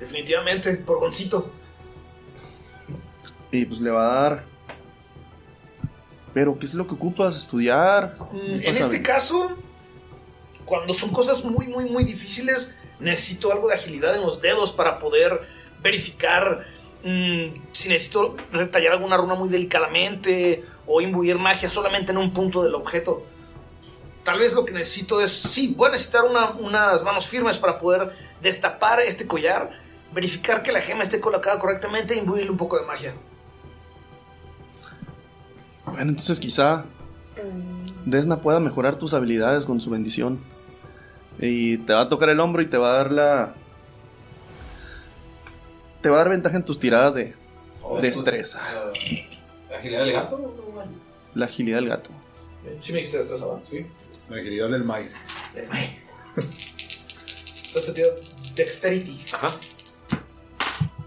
Speaker 5: Definitivamente, por goncito.
Speaker 3: Y pues le va a dar. Pero, ¿qué es lo que ocupas? ¿Estudiar?
Speaker 5: En este caso, cuando son cosas muy, muy, muy difíciles, necesito algo de agilidad en los dedos para poder verificar mm, si necesito retallar alguna runa muy delicadamente o imbuir magia solamente en un punto del objeto. Tal vez lo que necesito es, sí, voy a necesitar una- unas manos firmes para poder destapar este collar, verificar que la gema esté colocada correctamente e imbuirle un poco de magia.
Speaker 3: Bueno, entonces quizá Desna pueda mejorar tus habilidades con su bendición. Y te va a tocar el hombro y te va a dar la. Te va a dar ventaja en tus tiradas de destreza.
Speaker 8: ¿Agilidad del gato? o algo así?
Speaker 3: La agilidad del gato.
Speaker 5: Eh, Sí, me dijiste destreza, ¿verdad?
Speaker 8: Sí.
Speaker 2: La agilidad del Mai.
Speaker 5: Del Mai. Entonces te dio dexterity.
Speaker 1: Ajá.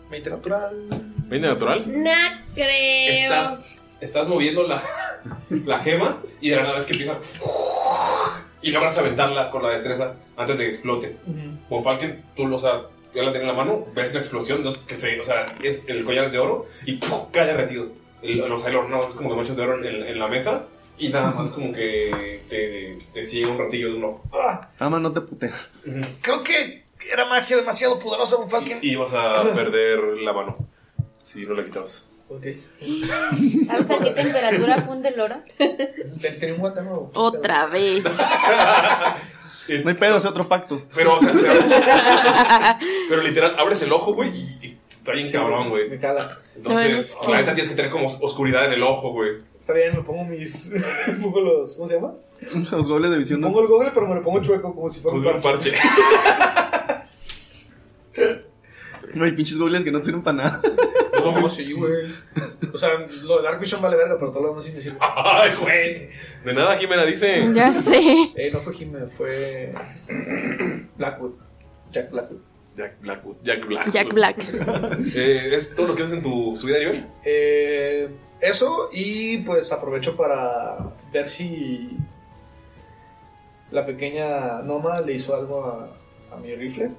Speaker 5: 20 natural.
Speaker 1: ¿Vende natural?
Speaker 6: No creo.
Speaker 1: Estás, estás moviendo la, la gema y de la nada es que empieza. Y logras aventarla con la destreza antes de que explote. O Falken, tú lo sabes. Ya la tenía en la mano, ves la explosión, no es que se, o sea, es, el collar es de oro y ¡pum! cae derretido. El, o sea, el horno es como que manchas de oro en, en la mesa y nada más como que te, te ciega un ratillo de un ojo.
Speaker 3: Ama, Ah, no te putea.
Speaker 5: Ah, Creo que era magia demasiado poderosa, un Falken.
Speaker 1: Y vas a perder la mano si no la quitabas.
Speaker 5: Ok.
Speaker 4: ¿Sabes a qué temperatura funde el oro?
Speaker 5: Tenía un guante nuevo.
Speaker 6: Otra vez.
Speaker 3: No hay pedo, hace otro pacto.
Speaker 1: Pero, o sea, Pero literal, abres el ojo, güey, y y está bien cabrón, güey. Me
Speaker 5: caga.
Speaker 6: No, es
Speaker 1: Entonces,
Speaker 6: que-
Speaker 1: la neta tienes que tener como os- oscuridad en el ojo, güey.
Speaker 5: Está bien, me pongo mis. me pongo los. ¿Cómo se llama?
Speaker 3: Los gobles de visión.
Speaker 5: Me pongo el goble, pero me lo pongo chueco, como si fuera
Speaker 2: Pues
Speaker 1: Como si fuera un parche.
Speaker 3: No hay pinches gobles que no sirven para nada.
Speaker 5: No, sí, güey. O sea, lo de Dark Vision vale verga, pero todo lo demás sí me sirve.
Speaker 1: Ay, güey. De nada, Jimena dice.
Speaker 5: Eh, no fue Jimena, fue. Blackwood. Jack Blackwood.
Speaker 1: Jack Blackwood. Jack Black.
Speaker 6: Jack Black.
Speaker 1: Eh, ¿Es todo lo que haces en tu subida de nivel?
Speaker 5: Eh, eso, y pues aprovecho para ver si. La pequeña Noma le hizo algo a, a mi rifle.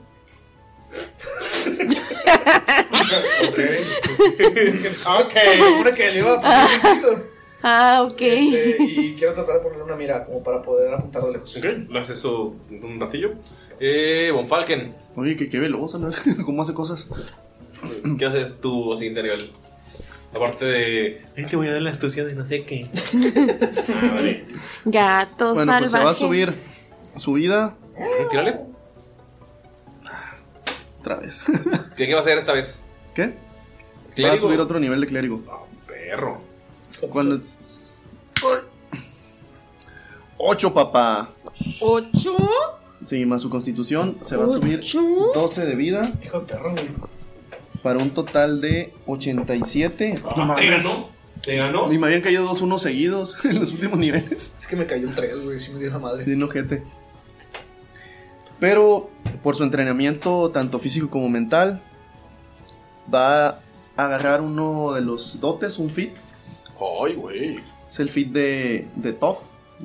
Speaker 5: ok. ok, juro que le iba a poner un tiro.
Speaker 6: Ah, ok.
Speaker 5: Este, y quiero tratar de ponerle una mira como para poder apuntar de lejos.
Speaker 1: Ok, lo haces eso un ratillo. Eh, Bonfalken.
Speaker 3: Oye, que qué veloz, ¿no? ¿Cómo hace cosas?
Speaker 1: ¿Qué haces tu siguiente nivel? Aparte de. Ahí te voy a dar la astucia de no sé qué.
Speaker 6: Gato
Speaker 3: Bueno,
Speaker 6: salvaje.
Speaker 3: pues se va a subir su vida
Speaker 1: Tírale.
Speaker 3: otra vez.
Speaker 1: ¿Qué, qué va a hacer esta vez?
Speaker 3: ¿Qué? Va a
Speaker 1: Clérigo.
Speaker 3: subir otro nivel de clérigo.
Speaker 1: Perro.
Speaker 3: Cuando. ¡Ay! Ocho, papá.
Speaker 6: ¿Ocho?
Speaker 3: Sí, más su constitución. Se va a
Speaker 6: Ocho.
Speaker 3: subir 12 de vida.
Speaker 5: Hijo de perro, güey.
Speaker 3: Para un total de 87.
Speaker 1: Ah, ¿Te ganó? ¿Te ganó?
Speaker 3: Y me habían caído dos unos seguidos en los últimos niveles.
Speaker 5: Es que me cayó un 3, güey, si me dio la madre.
Speaker 3: Bien ojete. Pero por su entrenamiento, tanto físico como mental, va a agarrar uno de los dotes, un fit.
Speaker 1: Ay, güey.
Speaker 3: Es el fit de, de tough,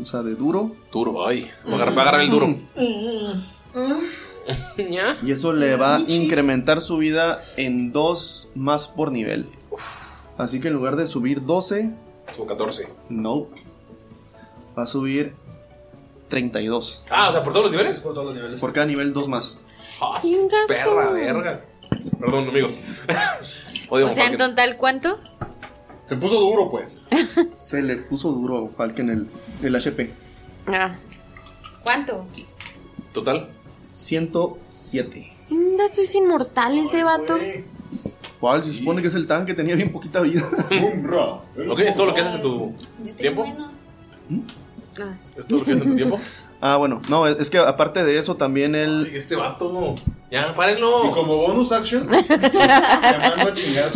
Speaker 3: o sea, de duro.
Speaker 1: Duro, ay. Va a agarrar- va a agarrar el duro.
Speaker 3: Y eso le va a incrementar su vida en 2 más por nivel. Así que en lugar de subir 12,
Speaker 1: O 14.
Speaker 3: no. Va a subir 32.
Speaker 1: Ah, o sea, por todos los niveles.
Speaker 5: Por todos los niveles.
Speaker 3: Por cada nivel 2 más.
Speaker 1: Ah,
Speaker 4: Chingazo.
Speaker 1: perra, verga. Perdón, amigos. Odio
Speaker 4: O sea, en total, ¿cuánto?
Speaker 3: Se puso duro, pues. Se le puso duro a Falken el, el HP.
Speaker 6: Ah.
Speaker 4: ¿Cuánto?
Speaker 1: Total.
Speaker 3: 107.
Speaker 6: Gato es inmortal ese vato.
Speaker 3: ¿Cuál? Se supone que es el tanque, tenía bien poquita vida.
Speaker 1: Ok, es todo lo que haces en tu tiempo.
Speaker 4: Nada.
Speaker 1: ¿Mm? ¿Es todo lo que hace en tu tiempo?
Speaker 3: Ah, bueno, no, es es que aparte de eso también él.
Speaker 1: Este vato. Ya, párenlo.
Speaker 3: Y como
Speaker 2: bonus action.
Speaker 3: llamando a
Speaker 2: chingar.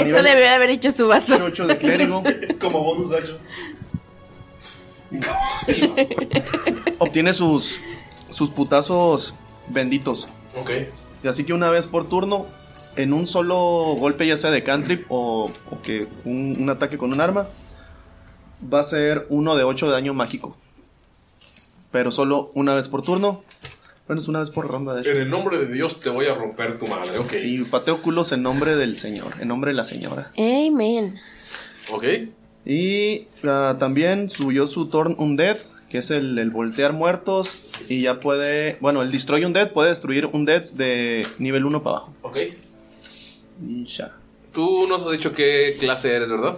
Speaker 6: Eso debería de haber hecho su vaso.
Speaker 3: de clérigo.
Speaker 2: Como bonus action.
Speaker 3: Obtiene sus. sus putazos benditos.
Speaker 1: Ok.
Speaker 3: Y así que una vez por turno, en un solo golpe, ya sea de cantrip o, o que un, un ataque con un arma, va a ser uno de 8 de daño mágico. Pero solo una vez por turno. Bueno, es una vez por ronda, de hecho.
Speaker 1: En el nombre de Dios te voy a romper tu madre, ok.
Speaker 3: Sí, pateo culos en nombre del señor, en nombre de la señora.
Speaker 6: Amen.
Speaker 1: Ok.
Speaker 3: Y ah, también subió su Torn Undead, que es el, el voltear muertos. Y ya puede. Bueno, el Destroy Undead puede destruir Undeads de nivel 1 para abajo.
Speaker 1: Ok.
Speaker 3: Y ya.
Speaker 1: Tú nos has dicho qué clase eres, ¿verdad?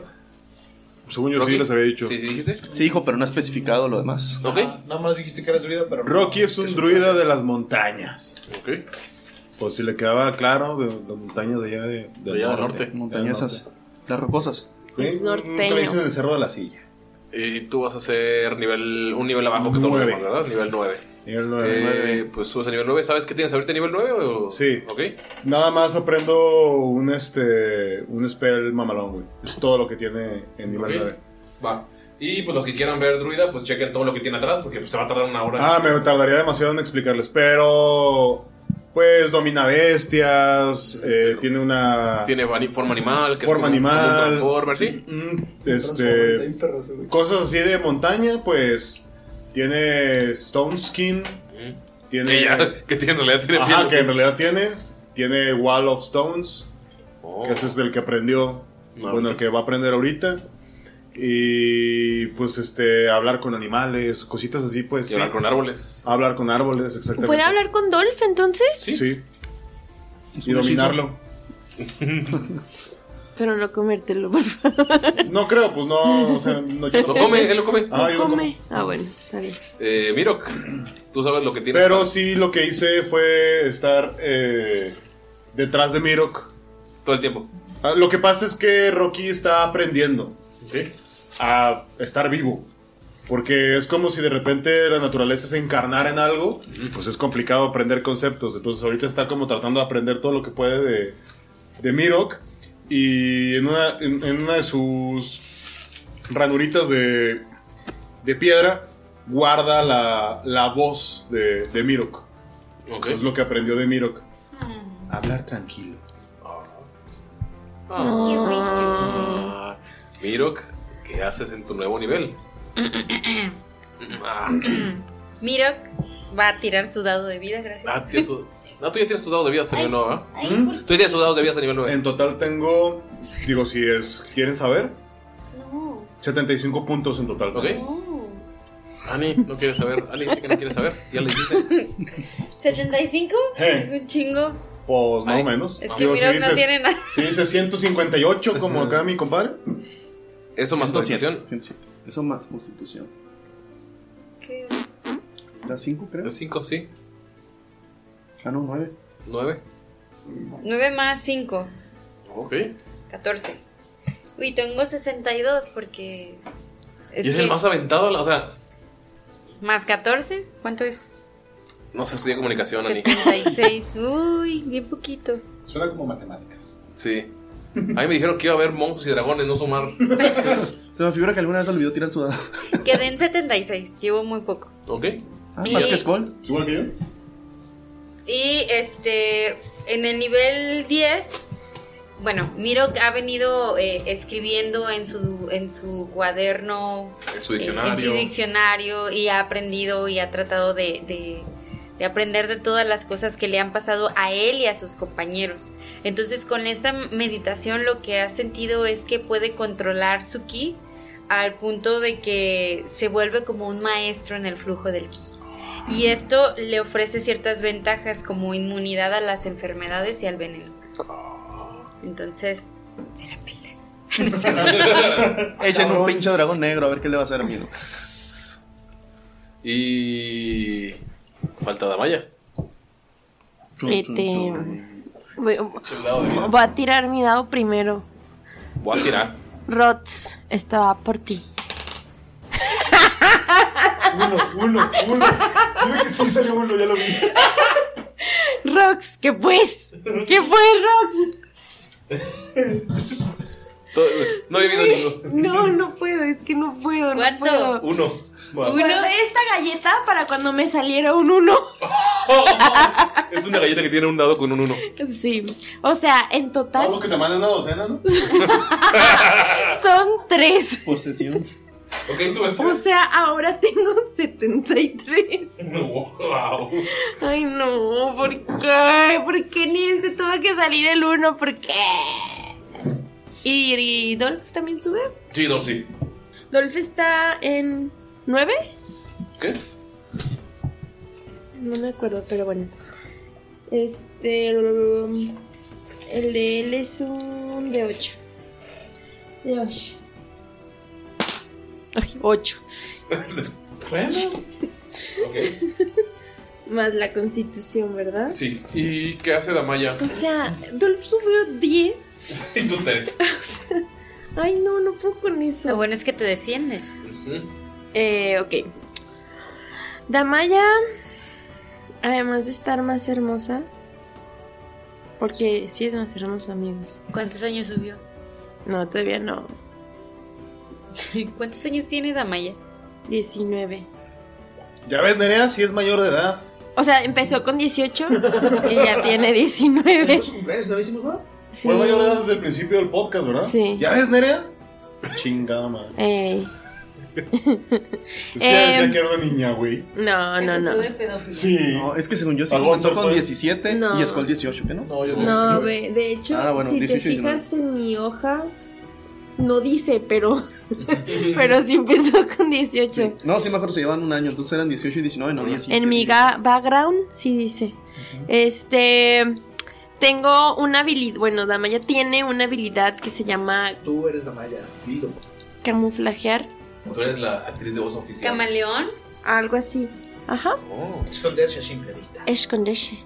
Speaker 2: Según yo sí les había dicho.
Speaker 1: Sí, sí, dijiste.
Speaker 3: Sí, hijo, pero no ha especificado lo demás.
Speaker 1: Ok.
Speaker 2: Nada más dijiste que eres druida, pero. Rocky es un druida de las montañas.
Speaker 1: Ok.
Speaker 2: Por si le quedaba claro, de, de montañas de allá de,
Speaker 3: De allá del norte. Montañas esas, Las rocosas.
Speaker 6: Es norteño.
Speaker 2: Nunca le dicen el cerro de la silla.
Speaker 1: Y tú vas a hacer nivel, un nivel abajo que
Speaker 2: Nueve.
Speaker 1: tomas, ¿verdad? Nivel 9.
Speaker 2: Nivel
Speaker 1: pues subes a nivel 9. ¿Sabes qué tienes ahorita nivel 9? O...
Speaker 2: Sí.
Speaker 1: Ok.
Speaker 2: Nada más aprendo un este. un spell mamalón, güey. Es todo lo que tiene en nivel
Speaker 1: Ok.
Speaker 2: 9.
Speaker 1: Va. Y pues los que quieran ver Druida, pues chequen todo lo que tiene atrás, porque pues, se va a tardar una hora.
Speaker 2: Ah, me tardaría demasiado en explicarles, pero. Pues domina bestias, eh, tiene una.
Speaker 1: Tiene vani- forma animal, que
Speaker 2: Forma
Speaker 1: es como- como un
Speaker 2: animal.
Speaker 1: transformer, ¿sí?
Speaker 2: Mm, Este, cosas así de montaña, pues tiene Stone Skin, tiene
Speaker 1: Que Mm. ya- que tiene- en realidad tiene
Speaker 2: Ajá,
Speaker 1: piel.
Speaker 2: que en realidad tiene, tiene Wall of Stones,
Speaker 1: Oh.
Speaker 2: que ese es del que aprendió, bueno, el que va a aprender ahorita. Y pues este hablar con animales, cositas así, pues.
Speaker 1: Y hablar con árboles.
Speaker 2: Hablar con árboles, exactamente.
Speaker 6: ¿Puede hablar con Dolph entonces?
Speaker 2: Sí.
Speaker 6: Es
Speaker 2: Y
Speaker 6: un
Speaker 2: dominarlo.
Speaker 6: Pero no comértelo, por favor.
Speaker 2: No creo, pues no, o sea, no, yo
Speaker 1: Lo come, él lo come.
Speaker 2: Ah, yo lo como.
Speaker 6: Ah, bueno, está bien.
Speaker 1: Eh, Mirok, tú sabes lo que tienes.
Speaker 2: Pero sí, lo que hice fue estar eh, detrás de Mirok.
Speaker 1: Todo el tiempo.
Speaker 2: Ah, Lo que pasa es que Rocky está aprendiendo a estar vivo. Porque es como si de repente la naturaleza se encarnara en algo. Pues es complicado aprender conceptos. Entonces ahorita está como tratando de aprender todo lo que puede de, de Mirok. Y en una, en- en una de sus ranuritas de, de piedra guarda la, la voz de, de Mirok. Eso es lo que aprendió de Mirok. Hablar tranquilo.
Speaker 1: Ah. Mirok, ¿qué haces en tu nuevo nivel? Ah,
Speaker 4: Mirok va a tirar su dado de vida, gracias.
Speaker 1: ah, tío, tú, no, tú ya tienes tus dados de vida hasta nivel 9, ¿verdad? Tú ya tienes tus dados de vida hasta nivel 9.
Speaker 2: En total tengo, digo, si es, ¿quieren saber? 75 puntos en total.
Speaker 1: Ok.
Speaker 4: Oh.
Speaker 1: Ani, no quieres saber. Ali dice que no quiere saber. Ya le dijiste.
Speaker 4: 75
Speaker 2: Eh.
Speaker 4: es un chingo.
Speaker 2: Pues más o menos.
Speaker 4: Es que Mirok no tiene nada.
Speaker 2: si dice 158 como acá mi compadre.
Speaker 1: Eso más
Speaker 3: 107.
Speaker 1: constitución.
Speaker 3: 107. Eso más constitución. Las 5, creo.
Speaker 1: Las 5, sí.
Speaker 3: Ah, no, 9.
Speaker 1: 9.
Speaker 4: 9 más 5,
Speaker 1: Ok.
Speaker 4: 14. Uy, tengo 62 porque. es
Speaker 1: y es
Speaker 4: que-
Speaker 1: el más aventado. la- O sea,
Speaker 4: Más 14, ¿cuánto es?
Speaker 1: no se estudia comunicación, Ani.
Speaker 4: 76. Uy, bien poquito.
Speaker 8: Suena como matemáticas.
Speaker 1: Sí. A mí me dijeron que iba a haber monstruos y dragones, no sumar.
Speaker 3: Se me figura que alguna vez olvidó tirar su dado.
Speaker 4: Quedé en 76, llevo muy poco.
Speaker 1: Ok.
Speaker 3: Ah,
Speaker 4: Y-
Speaker 3: más que Skull.
Speaker 2: Igual que yo.
Speaker 4: Y este, en el nivel 10, bueno, Mirok ha venido eh, escribiendo en su, en su cuaderno,
Speaker 1: En su
Speaker 4: eh, en su
Speaker 1: diccionario.
Speaker 4: diccionario y ha aprendido y ha tratado de, de- de aprender de todas las cosas que le han pasado a él y a sus compañeros. Entonces con esta meditación lo que ha sentido es que puede controlar su ki al punto de que se vuelve como un maestro en el flujo del ki. Y esto le ofrece ciertas ventajas como inmunidad a las enfermedades y al veneno. Entonces,
Speaker 3: Echen un pinche dragón negro, a ver qué le va a hacer, amigo.
Speaker 1: Y. Falta Damaya.
Speaker 6: Este, Voy, voy a tirar mi dado primero.
Speaker 1: Voy a tirar.
Speaker 6: Rots, estaba por ti.
Speaker 8: Uno, uno, uno. Creo que sí salió uno, ya lo vi.
Speaker 6: Rox, ¿qué pues? ¿Qué pues,
Speaker 1: Todo- No he vivido ninguno.
Speaker 6: Rox? No, no puedo, es que no puedo, no puedo.
Speaker 1: Uno. Más.
Speaker 6: Uno de esta galleta para cuando me saliera un uno.
Speaker 1: Es una galleta que tiene un dado con un uno.
Speaker 6: Sí. O sea, en total
Speaker 2: Algo que te mandan una docena, ¿no?
Speaker 6: son tres.
Speaker 3: Por sesión.
Speaker 1: Ok, subes
Speaker 2: Pues,
Speaker 6: O sea, ahora tengo 73.
Speaker 1: Wow.
Speaker 6: Ay, no, ¿por qué? ¿Por qué ni este tuvo que salir el uno? ¿Por qué? ¿Y, y Dolph también sube?
Speaker 1: Sí, no, sí.
Speaker 6: Dolph está en 9.
Speaker 1: ¿Qué?
Speaker 6: No me acuerdo, pero bueno. Este. um, El de él es un de 8. De 8. 8.
Speaker 8: Bueno.
Speaker 6: Más la constitución, ¿verdad?
Speaker 1: Sí. ¿Y qué hace la malla?
Speaker 6: O sea, Dolph subió 10.
Speaker 1: Y tú tres.
Speaker 6: Ay, no, no puedo con eso.
Speaker 4: Lo bueno es que te defiendes.
Speaker 6: Eh, ok. Damaya, además de estar más hermosa, porque sí es más hermosa, amigos.
Speaker 4: ¿Cuántos años subió?
Speaker 6: No, todavía no.
Speaker 4: ¿Cuántos años tiene Damaya?
Speaker 6: 19.
Speaker 2: Ya ves, Nerea, si es mayor de edad.
Speaker 6: O sea, empezó con 18 y ya tiene 19.
Speaker 2: ¿No hicimos nada?
Speaker 6: Sí.
Speaker 2: Fue mayor de edad desde el principio del podcast, ¿verdad?
Speaker 6: Sí.
Speaker 2: ¿Ya ves, Nerea? Chingada madre.
Speaker 6: Ey.
Speaker 2: Es que ya decía
Speaker 6: Em.
Speaker 2: que era una niña, güey.
Speaker 6: No, no, no.
Speaker 2: Sí.
Speaker 3: No, es que según yo sí
Speaker 2: Pagó
Speaker 3: comenzó
Speaker 2: por
Speaker 3: con
Speaker 2: todo.
Speaker 3: 17
Speaker 6: No.
Speaker 3: y Skull 18, ¿qué no? No, yo
Speaker 6: No, ve, de hecho,
Speaker 3: Ah, bueno,
Speaker 6: si te
Speaker 3: 18 y
Speaker 6: fijas en mi hoja, no dice, pero, pero sí empezó con 18.
Speaker 3: No, sí me acuerdo, se llevan un año, entonces eran 18 y 19, no 10.
Speaker 6: En mi ga- background sí dice. Este. Tengo una habilidad. Bueno, Damaya tiene una habilidad que se llama
Speaker 7: Tú eres Damaya, dilo.
Speaker 6: camuflajear.
Speaker 1: Tú eres la actriz de voz oficial.
Speaker 6: ¿Camaleón? Algo así. Ajá.
Speaker 7: Esconderse a simple vista.
Speaker 6: Esconderse.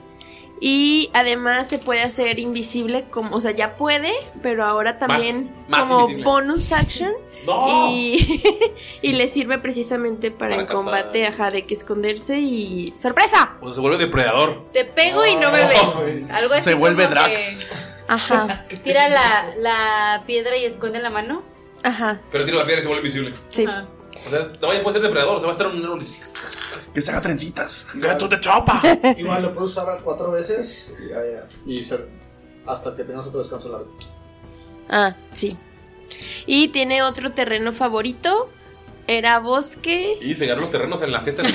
Speaker 6: Y además se puede hacer invisible, como, o sea, ya puede, pero ahora también
Speaker 7: más
Speaker 6: como
Speaker 7: invisible.
Speaker 6: bonus action.
Speaker 7: ¡No!
Speaker 6: Y, y le sirve precisamente para,
Speaker 1: Para
Speaker 6: el combate, ajá, de que esconderse y. ¡Sorpresa!
Speaker 1: O sea, se vuelve depredador.
Speaker 4: Te pego y no me ves. Algo así.
Speaker 1: Se vuelve
Speaker 4: como
Speaker 1: Drax.
Speaker 6: Ajá.
Speaker 4: que tira la, la piedra y esconde la mano.
Speaker 6: Ajá.
Speaker 1: Pero tira la piedra y se vuelve invisible.
Speaker 6: Sí.
Speaker 1: O sea, la malla puede ser depredador. O sea, va a estar en un árbol y-
Speaker 3: Que se haga trencitas.
Speaker 1: ¡Gato de chapa!
Speaker 7: Igual lo puedes usar a cuatro veces y, ya, ya. Y se- hasta que tengas otro descanso largo.
Speaker 6: Ah, sí. Y tiene otro terreno favorito. Era bosque.
Speaker 1: Y se ganó los terrenos en la fiesta del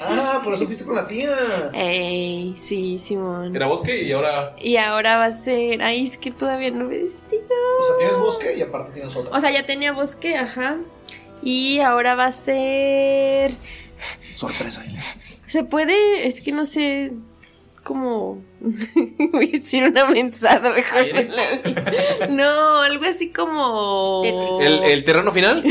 Speaker 7: Ah, por eso fuiste con la tía.
Speaker 6: Ey, sí, Simón.
Speaker 1: Era bosque y ahora.
Speaker 6: Y ahora va a ser. Ay, es que todavía no me decido.
Speaker 7: O sea, tienes bosque y aparte tienes otra.
Speaker 6: O sea, ya tenía bosque, ajá. Y ahora va a ser.
Speaker 3: Sorpresa. ¿eh?
Speaker 6: Se puede. Es que no sé. Como. Voy a decir una mensada mejor. no la digo. No, algo así como.
Speaker 2: Oh.
Speaker 1: ¿El, el terreno final?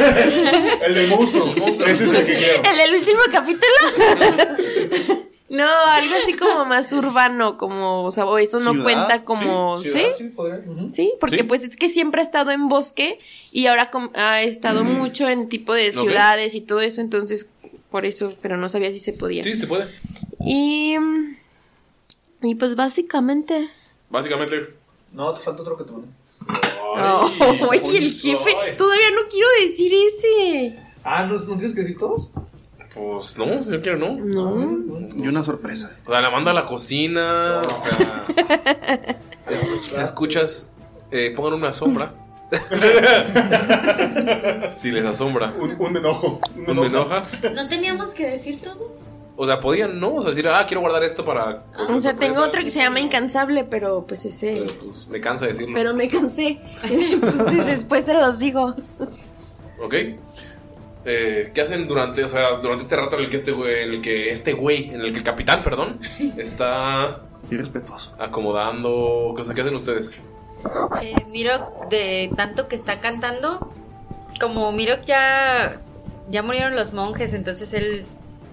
Speaker 2: el del monstruo. Ese es el que quiero.
Speaker 6: ¿El del último capítulo? no, algo así como más urbano, como, o sea, o eso no
Speaker 7: Ciudad,
Speaker 6: cuenta como,
Speaker 7: sí,
Speaker 6: ¿sí?
Speaker 7: ciudad,
Speaker 6: Sí,
Speaker 7: sí, podría, ujú.
Speaker 6: porque
Speaker 7: Sí.
Speaker 6: pues es que siempre ha estado en bosque y ahora com- ha estado
Speaker 1: Ujú.
Speaker 6: mucho en tipo de
Speaker 1: Ok.
Speaker 6: ciudades y todo eso, entonces por eso, pero no sabía si se podía.
Speaker 1: Sí, se puede.
Speaker 6: Y mm, y pues básicamente
Speaker 1: Básicamente.
Speaker 7: No, te falta otro que te mandé.
Speaker 6: Oh, oye, el jefe, todavía no quiero decir ese.
Speaker 7: Ah, ¿no, ¿no tienes que decir todos?
Speaker 1: Pues no, si no quiero, no.
Speaker 6: No.
Speaker 3: Y una sorpresa.
Speaker 1: O sea, la manda a la cocina. O sea. es- la escuchas. Eh, pongan una sombra. si les asombra.
Speaker 2: Un, enojo.
Speaker 1: Un, me enoja.
Speaker 4: ¿No teníamos que decir todos?
Speaker 1: O sea, podían, ¿no? O sea, decir, ah, quiero guardar esto para.
Speaker 6: O sea, tengo otro que se llama incansable, pero pues ese
Speaker 1: Pues, me cansa decirlo.
Speaker 6: Pero me cansé. Entonces después se los digo.
Speaker 1: Ok. Eh, ¿Qué hacen durante, o sea, durante este rato en el que este güey, en el que este güey, en el que el capitán, perdón, está
Speaker 3: eh, irrespetuoso,
Speaker 1: acomodando, o sea, ¿qué hacen ustedes?
Speaker 4: Eh, Mirok, de tanto que está cantando, como Mirok ya, ya murieron los monjes, entonces él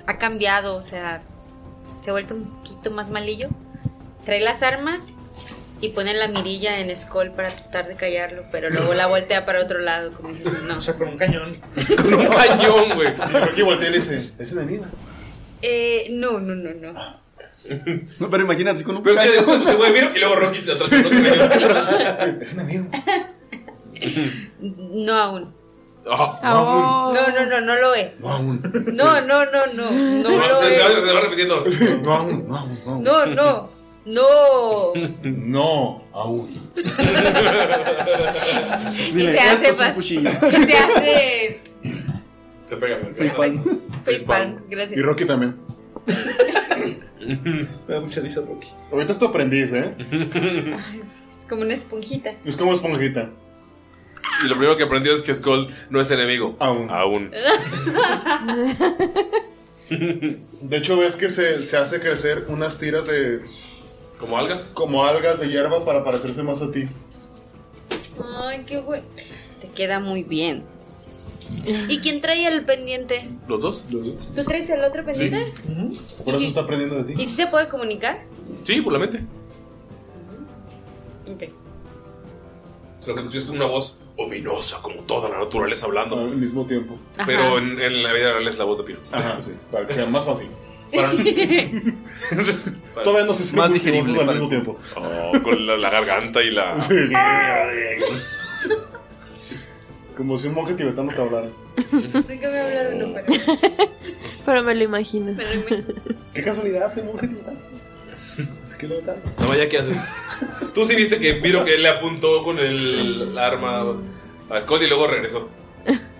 Speaker 4: ha cambiado, o sea, se ha vuelto un poquito más malillo. Trae las armas y pone la mirilla en Skull para tratar de callarlo, pero luego la voltea para otro lado, como diciendo, no.
Speaker 5: O sea, con un cañón.
Speaker 1: Con un cañón, güey.
Speaker 2: Aquí voltea y le dice, es enemigo.
Speaker 4: Eh, no, no, no, no.
Speaker 3: No, Ah. pero imagínate, así con un
Speaker 1: Pero es que
Speaker 3: cañón.
Speaker 1: después se puede ver y luego Rocky se atrás con otro cañón.
Speaker 4: No aún.
Speaker 1: Oh,
Speaker 4: No, no, no, no lo es.
Speaker 1: No aún.
Speaker 4: No, no, no, no.
Speaker 1: No,
Speaker 4: No lo
Speaker 1: se, ah, se va,
Speaker 4: es.
Speaker 1: se va repitiendo. No aún, no aún,
Speaker 4: No, no. No.
Speaker 2: No, aún.
Speaker 4: Y se hace pas- Y se hace
Speaker 1: Se pega. güey.
Speaker 4: facepalm. Gracias.
Speaker 2: Y Rocky también.
Speaker 5: Me da mucha risa Rocky.
Speaker 2: Ahorita es tu aprendiz, ¿eh?
Speaker 4: Es como una esponjita.
Speaker 2: Es como esponjita.
Speaker 1: Y lo primero que aprendió es que Skull no es enemigo. Aún. Aún.
Speaker 2: De hecho, ves que se, se hace crecer unas tiras de.
Speaker 1: ¿Como algas?
Speaker 2: Como algas de hierba para parecerse más a ti.
Speaker 4: Ay, qué bueno. Te queda muy bien. ¿Y quién trae el pendiente?
Speaker 1: ¿Los dos? Los dos.
Speaker 4: ¿Tú traes el otro pendiente?
Speaker 2: Por eso está aprendiendo de
Speaker 4: ¿Y
Speaker 2: ti.
Speaker 4: si se puede comunicar?
Speaker 1: Sí, por la mente.
Speaker 4: Ok.
Speaker 1: Lo que tú tienes es una voz ominosa, como toda la naturaleza hablando.
Speaker 2: Al mismo tiempo.
Speaker 1: Pero en, en la vida real es la voz de Piro. Ajá, sí.
Speaker 2: Para que sea más fácil.
Speaker 1: Para-
Speaker 2: Todavía no se sienten
Speaker 1: Más
Speaker 2: multivoces
Speaker 1: digerible.
Speaker 2: al mismo tiempo.
Speaker 1: Oh, con la, la garganta y la.
Speaker 2: Como si un monje tibetano te hablara.
Speaker 4: Déjame hablar de uno, pero.
Speaker 6: Pero me lo imagino.
Speaker 2: Qué casualidad, soy monje tibetano. Es que lo tal.
Speaker 1: No, vaya, ¿qué haces? Tú sí viste que Piro que le apuntó con el arma a Scott y luego regresó.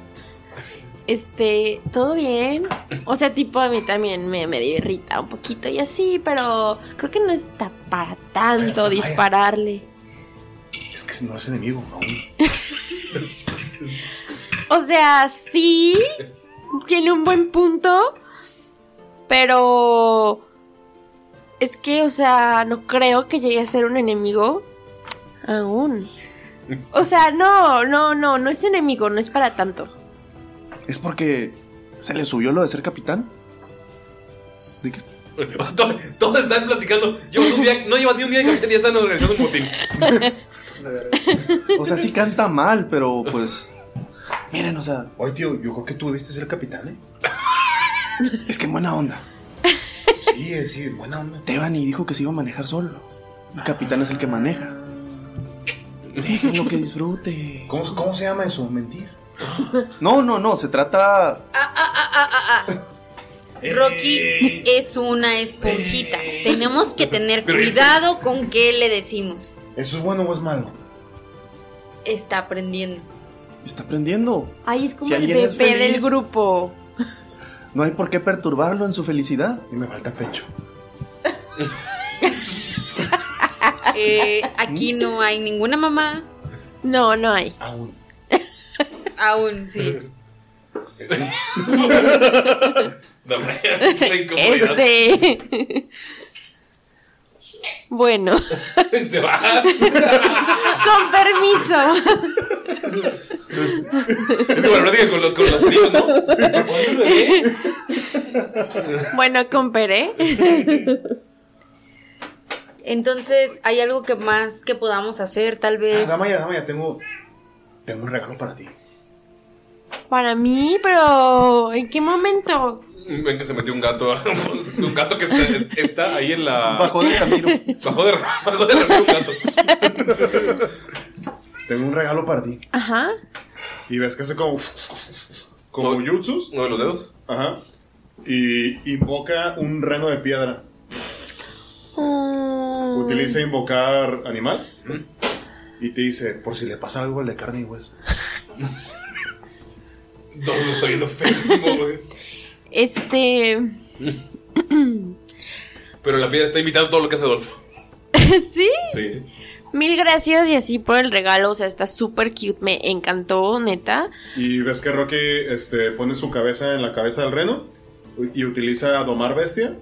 Speaker 6: Este, todo bien. O sea, tipo, a mí también me, me dio irrita un poquito y así, pero creo que no está para tanto dispararle.
Speaker 2: Es que no es enemigo aún.
Speaker 6: O sea, sí, tiene un buen punto, pero es que, o sea, no creo que llegue a ser un enemigo aún. O sea, no, no, no, no es enemigo, no es para tanto.
Speaker 3: ¿Es porque se le subió lo de ser capitán? ¿De qué?
Speaker 1: To- Todos están platicando. Llevan un día- no llevan ni un día de capitán y ya están organizando un motín.
Speaker 3: O sea, sí canta mal, pero pues. Miren, o sea.
Speaker 2: Oye, tío, yo creo que tú debiste ser capitán, ¿eh?
Speaker 3: Es que en buena onda.
Speaker 2: Sí, es- sí, buena onda.
Speaker 3: Tebani dijo que se iba a manejar solo. El capitán es el que maneja. Déjenlo que disfrute.
Speaker 2: ¿Cómo, ¿Cómo se llama eso? ¿Mentir?
Speaker 3: No, no, no, se trata.
Speaker 4: Rocky es una esponjita. Tenemos que tener
Speaker 3: Pero-
Speaker 4: cuidado con qué le decimos.
Speaker 2: ¿Eso es bueno o es malo?
Speaker 4: Está aprendiendo.
Speaker 3: Está aprendiendo.
Speaker 6: Ay, es como
Speaker 3: Si
Speaker 6: el
Speaker 3: alguien es
Speaker 6: bebé del
Speaker 3: feliz.
Speaker 6: grupo.
Speaker 3: No hay por qué perturbarlo en su felicidad. Y me falta pecho.
Speaker 4: Eh, aquí no hay ninguna mamá.
Speaker 6: No, no hay.
Speaker 2: Aún.
Speaker 4: Aún, sí.
Speaker 1: Dame.
Speaker 6: Este. bueno.
Speaker 4: Este.
Speaker 1: Se va.
Speaker 6: Con permiso.
Speaker 1: Es como la plática con, los- con los tíos, ¿no?
Speaker 6: bueno, comperé.
Speaker 4: Entonces, ¿hay algo que más que podamos hacer? Tal
Speaker 2: Ah,
Speaker 6: Pues
Speaker 4: vez.
Speaker 2: Damaya, Damaya, tengo, tengo un regalo para ti.
Speaker 6: Para mí, pero ¿en qué momento?
Speaker 1: Ven que se metió un gato. Un gato que está, está ahí en la.
Speaker 3: Bajó de
Speaker 1: camino. Bajó de, bajó de Ramiro un gato.
Speaker 2: Tengo un regalo para ti.
Speaker 6: Ajá.
Speaker 2: Y ves que hace como. Como jutsus.
Speaker 1: ¿No de los dedos?
Speaker 2: Ajá. Y invoca un reno de piedra.
Speaker 3: Ah.
Speaker 2: Utiliza invocar animal. Y te dice, por si le pasa algo al de carne y hueso.
Speaker 1: No, lo estoy viendo feísimo, güey.
Speaker 6: Este.
Speaker 1: Pero la piedra está imitando todo lo que hace Adolfo.
Speaker 6: sí.
Speaker 1: Sí.
Speaker 6: Mil gracias y así por el regalo. O sea, está súper cute. Me encantó, neta.
Speaker 2: Y ves que Rocky este, pone su cabeza en la cabeza del reno y utiliza domar bestia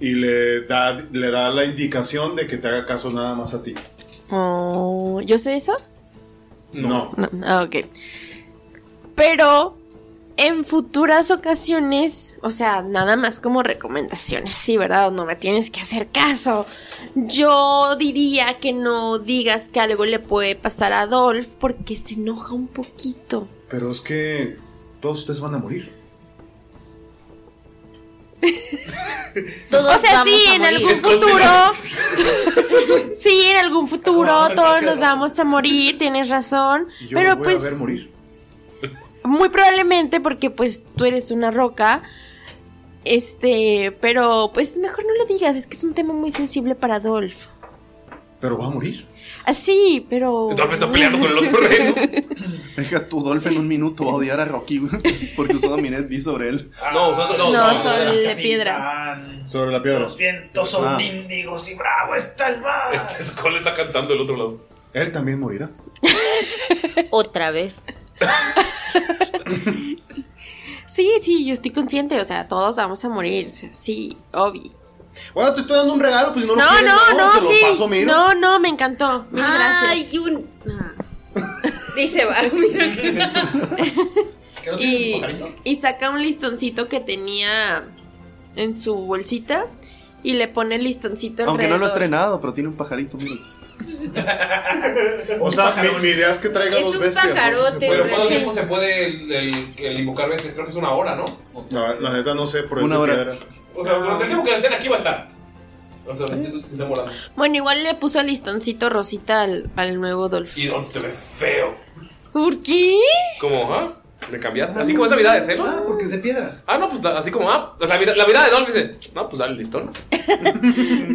Speaker 2: y le da, le da la indicación de que te haga caso nada más a ti.
Speaker 6: Oh, ¿Yo sé eso?
Speaker 2: No.
Speaker 6: No, ah, ok. Pero en futuras ocasiones, o sea, nada más como recomendaciones, sí, ¿verdad? No me tienes que hacer caso. Yo diría que no digas que algo le puede pasar a Adolf porque se enoja un poquito.
Speaker 2: Pero es que todos ustedes van a morir.
Speaker 6: o sea, sí, en algún futuro. sí, en algún futuro todos nos vamos a morir, tienes razón.
Speaker 2: Y yo
Speaker 6: pero
Speaker 2: los voy
Speaker 6: pues.
Speaker 2: a ver morir.
Speaker 6: Muy probablemente porque pues tú eres una roca. Este, pero pues mejor no lo digas, es que es un tema muy sensible para Adolf.
Speaker 2: Pero va a morir.
Speaker 6: Así, pero
Speaker 1: Dolph está peleando con el otro reno.
Speaker 3: Deja tu Dolph en un minuto va a odiar a Rocky güey, porque usó Dominant B sobre él.
Speaker 1: No, usó-
Speaker 6: no, no, sol de piedra.
Speaker 2: Sobre la piedra.
Speaker 3: Los
Speaker 5: vientos
Speaker 3: son
Speaker 5: índigos y bravo está el mar.
Speaker 1: Este Skull está cantando del otro lado.
Speaker 2: Él también morirá.
Speaker 4: Otra vez.
Speaker 6: Sí, sí, yo estoy consciente, o sea, todos vamos a morir, o sea, sí, obvio.
Speaker 2: Bueno, te estoy dando un regalo, pues si no lo
Speaker 6: No,
Speaker 2: quieres,
Speaker 6: no, no,
Speaker 2: te lo
Speaker 6: sí.
Speaker 2: paso, mira.
Speaker 6: No, no, me encantó. Mil gracias.
Speaker 4: Ay, un. Dice, va, mira que.
Speaker 6: Y, y saca un listoncito que tenía en su bolsita y le pone el listoncito
Speaker 3: Aunque no lo ha
Speaker 6: alrededor.
Speaker 3: estrenado, pero tiene un pajarito, mira.
Speaker 2: O sea, mi, mi idea es que traiga
Speaker 6: Es
Speaker 2: dos
Speaker 6: un
Speaker 2: bestias. no sé si se
Speaker 6: pajarote,
Speaker 2: puede.
Speaker 1: Pero ¿cuánto tiempo se puede el, el- el invocar bestias? Creo que es una hora, ¿no?
Speaker 2: La, la neta no sé por
Speaker 3: Una
Speaker 2: eso
Speaker 3: hora.
Speaker 2: piedra.
Speaker 1: O sea, durante el tiempo que estén aquí va a estar. O sea, durante el tiempo que estén volando.
Speaker 6: Bueno, igual le puso el listoncito rosita al, al nuevo Dolph.
Speaker 1: Y Dolph te ve feo.
Speaker 6: ¿Por qué?
Speaker 1: ¿Cómo, ah? ¿Me cambiaste? Así como esa mirada de celos.
Speaker 5: Ah, porque es de piedra.
Speaker 1: Ah, no, pues da- así como, ah, pues, la, mira- la mirada de Dolph dice, no, pues dale listón.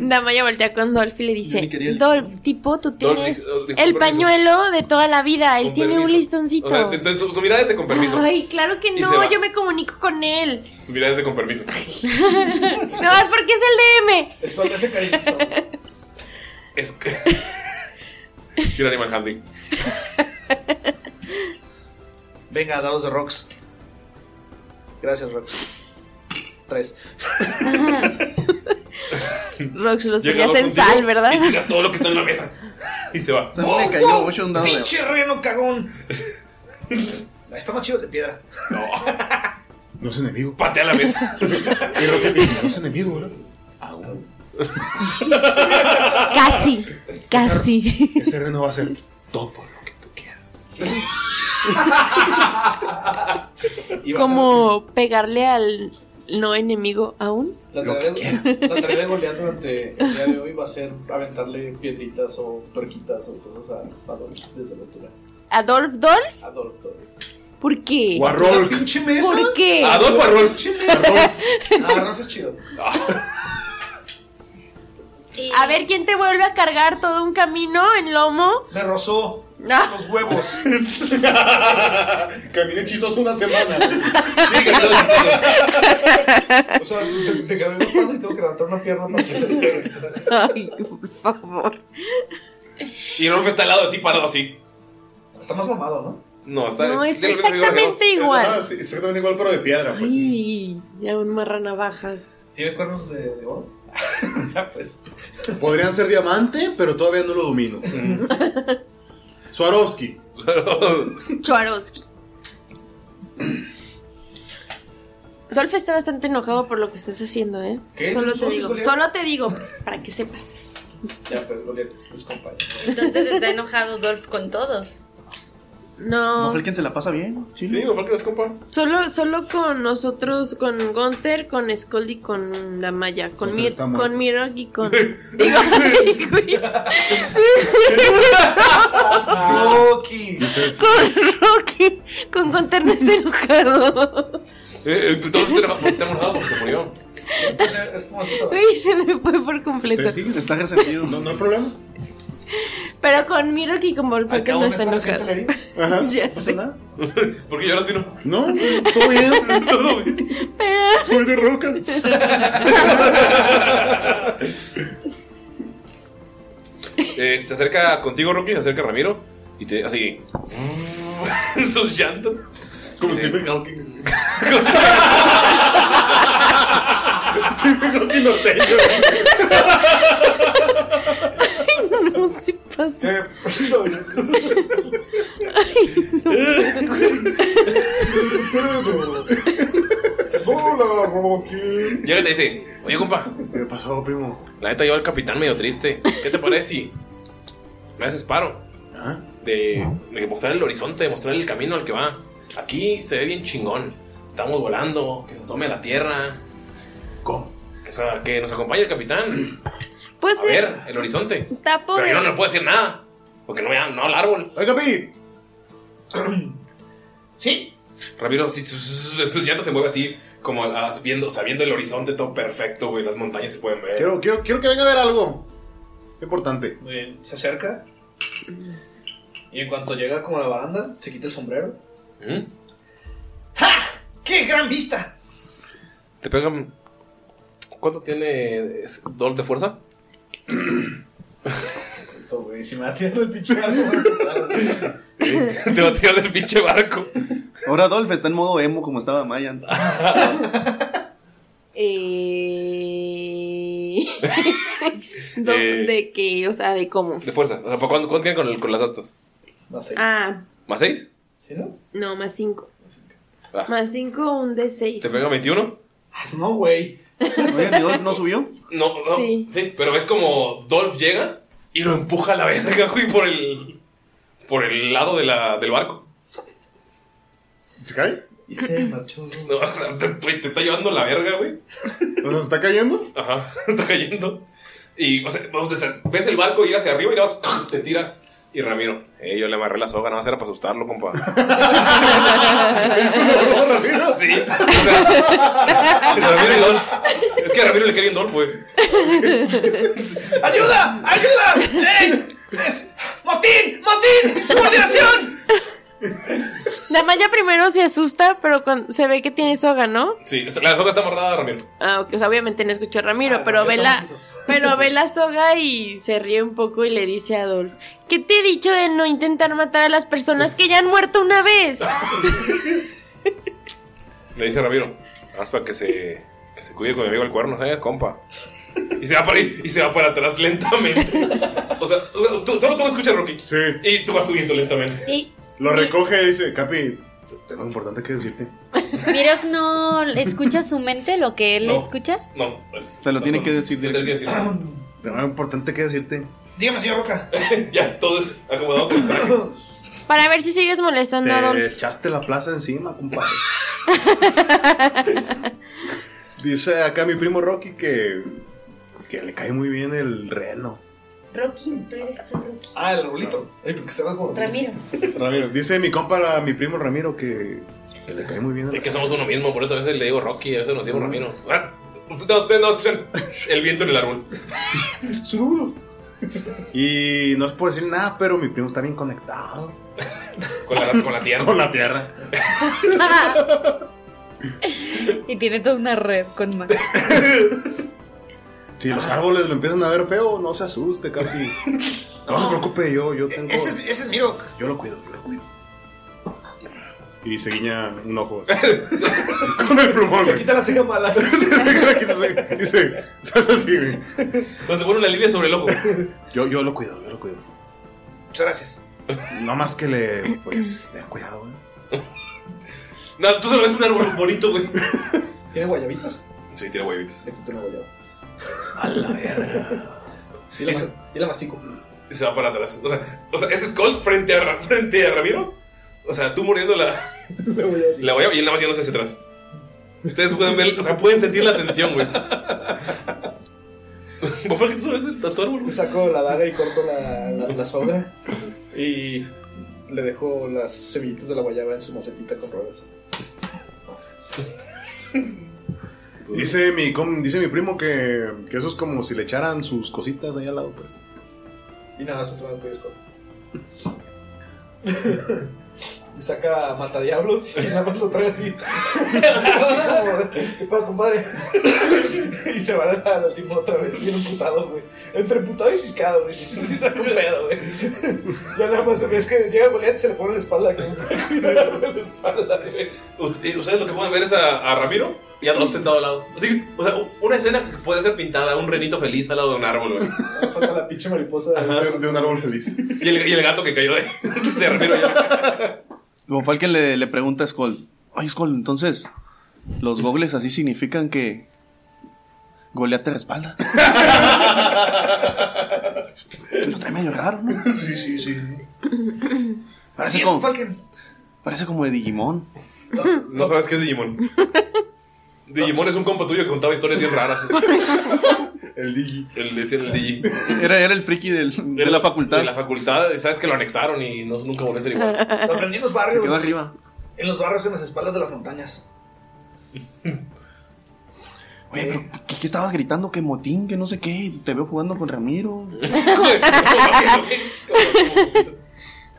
Speaker 6: Damaya voltea con Dolph y le dice, Dolph, tipo, tú
Speaker 1: Dolph,
Speaker 6: tienes
Speaker 1: dis- oh, disculpa,
Speaker 6: el
Speaker 1: permiso.
Speaker 6: pañuelo de toda la vida, él
Speaker 1: Con
Speaker 6: tiene un
Speaker 1: permiso.
Speaker 6: listoncito.
Speaker 1: O sea, entonces su, su mirada es de con permiso.
Speaker 6: Ay, claro que
Speaker 1: Y se va.
Speaker 6: no, yo me comunico con él.
Speaker 1: Su mirada es de con permiso.
Speaker 6: no, es porque es el DM.
Speaker 1: Es cuando hace cariño. Es que. Tira Animal Handy.
Speaker 5: Venga, dados de Rox. Gracias, Rox. Tres.
Speaker 6: Rox, los
Speaker 1: Llega
Speaker 6: tenías
Speaker 1: Dolph contigo
Speaker 6: en sal, ¿verdad?
Speaker 1: Y tira todo lo que está en la mesa. Y se va. ¡Oh,
Speaker 3: Se me cayó mucho un dado de-
Speaker 5: ¡Oh, ¡Pinche reno cagón! Está más chido el de piedra.
Speaker 2: No es enemigo.
Speaker 1: Patea la mesa.
Speaker 2: Y Rocket dice, no es enemigo, ¿verdad?
Speaker 6: Casi, casi.
Speaker 2: Ese reno va a ser todo lo que
Speaker 5: Iba a
Speaker 6: Como pegarle al no enemigo aún.
Speaker 5: La tarea, de, la tarea de Goliat durante el día de hoy va a ser aventarle piedritas o tuerquitas o cosas a Adolf desde la altura.
Speaker 6: Adolf Dolph,
Speaker 5: Adolf.
Speaker 6: ¿por qué?
Speaker 5: ¿O a Rolf? ¿Pinche mesa?
Speaker 6: ¿Por qué?
Speaker 5: ¿A Adolf o a Rolf? Ah,
Speaker 6: Adolf.
Speaker 5: Rolf es chido.
Speaker 6: A ver quién te vuelve a cargar todo un camino en lomo.
Speaker 5: Me rozó los huevos.
Speaker 2: Caminé chistoso una semana.
Speaker 5: O sea, te, te quedé dos pasos y tengo que levantar una pierna para que se despegue.
Speaker 6: Ay, por favor.
Speaker 1: Y Rolf está al lado de ti parado así.
Speaker 5: Está más mamado, ¿no?
Speaker 1: No, está.
Speaker 6: No, es
Speaker 1: tiene los mismos
Speaker 6: exactamente
Speaker 1: rasgos.
Speaker 6: igual.
Speaker 2: Ah, sí, exactamente igual, pero de piedra. pues.
Speaker 6: Ay, ya un marranavajas.
Speaker 5: Tiene cuernos de, de oro. ya pues.
Speaker 2: Podrían ser diamante, pero todavía no lo domino. Swarovski.
Speaker 6: Chuarovsky. Dolph está bastante enojado por lo que estás haciendo, ¿eh?
Speaker 5: ¿Qué?
Speaker 6: Solo
Speaker 5: ¿Tú
Speaker 6: te
Speaker 5: sabes,
Speaker 6: digo,
Speaker 5: Julián?
Speaker 6: solo te digo, pues, para que sepas.
Speaker 5: Ya pues, Goliat es compañero.
Speaker 4: Entonces está enojado Dolph con todos.
Speaker 6: No,
Speaker 3: Mofalken se la pasa bien. Sí,
Speaker 1: Mofalken es compa.
Speaker 6: solo, solo con nosotros, con Gunther, con Scold y con la Maya, con,
Speaker 3: Gunther
Speaker 6: Mir
Speaker 3: está muerto.
Speaker 6: con Mirok y con...
Speaker 5: Rocky.
Speaker 6: con Rocky, con Gunther no está enojado.
Speaker 1: Eh, eh, Dolph está enojado- está enojado porque se murió.
Speaker 5: Es como si
Speaker 6: Uy, se me fue por completo.
Speaker 3: Te sigues, estás resentido.
Speaker 2: No, no hay problema.
Speaker 6: Pero con Mirok y con Volpalken no está enojado.
Speaker 2: Ajá.
Speaker 6: Ya
Speaker 2: No
Speaker 6: sé.
Speaker 2: pasa nada.
Speaker 1: Porque yo los vino.
Speaker 2: No, todo bien. Todo bien. Soy de roca.
Speaker 1: Eh, se acerca contigo, Rocky, se acerca Ramiro. Y te así. Sus llantos.
Speaker 2: Como Stephen Hawking. Stephen Hawking norteño.
Speaker 6: no se
Speaker 1: Eh,
Speaker 6: pasa.
Speaker 1: Llega y te dice, oye compa,
Speaker 2: pasó, primo?
Speaker 1: La neta, yo al capitán medio triste. ¿Qué te parece si me haces paro? De, de mostrar el horizonte, de mostrar el camino al que va. Aquí se ve bien chingón. Estamos volando, que nos tome a la tierra. ¿Cómo? O sea, que nos acompañe el capitán.
Speaker 6: Pues
Speaker 1: A ver, el horizonte.
Speaker 6: Tapo
Speaker 1: Pero
Speaker 6: de-
Speaker 1: yo no le puedo decir nada. Porque no, vea- no al árbol.
Speaker 2: ¡Ay, Capi!
Speaker 1: sí. Ramiro, sí, su- su- su- su llanta se mueve así, como ah, viendo, o sea, viendo el horizonte todo perfecto, güey. Las montañas se pueden ver.
Speaker 2: Quiero, quiero, quiero que venga a ver algo. Importante.
Speaker 5: Muy bien, se acerca. Y en cuanto llega como a la baranda, se quita el sombrero.
Speaker 1: ¿Mm?
Speaker 5: ¡Qué gran vista!
Speaker 1: Te pegan. ¿Cuánto tiene es- dolor de fuerza?
Speaker 5: Puto, güey, si me va tirando el pinche algo, güey.
Speaker 1: Te va a tirar del pinche barco.
Speaker 3: Ahora Adolf está en modo emo como estaba Maya. antes.
Speaker 6: Eh... Do-
Speaker 1: Eh.
Speaker 6: ¿De qué? O sea, ¿de cómo?
Speaker 1: De fuerza. O sea, ¿cu- ¿cuánto, cuánto tiene con, el- con las astas?
Speaker 5: Más
Speaker 6: Ah,
Speaker 1: ¿Más 6?
Speaker 6: no, más 5.
Speaker 1: Ah.
Speaker 6: Más 5, un de 6.
Speaker 1: ¿Te pega 21?
Speaker 5: pues No, güey.
Speaker 3: Oye, ¿y Dolph no subió?
Speaker 1: No, no. Sí. pero es como Dolph llega y lo empuja a la verga, güey, por el. Por el lado de la, del barco.
Speaker 2: ¿Se cae?
Speaker 5: Y se marchó.
Speaker 1: No, o sea, te, güey, te está llevando la verga, güey.
Speaker 2: O sea, ¿se está cayendo?
Speaker 1: Ajá, Ah, está cayendo. Y, o sea, o sea, ves el barco ir hacia arriba y nada más te tira. Y Ramiro, eh, yo le amarré la soga, nada más era para asustarlo, compa.
Speaker 2: ¿Es un error, Ramiro?
Speaker 1: Sí. O sea, Ramiro y Dolph. Es que a Ramiro le cae bien Dolph, güey.
Speaker 5: ¡Ayuda! ¡Ayuda! ¡Ey! ¡Es- ¡Motín! ¡Motín! ¡Subordinación!
Speaker 6: Damaya primero se asusta, pero cuando se ve que tiene soga, ¿no?
Speaker 1: Sí, está- la soga está amarrada, Ramiro.
Speaker 6: Ah, ok, o sea, obviamente no escuchó a Ramiro,
Speaker 1: Ah,
Speaker 6: pero ve la. Pero ve la soga y se ríe un poco y le dice a Adolf: ¿Qué te he dicho de no intentar matar a las personas que ya han muerto una vez?
Speaker 1: Le dice Ramiro, nada más para que se, que se cuide con mi amigo el cuerno, ¿sabes, compa? Y se va para, y se va para atrás lentamente. O sea, tú- solo tú lo escuchas, Rocky. Sí. Y tú vas subiendo lentamente.
Speaker 4: Y
Speaker 2: Lo recoge y dice, Capi, tengo importante que decirte.
Speaker 4: Mirok no escucha su mente lo que él
Speaker 2: No.
Speaker 4: escucha.
Speaker 1: No,
Speaker 3: se lo tiene que decir.
Speaker 2: Tengo algo importante que decirte.
Speaker 5: Dígame, señor Roca.
Speaker 1: ya, todo es acomodado con el traje.
Speaker 6: Para ver si sigues molestando a
Speaker 2: Te
Speaker 6: Adolf.
Speaker 2: echaste la plaza encima, compadre. Dice acá mi primo Rocky que, que le cae muy bien el reno.
Speaker 4: Rocky, tú eres tú, Rocky.
Speaker 5: Ah, el arbolito. Ey, porque se va como.
Speaker 4: Ramiro.
Speaker 2: Ramiro. Dice mi compa, a mi primo Ramiro, que, que le cae muy bien el
Speaker 1: Es que somos uno mismo, por eso a veces le digo Rocky, a veces nos digo Ramiro. Ah, Ustedes ustedes no escuchan el viento en el árbol.
Speaker 2: Seguro. Y no os puedo decir nada, pero mi primo está bien conectado.
Speaker 1: Con la, con la tierra.
Speaker 2: Con la tierra.
Speaker 4: y tiene toda una red con más.
Speaker 2: Si
Speaker 5: Ah.
Speaker 2: los árboles lo empiezan a ver feo, no se asuste, Capi. No se preocupe, yo, yo tengo.
Speaker 5: E-, Ese es, ese es Mirok.
Speaker 2: Yo lo cuido, yo lo cuido. Y se guiña un ojo.
Speaker 5: Con
Speaker 2: el plumón.
Speaker 5: Se quita la ceja mala.
Speaker 2: Dice, se hace así, güey.
Speaker 1: No se pone una línea sobre el ojo.
Speaker 2: Yo, yo lo cuido, yo lo cuido.
Speaker 5: Muchas gracias.
Speaker 2: No más que le. Pues, ten cuidado, güey.
Speaker 1: No, tú solo ves un árbol bonito, güey.
Speaker 5: ¿Tiene guayabitas?
Speaker 1: Sí, tiene huevitas.
Speaker 5: Le quito una guayaba.
Speaker 1: A la verga.
Speaker 5: Y la, y la mastico.
Speaker 1: Y se va para atrás. O sea, o sea ese Skull frente a, Ra- frente a Ramiro. O sea, tú muriendo la,
Speaker 5: Le voy a decir.
Speaker 1: la guayaba y él nada más yéndose hacia atrás. Ustedes pueden ver, o sea, pueden sentir la tensión, güey. ¿Vos fue el que tú subes el tatuaje, güey?
Speaker 5: Saco la daga y corto la, la, la soga. y le dejo las semillitas de la guayaba en su macetita con ruedas.
Speaker 2: Dice mi, com- dice mi primo que, que eso es como si le echaran sus cositas ahí al lado, pues.
Speaker 5: Y nada, se toma el cuello escolar. Y saca matadiablos y nada más lo trae así. así como, ¿qué pasa, compadre? y se va al, al timón otra vez, bien emputado, güey. Entre emputado y ciscado, güey. Sí, sí, sí, saca un pedo, güey. ya nada más ves que llega Goliat y se le pone en la espalda, güey. Le pone la espalda, güey.
Speaker 1: Ustedes eh, ustedes lo que pueden ver es a, a Ramiro y a Dolph sentado al lado. Así, o sea, u- una escena que puede ser pintada, un renito feliz al lado de un árbol, güey.
Speaker 5: Falta la pinche mariposa.
Speaker 2: De, de un árbol feliz.
Speaker 1: Y el, y el gato que cayó de, de Ramiro.
Speaker 3: Como fue el que le, le pregunta a Skull. Oye, Skull, entonces, ¿los gogles así significan que, Goliat te respalda. Lo trae medio raro, ¿no? Sí, sí, sí. Parece como. Parece como de Digimon.
Speaker 1: No sabes qué es Digimon. Digimon es un compa tuyo que contaba historias bien raras. el Digi. El, es el Digi.
Speaker 3: Era, era el friki del- de la facultad.
Speaker 1: De la facultad, y sabes que lo anexaron y no- nunca volvió a ser igual.
Speaker 5: Lo aprendí en los barrios.
Speaker 1: Se quedó arriba.
Speaker 5: En los barrios, en las espaldas de las montañas.
Speaker 3: Oye, pero ¿qué, qué estabas gritando? ¿Qué motín? ¿Qué no sé qué? Te veo jugando con Ramiro.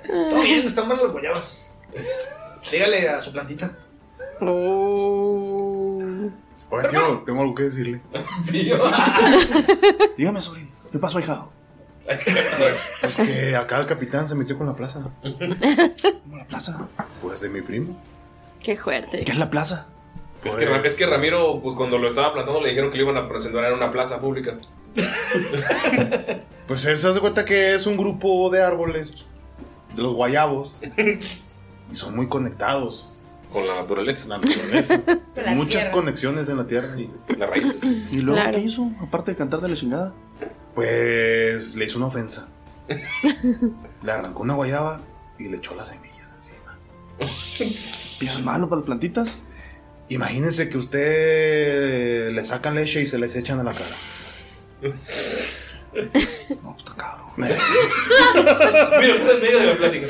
Speaker 5: Todo bien, están buenas las guayabas. Dígale a su plantita.
Speaker 2: Oh. Oye, tío, tengo algo que decirle.
Speaker 3: Dígame, sobrino. ¿Qué pasó, hija?
Speaker 2: Pues que acá el capitán se metió con la plaza.
Speaker 3: ¿Cómo la plaza?
Speaker 2: Pues de mi primo.
Speaker 6: Qué fuerte.
Speaker 3: ¿Qué es la plaza?
Speaker 1: Es que, Ra- es que Ramiro, pues cuando lo estaba plantando, le dijeron que lo iban a presentar en una plaza pública.
Speaker 2: Pues él se hace cuenta que es un grupo de árboles, de los guayabos. y son muy conectados.
Speaker 1: Con la naturaleza.
Speaker 6: la
Speaker 2: Muchas
Speaker 6: tierra.
Speaker 2: conexiones en la tierra. Y
Speaker 1: las raíces.
Speaker 3: ¿Y luego
Speaker 6: Claro.
Speaker 3: qué hizo? Aparte de cantar de la chingada.
Speaker 2: Pues le hizo una ofensa. le arrancó una guayaba y le echó las semillas encima.
Speaker 3: ¿Y eso es malo para las plantitas?
Speaker 2: Imagínense que usted le sacan leche y se les echan a la cara.
Speaker 3: pues
Speaker 1: Mira, está en medio de la plática.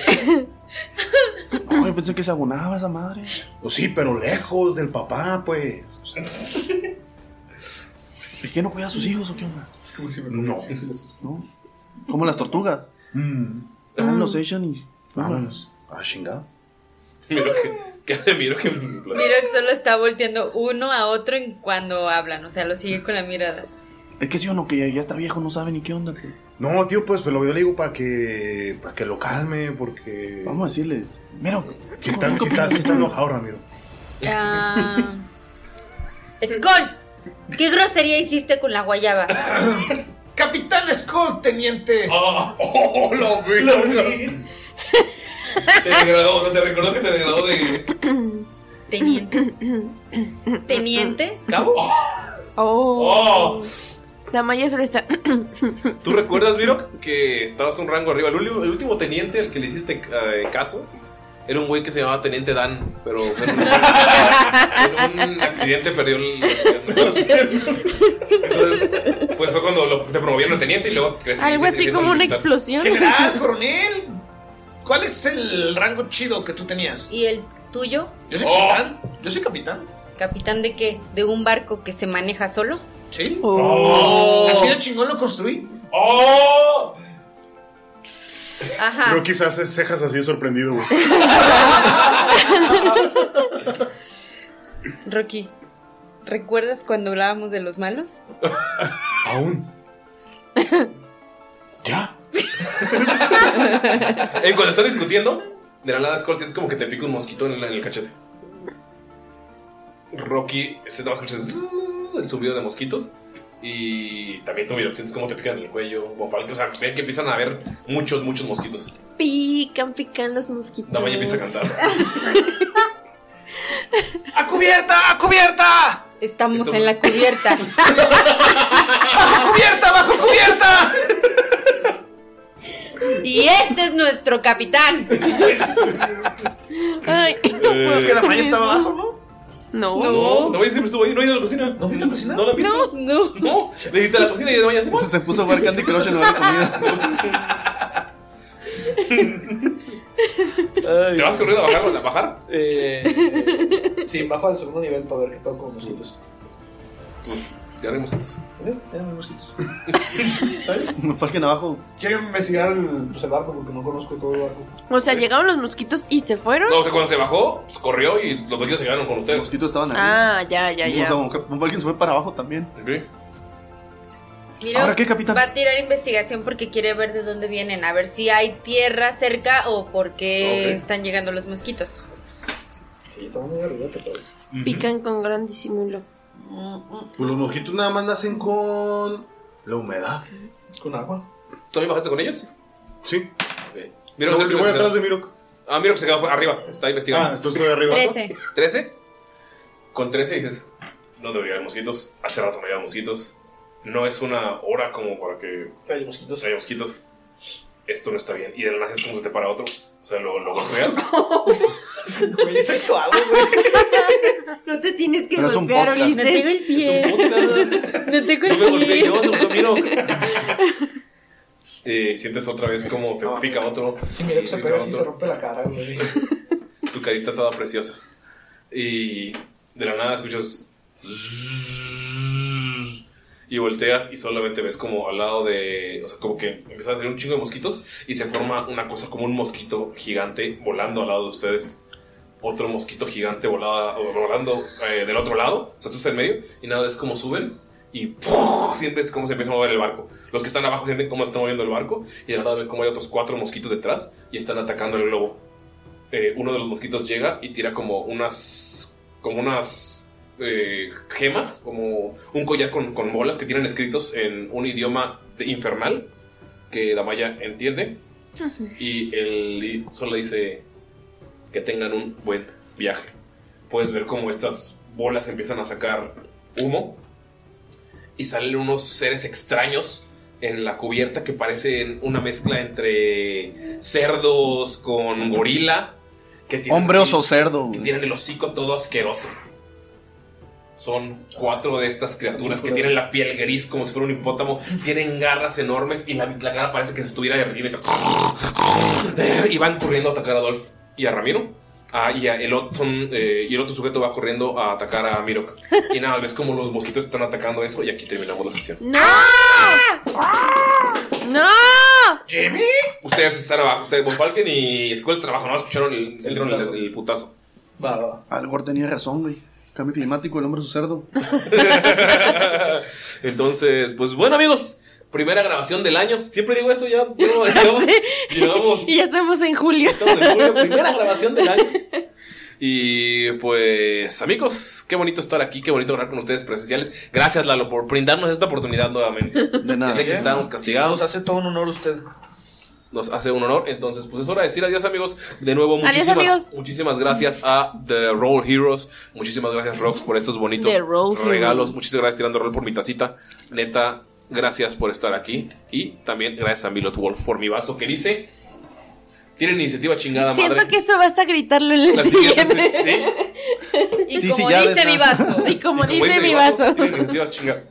Speaker 3: No, yo pensé que se abonaba esa madre.
Speaker 2: Pues sí, pero lejos del papá, pues.
Speaker 3: ¿Y qué no cuida a sus hijos o qué onda?
Speaker 2: Es como si me
Speaker 3: No. ¿No? Como las tortugas. Ah, los echan y.
Speaker 2: Mm. Vámonos. Ah, chingada.
Speaker 1: Miro que, que hace Miro que.
Speaker 4: Miro que solo está volteando uno a otro en cuando hablan, o sea, lo sigue con la mirada.
Speaker 3: Es que sí o no, que ya, ya está viejo, no sabe ni qué onda. que-
Speaker 2: No, tío, pues, pero yo le digo para que, para que lo calme, porque.
Speaker 3: Vamos a decirle. Mira,
Speaker 2: si está, si está, si está enojado, Ramiro.
Speaker 4: Ah, Skull, ¿qué grosería hiciste con la guayaba?
Speaker 5: Capitán Skull, teniente.
Speaker 1: Oh,
Speaker 2: lo vi.
Speaker 1: Te degradó, o sea, te recordó que te degradó de.
Speaker 4: Teniente. Teniente.
Speaker 1: ¿Cabo?
Speaker 6: Oh. La malla solo está.
Speaker 1: ¿Tú recuerdas, Miro, que estabas un rango arriba? El, último- el último teniente al que le hiciste eh, caso era un güey que se llamaba Teniente Dan, pero en un, en un accidente perdió el. Entonces, pues fue cuando lo- te promovieron a teniente y luego creciste.
Speaker 6: Algo así como una explosión.
Speaker 5: General, coronel. ¿Cuál es el rango chido que tú tenías?
Speaker 4: ¿Y el tuyo?
Speaker 5: Yo soy capitán. Yo soy capitán.
Speaker 4: ¿Capitán de qué? ¿De un barco que se maneja solo?
Speaker 5: Sí.
Speaker 4: Oh.
Speaker 5: Así de chingón lo construí.
Speaker 1: ¡Oh!
Speaker 4: Ajá.
Speaker 2: Yo quizás es cejas así de sorprendido, güey.
Speaker 4: Rocky, ¿recuerdas cuando hablábamos de los malos?
Speaker 2: Aún.
Speaker 1: Eh, cuando están discutiendo, de la nada Skull tienes como que te pica un mosquito en el, en el cachete. Rocky, este, nada más escuchas zzzz, el zumbido de mosquitos. Y también tú, mira, sientes como te pican en el cuello. Bofalque, o sea, ven que empiezan a haber muchos, muchos mosquitos.
Speaker 6: Pican, pican los mosquitos.
Speaker 1: La malla empieza a cantar.
Speaker 5: ¡A cubierta! ¡A cubierta!
Speaker 4: Estamos en la cubierta.
Speaker 5: ¡Bajo cubierta! ¡Bajo cubierta!
Speaker 4: y este es nuestro capitán.
Speaker 6: Ay,
Speaker 1: Eh,
Speaker 5: Es que la malla estaba abajo, ¿no?
Speaker 6: No.
Speaker 1: No, la malla siempre estuvo ahí. No ha ido a la cocina. ¿No fuiste a la cocina? No la viste. No,
Speaker 4: no.
Speaker 1: Le dijiste a la cocina y de malla se
Speaker 3: Se puso a jugar Candy Crush en lugar de comida.
Speaker 1: ¿Te vas corriendo a bajar? ¿A bajar?
Speaker 7: Eh, sí, bajo al segundo nivel para ver qué pedo con los mosquitos.
Speaker 1: Pues ya no hay mosquitos.
Speaker 7: ¿Eh? Ya no hay mosquitos.
Speaker 3: Me falquen abajo.
Speaker 7: Quiero investigar el, pues, el barco porque no conozco todo el barco.
Speaker 6: O sea, llegaron los mosquitos y se fueron.
Speaker 1: No, o sea, cuando se bajó, pues, corrió y los mosquitos se quedaron con ustedes. Los
Speaker 3: mosquitos estaban
Speaker 6: Ah, ya, ya, ya.
Speaker 3: O sea, Falken se fue para abajo también.
Speaker 4: Miro
Speaker 3: ¿Ahora qué, capitán?
Speaker 4: va a tirar investigación porque quiere ver de dónde vienen, a ver si hay tierra cerca o por qué
Speaker 6: Ok.
Speaker 4: están llegando los mosquitos.
Speaker 7: Sí, estaba muy arriba que todo.
Speaker 6: Pican con gran disimulo.
Speaker 2: Pues los mosquitos nada más nacen con la humedad.
Speaker 7: Con agua.
Speaker 1: ¿Tú también bajaste con ellos?
Speaker 2: Sí.
Speaker 1: Miro,
Speaker 2: Yo- yo voy atrás de Mirok.
Speaker 1: Ah, Mirok se quedó arriba, está investigando.
Speaker 2: Ah, entonces estoy arriba.
Speaker 4: Trece.
Speaker 1: ¿13? Con 13 dices, No debería haber mosquitos. Hace rato no había mosquitos. No es una hora como para que.
Speaker 5: Hay mosquitos.
Speaker 1: Hay mosquitos. Esto no está bien. Y de la nada es como se te para otro. O sea, lo, lo golpeas.
Speaker 5: Güey, es actuado,
Speaker 6: No te tienes que
Speaker 1: Pero es un
Speaker 6: golpear,
Speaker 1: podcast.
Speaker 6: Ulises.
Speaker 1: No tengo
Speaker 6: el pie. No tengo el pie.
Speaker 1: Eh, sientes otra vez como te pica otro.
Speaker 7: Si mira que se pega así, se rompe la cara, güey.
Speaker 1: Su carita toda preciosa. Y de la nada escuchas. zzzz, Y volteas y solamente ves como al lado de. O sea, como que empieza a salir un chingo de mosquitos y se forma una cosa como un mosquito gigante volando al lado de ustedes. Otro mosquito gigante volada- volando eh, del otro lado. O sea, tú estás en medio y nada, es como suben y ¡puf! sientes cómo se empieza a mover el barco. Los que están abajo sienten cómo se está moviendo el barco y de la nada ven cómo hay otros cuatro mosquitos detrás y están atacando el globo eh, uno de los mosquitos llega y tira como unas. como unas. eh, gemas, como un collar con, con bolas que tienen escritos en un idioma de- infernal que Damaya entiende. Y él solo dice que tengan un buen viaje. Puedes ver cómo estas bolas empiezan a sacar humo y salen unos seres extraños en la cubierta que parecen una mezcla entre cerdos con gorila. Que tienen
Speaker 3: Hombre
Speaker 1: así-
Speaker 3: oso cerdo.
Speaker 1: que
Speaker 3: güey.
Speaker 1: tienen el hocico todo asqueroso. Son cuatro de estas criaturas que tienen la piel gris como si fuera un hipopótamo. Tienen garras enormes y la, la cara parece que se estuviera derritiendo. Está- Y van corriendo a atacar a Adolf y a Ramiro. Ah, y, a el, ot- son, eh, y el otro sujeto va corriendo a atacar a Mirok. Y nada, ves como los mosquitos están atacando eso y aquí terminamos la sesión.
Speaker 6: ¡No! ¡No!
Speaker 1: ¿Jimmy? Ustedes están abajo, ustedes, Von Falken y Skull están abajo, no escucharon, el, sintieron el- el putazo.
Speaker 3: Algor tenía razón, güey. Cambio climático, el hombre es un cerdo.
Speaker 1: Entonces, pues bueno, amigos, primera grabación del año. Siempre digo eso, ya. llevo- llevamos, llevamos
Speaker 6: Y ya estamos en julio.
Speaker 1: primera grabación del año. Y pues, amigos, qué bonito estar aquí, qué bonito hablar con ustedes presenciales. Gracias, Lalo, por brindarnos esta oportunidad nuevamente. De
Speaker 3: nada.
Speaker 1: Sé que estábamos castigados.
Speaker 5: Ah, Nos hace todo un honor usted.
Speaker 1: Nos hace un honor. Entonces, pues es hora de decir adiós, amigos. De nuevo,
Speaker 6: Adiós,
Speaker 1: muchísimas,
Speaker 6: amigos.
Speaker 1: muchísimas gracias a The Roll Heroes. Muchísimas gracias, Rox, por estos bonitos
Speaker 6: The Roll
Speaker 1: regalos.
Speaker 6: Heroes.
Speaker 1: Muchísimas gracias, Tirando Roll, por mi tacita. Neta, gracias por estar aquí. Y también gracias a Milot Wolf por mi vaso que dice: Tienen iniciativa chingada,
Speaker 6: Siento
Speaker 1: madre.
Speaker 6: que eso vas a gritarlo en el
Speaker 1: La
Speaker 6: siguiente.
Speaker 1: siguiente,
Speaker 6: Y
Speaker 1: Sí, como sí, ya dice ves, mi ¿no? vaso.
Speaker 6: Y como
Speaker 1: Como
Speaker 6: dice
Speaker 1: dice
Speaker 6: mi vaso.
Speaker 1: Tienen iniciativa chingada.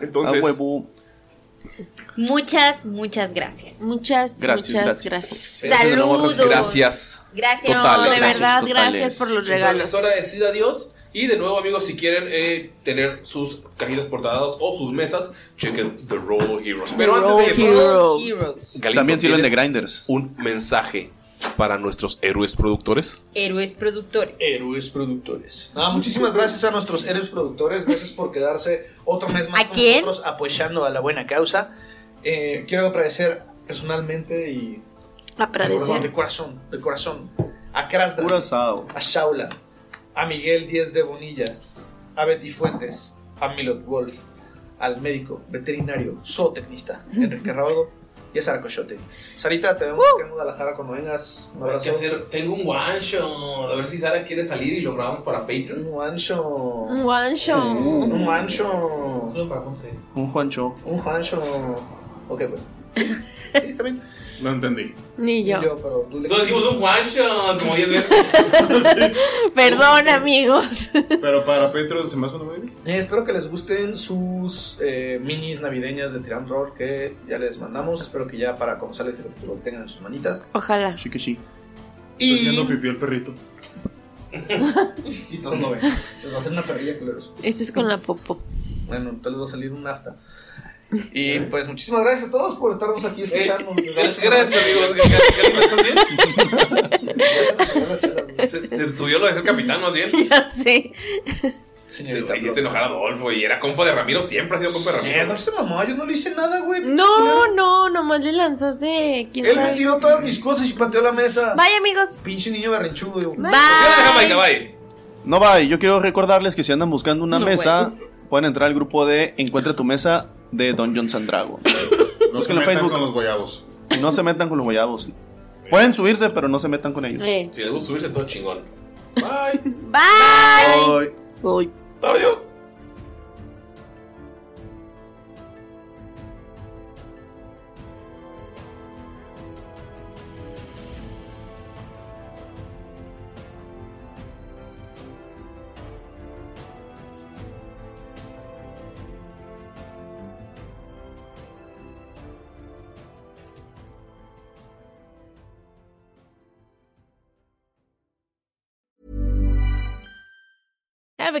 Speaker 1: Entonces,
Speaker 3: Ah,
Speaker 4: Muchas, muchas gracias.
Speaker 6: Muchas,
Speaker 1: Gracias,
Speaker 6: muchas
Speaker 1: gracias.
Speaker 6: gracias.
Speaker 4: Saludos.
Speaker 1: Gracias.
Speaker 4: Gracias.
Speaker 6: No, de
Speaker 1: Gracias
Speaker 6: verdad,
Speaker 1: totales.
Speaker 6: gracias por los
Speaker 1: Entonces,
Speaker 6: regalos.
Speaker 1: Es hora de decir adiós. Y de nuevo, amigos, si quieren eh, tener sus cajitas portadas o sus mesas, chequen The Roll Heroes. Pero antes de irnos,
Speaker 3: También sirven de
Speaker 1: grinders. Un mensaje para nuestros héroes productores.
Speaker 4: Héroes productores.
Speaker 5: Héroes productores. Nada, muchísimas gracias a nuestros héroes productores. Gracias por quedarse otro mes más con nosotros apoyando a la buena causa. Eh, quiero agradecer personalmente y
Speaker 6: Agradecer.
Speaker 5: de corazón, de corazón, a Krasdra, a Shaula, a Miguel Díez de Bonilla, a Betty Fuentes, a Milot Wolf, al médico, veterinario, zootecnista, Enrique Rábago y a Sara Coyote. Sarita, te vemos acá en Guadalajara cuando vengas. Un abrazo.
Speaker 1: tengo un one shot. A ver si Sara quiere salir y lo grabamos para Patreon.
Speaker 5: Un one shot.
Speaker 6: Un guancho.
Speaker 1: Mm.
Speaker 5: Un mancho.
Speaker 1: Solo para conseguir.
Speaker 3: Un Juancho.
Speaker 5: Un Juancho. Ok, pues.
Speaker 2: No entendí.
Speaker 6: Ni yo.
Speaker 5: pero tú
Speaker 1: Solo dijimos un one shot, como 10 veces.
Speaker 6: Perdón, amigos.
Speaker 2: Pero para Patreon se me hace muy bien.
Speaker 5: Eh, espero que les gusten sus eh, minis navideñas de Tiran Roll que ya les mandamos. Espero que ya para este comenzarles el futuro que tengan en sus manitas.
Speaker 6: Ojalá.
Speaker 3: Sí que sí.
Speaker 5: Y...
Speaker 2: Haciendo pipí el perrito.
Speaker 5: Y todos lo ven. Les va a hacer una perrilla, culeros.
Speaker 6: Esto es con la popo.
Speaker 5: Bueno, entonces va a salir un afta. Y pues muchísimas gracias a todos por estarnos aquí escuchando.
Speaker 1: Eh, Gracias, amigos. ¿Qué- qué- qué lindo, ¿Estás bien? Se, se subió lo de ser capitán, más bien.
Speaker 6: Ya sé.
Speaker 1: Te hiciste enojar a Adolfo y era compa de Ramiro, siempre ha sido compa de Ramiro.
Speaker 5: se mamó, yo no le hice nada, güey.
Speaker 6: No, no, nomás le lanzaste. ¿Quién
Speaker 5: Él me
Speaker 6: sabe?
Speaker 5: tiró todas mis cosas y pateó la mesa.
Speaker 6: Bye, amigos.
Speaker 5: Pinche niño berrinchudo.
Speaker 3: No va, yo quiero recordarles que si andan buscando una
Speaker 5: No,
Speaker 3: mesa, pueden entrar al grupo de Encuentra tu mesa de Dungeons and Dragons.
Speaker 2: No se
Speaker 3: en
Speaker 2: metan
Speaker 3: Facebook.
Speaker 2: con los guayabos.
Speaker 3: No se metan con los guayabos. Pueden subirse, pero no se metan con ellos.
Speaker 6: Eh.
Speaker 1: Si les gusta subirse, todo chingón.
Speaker 6: Bye.
Speaker 3: Bye.
Speaker 6: Bye.
Speaker 1: ¡Adiós!
Speaker 9: Ever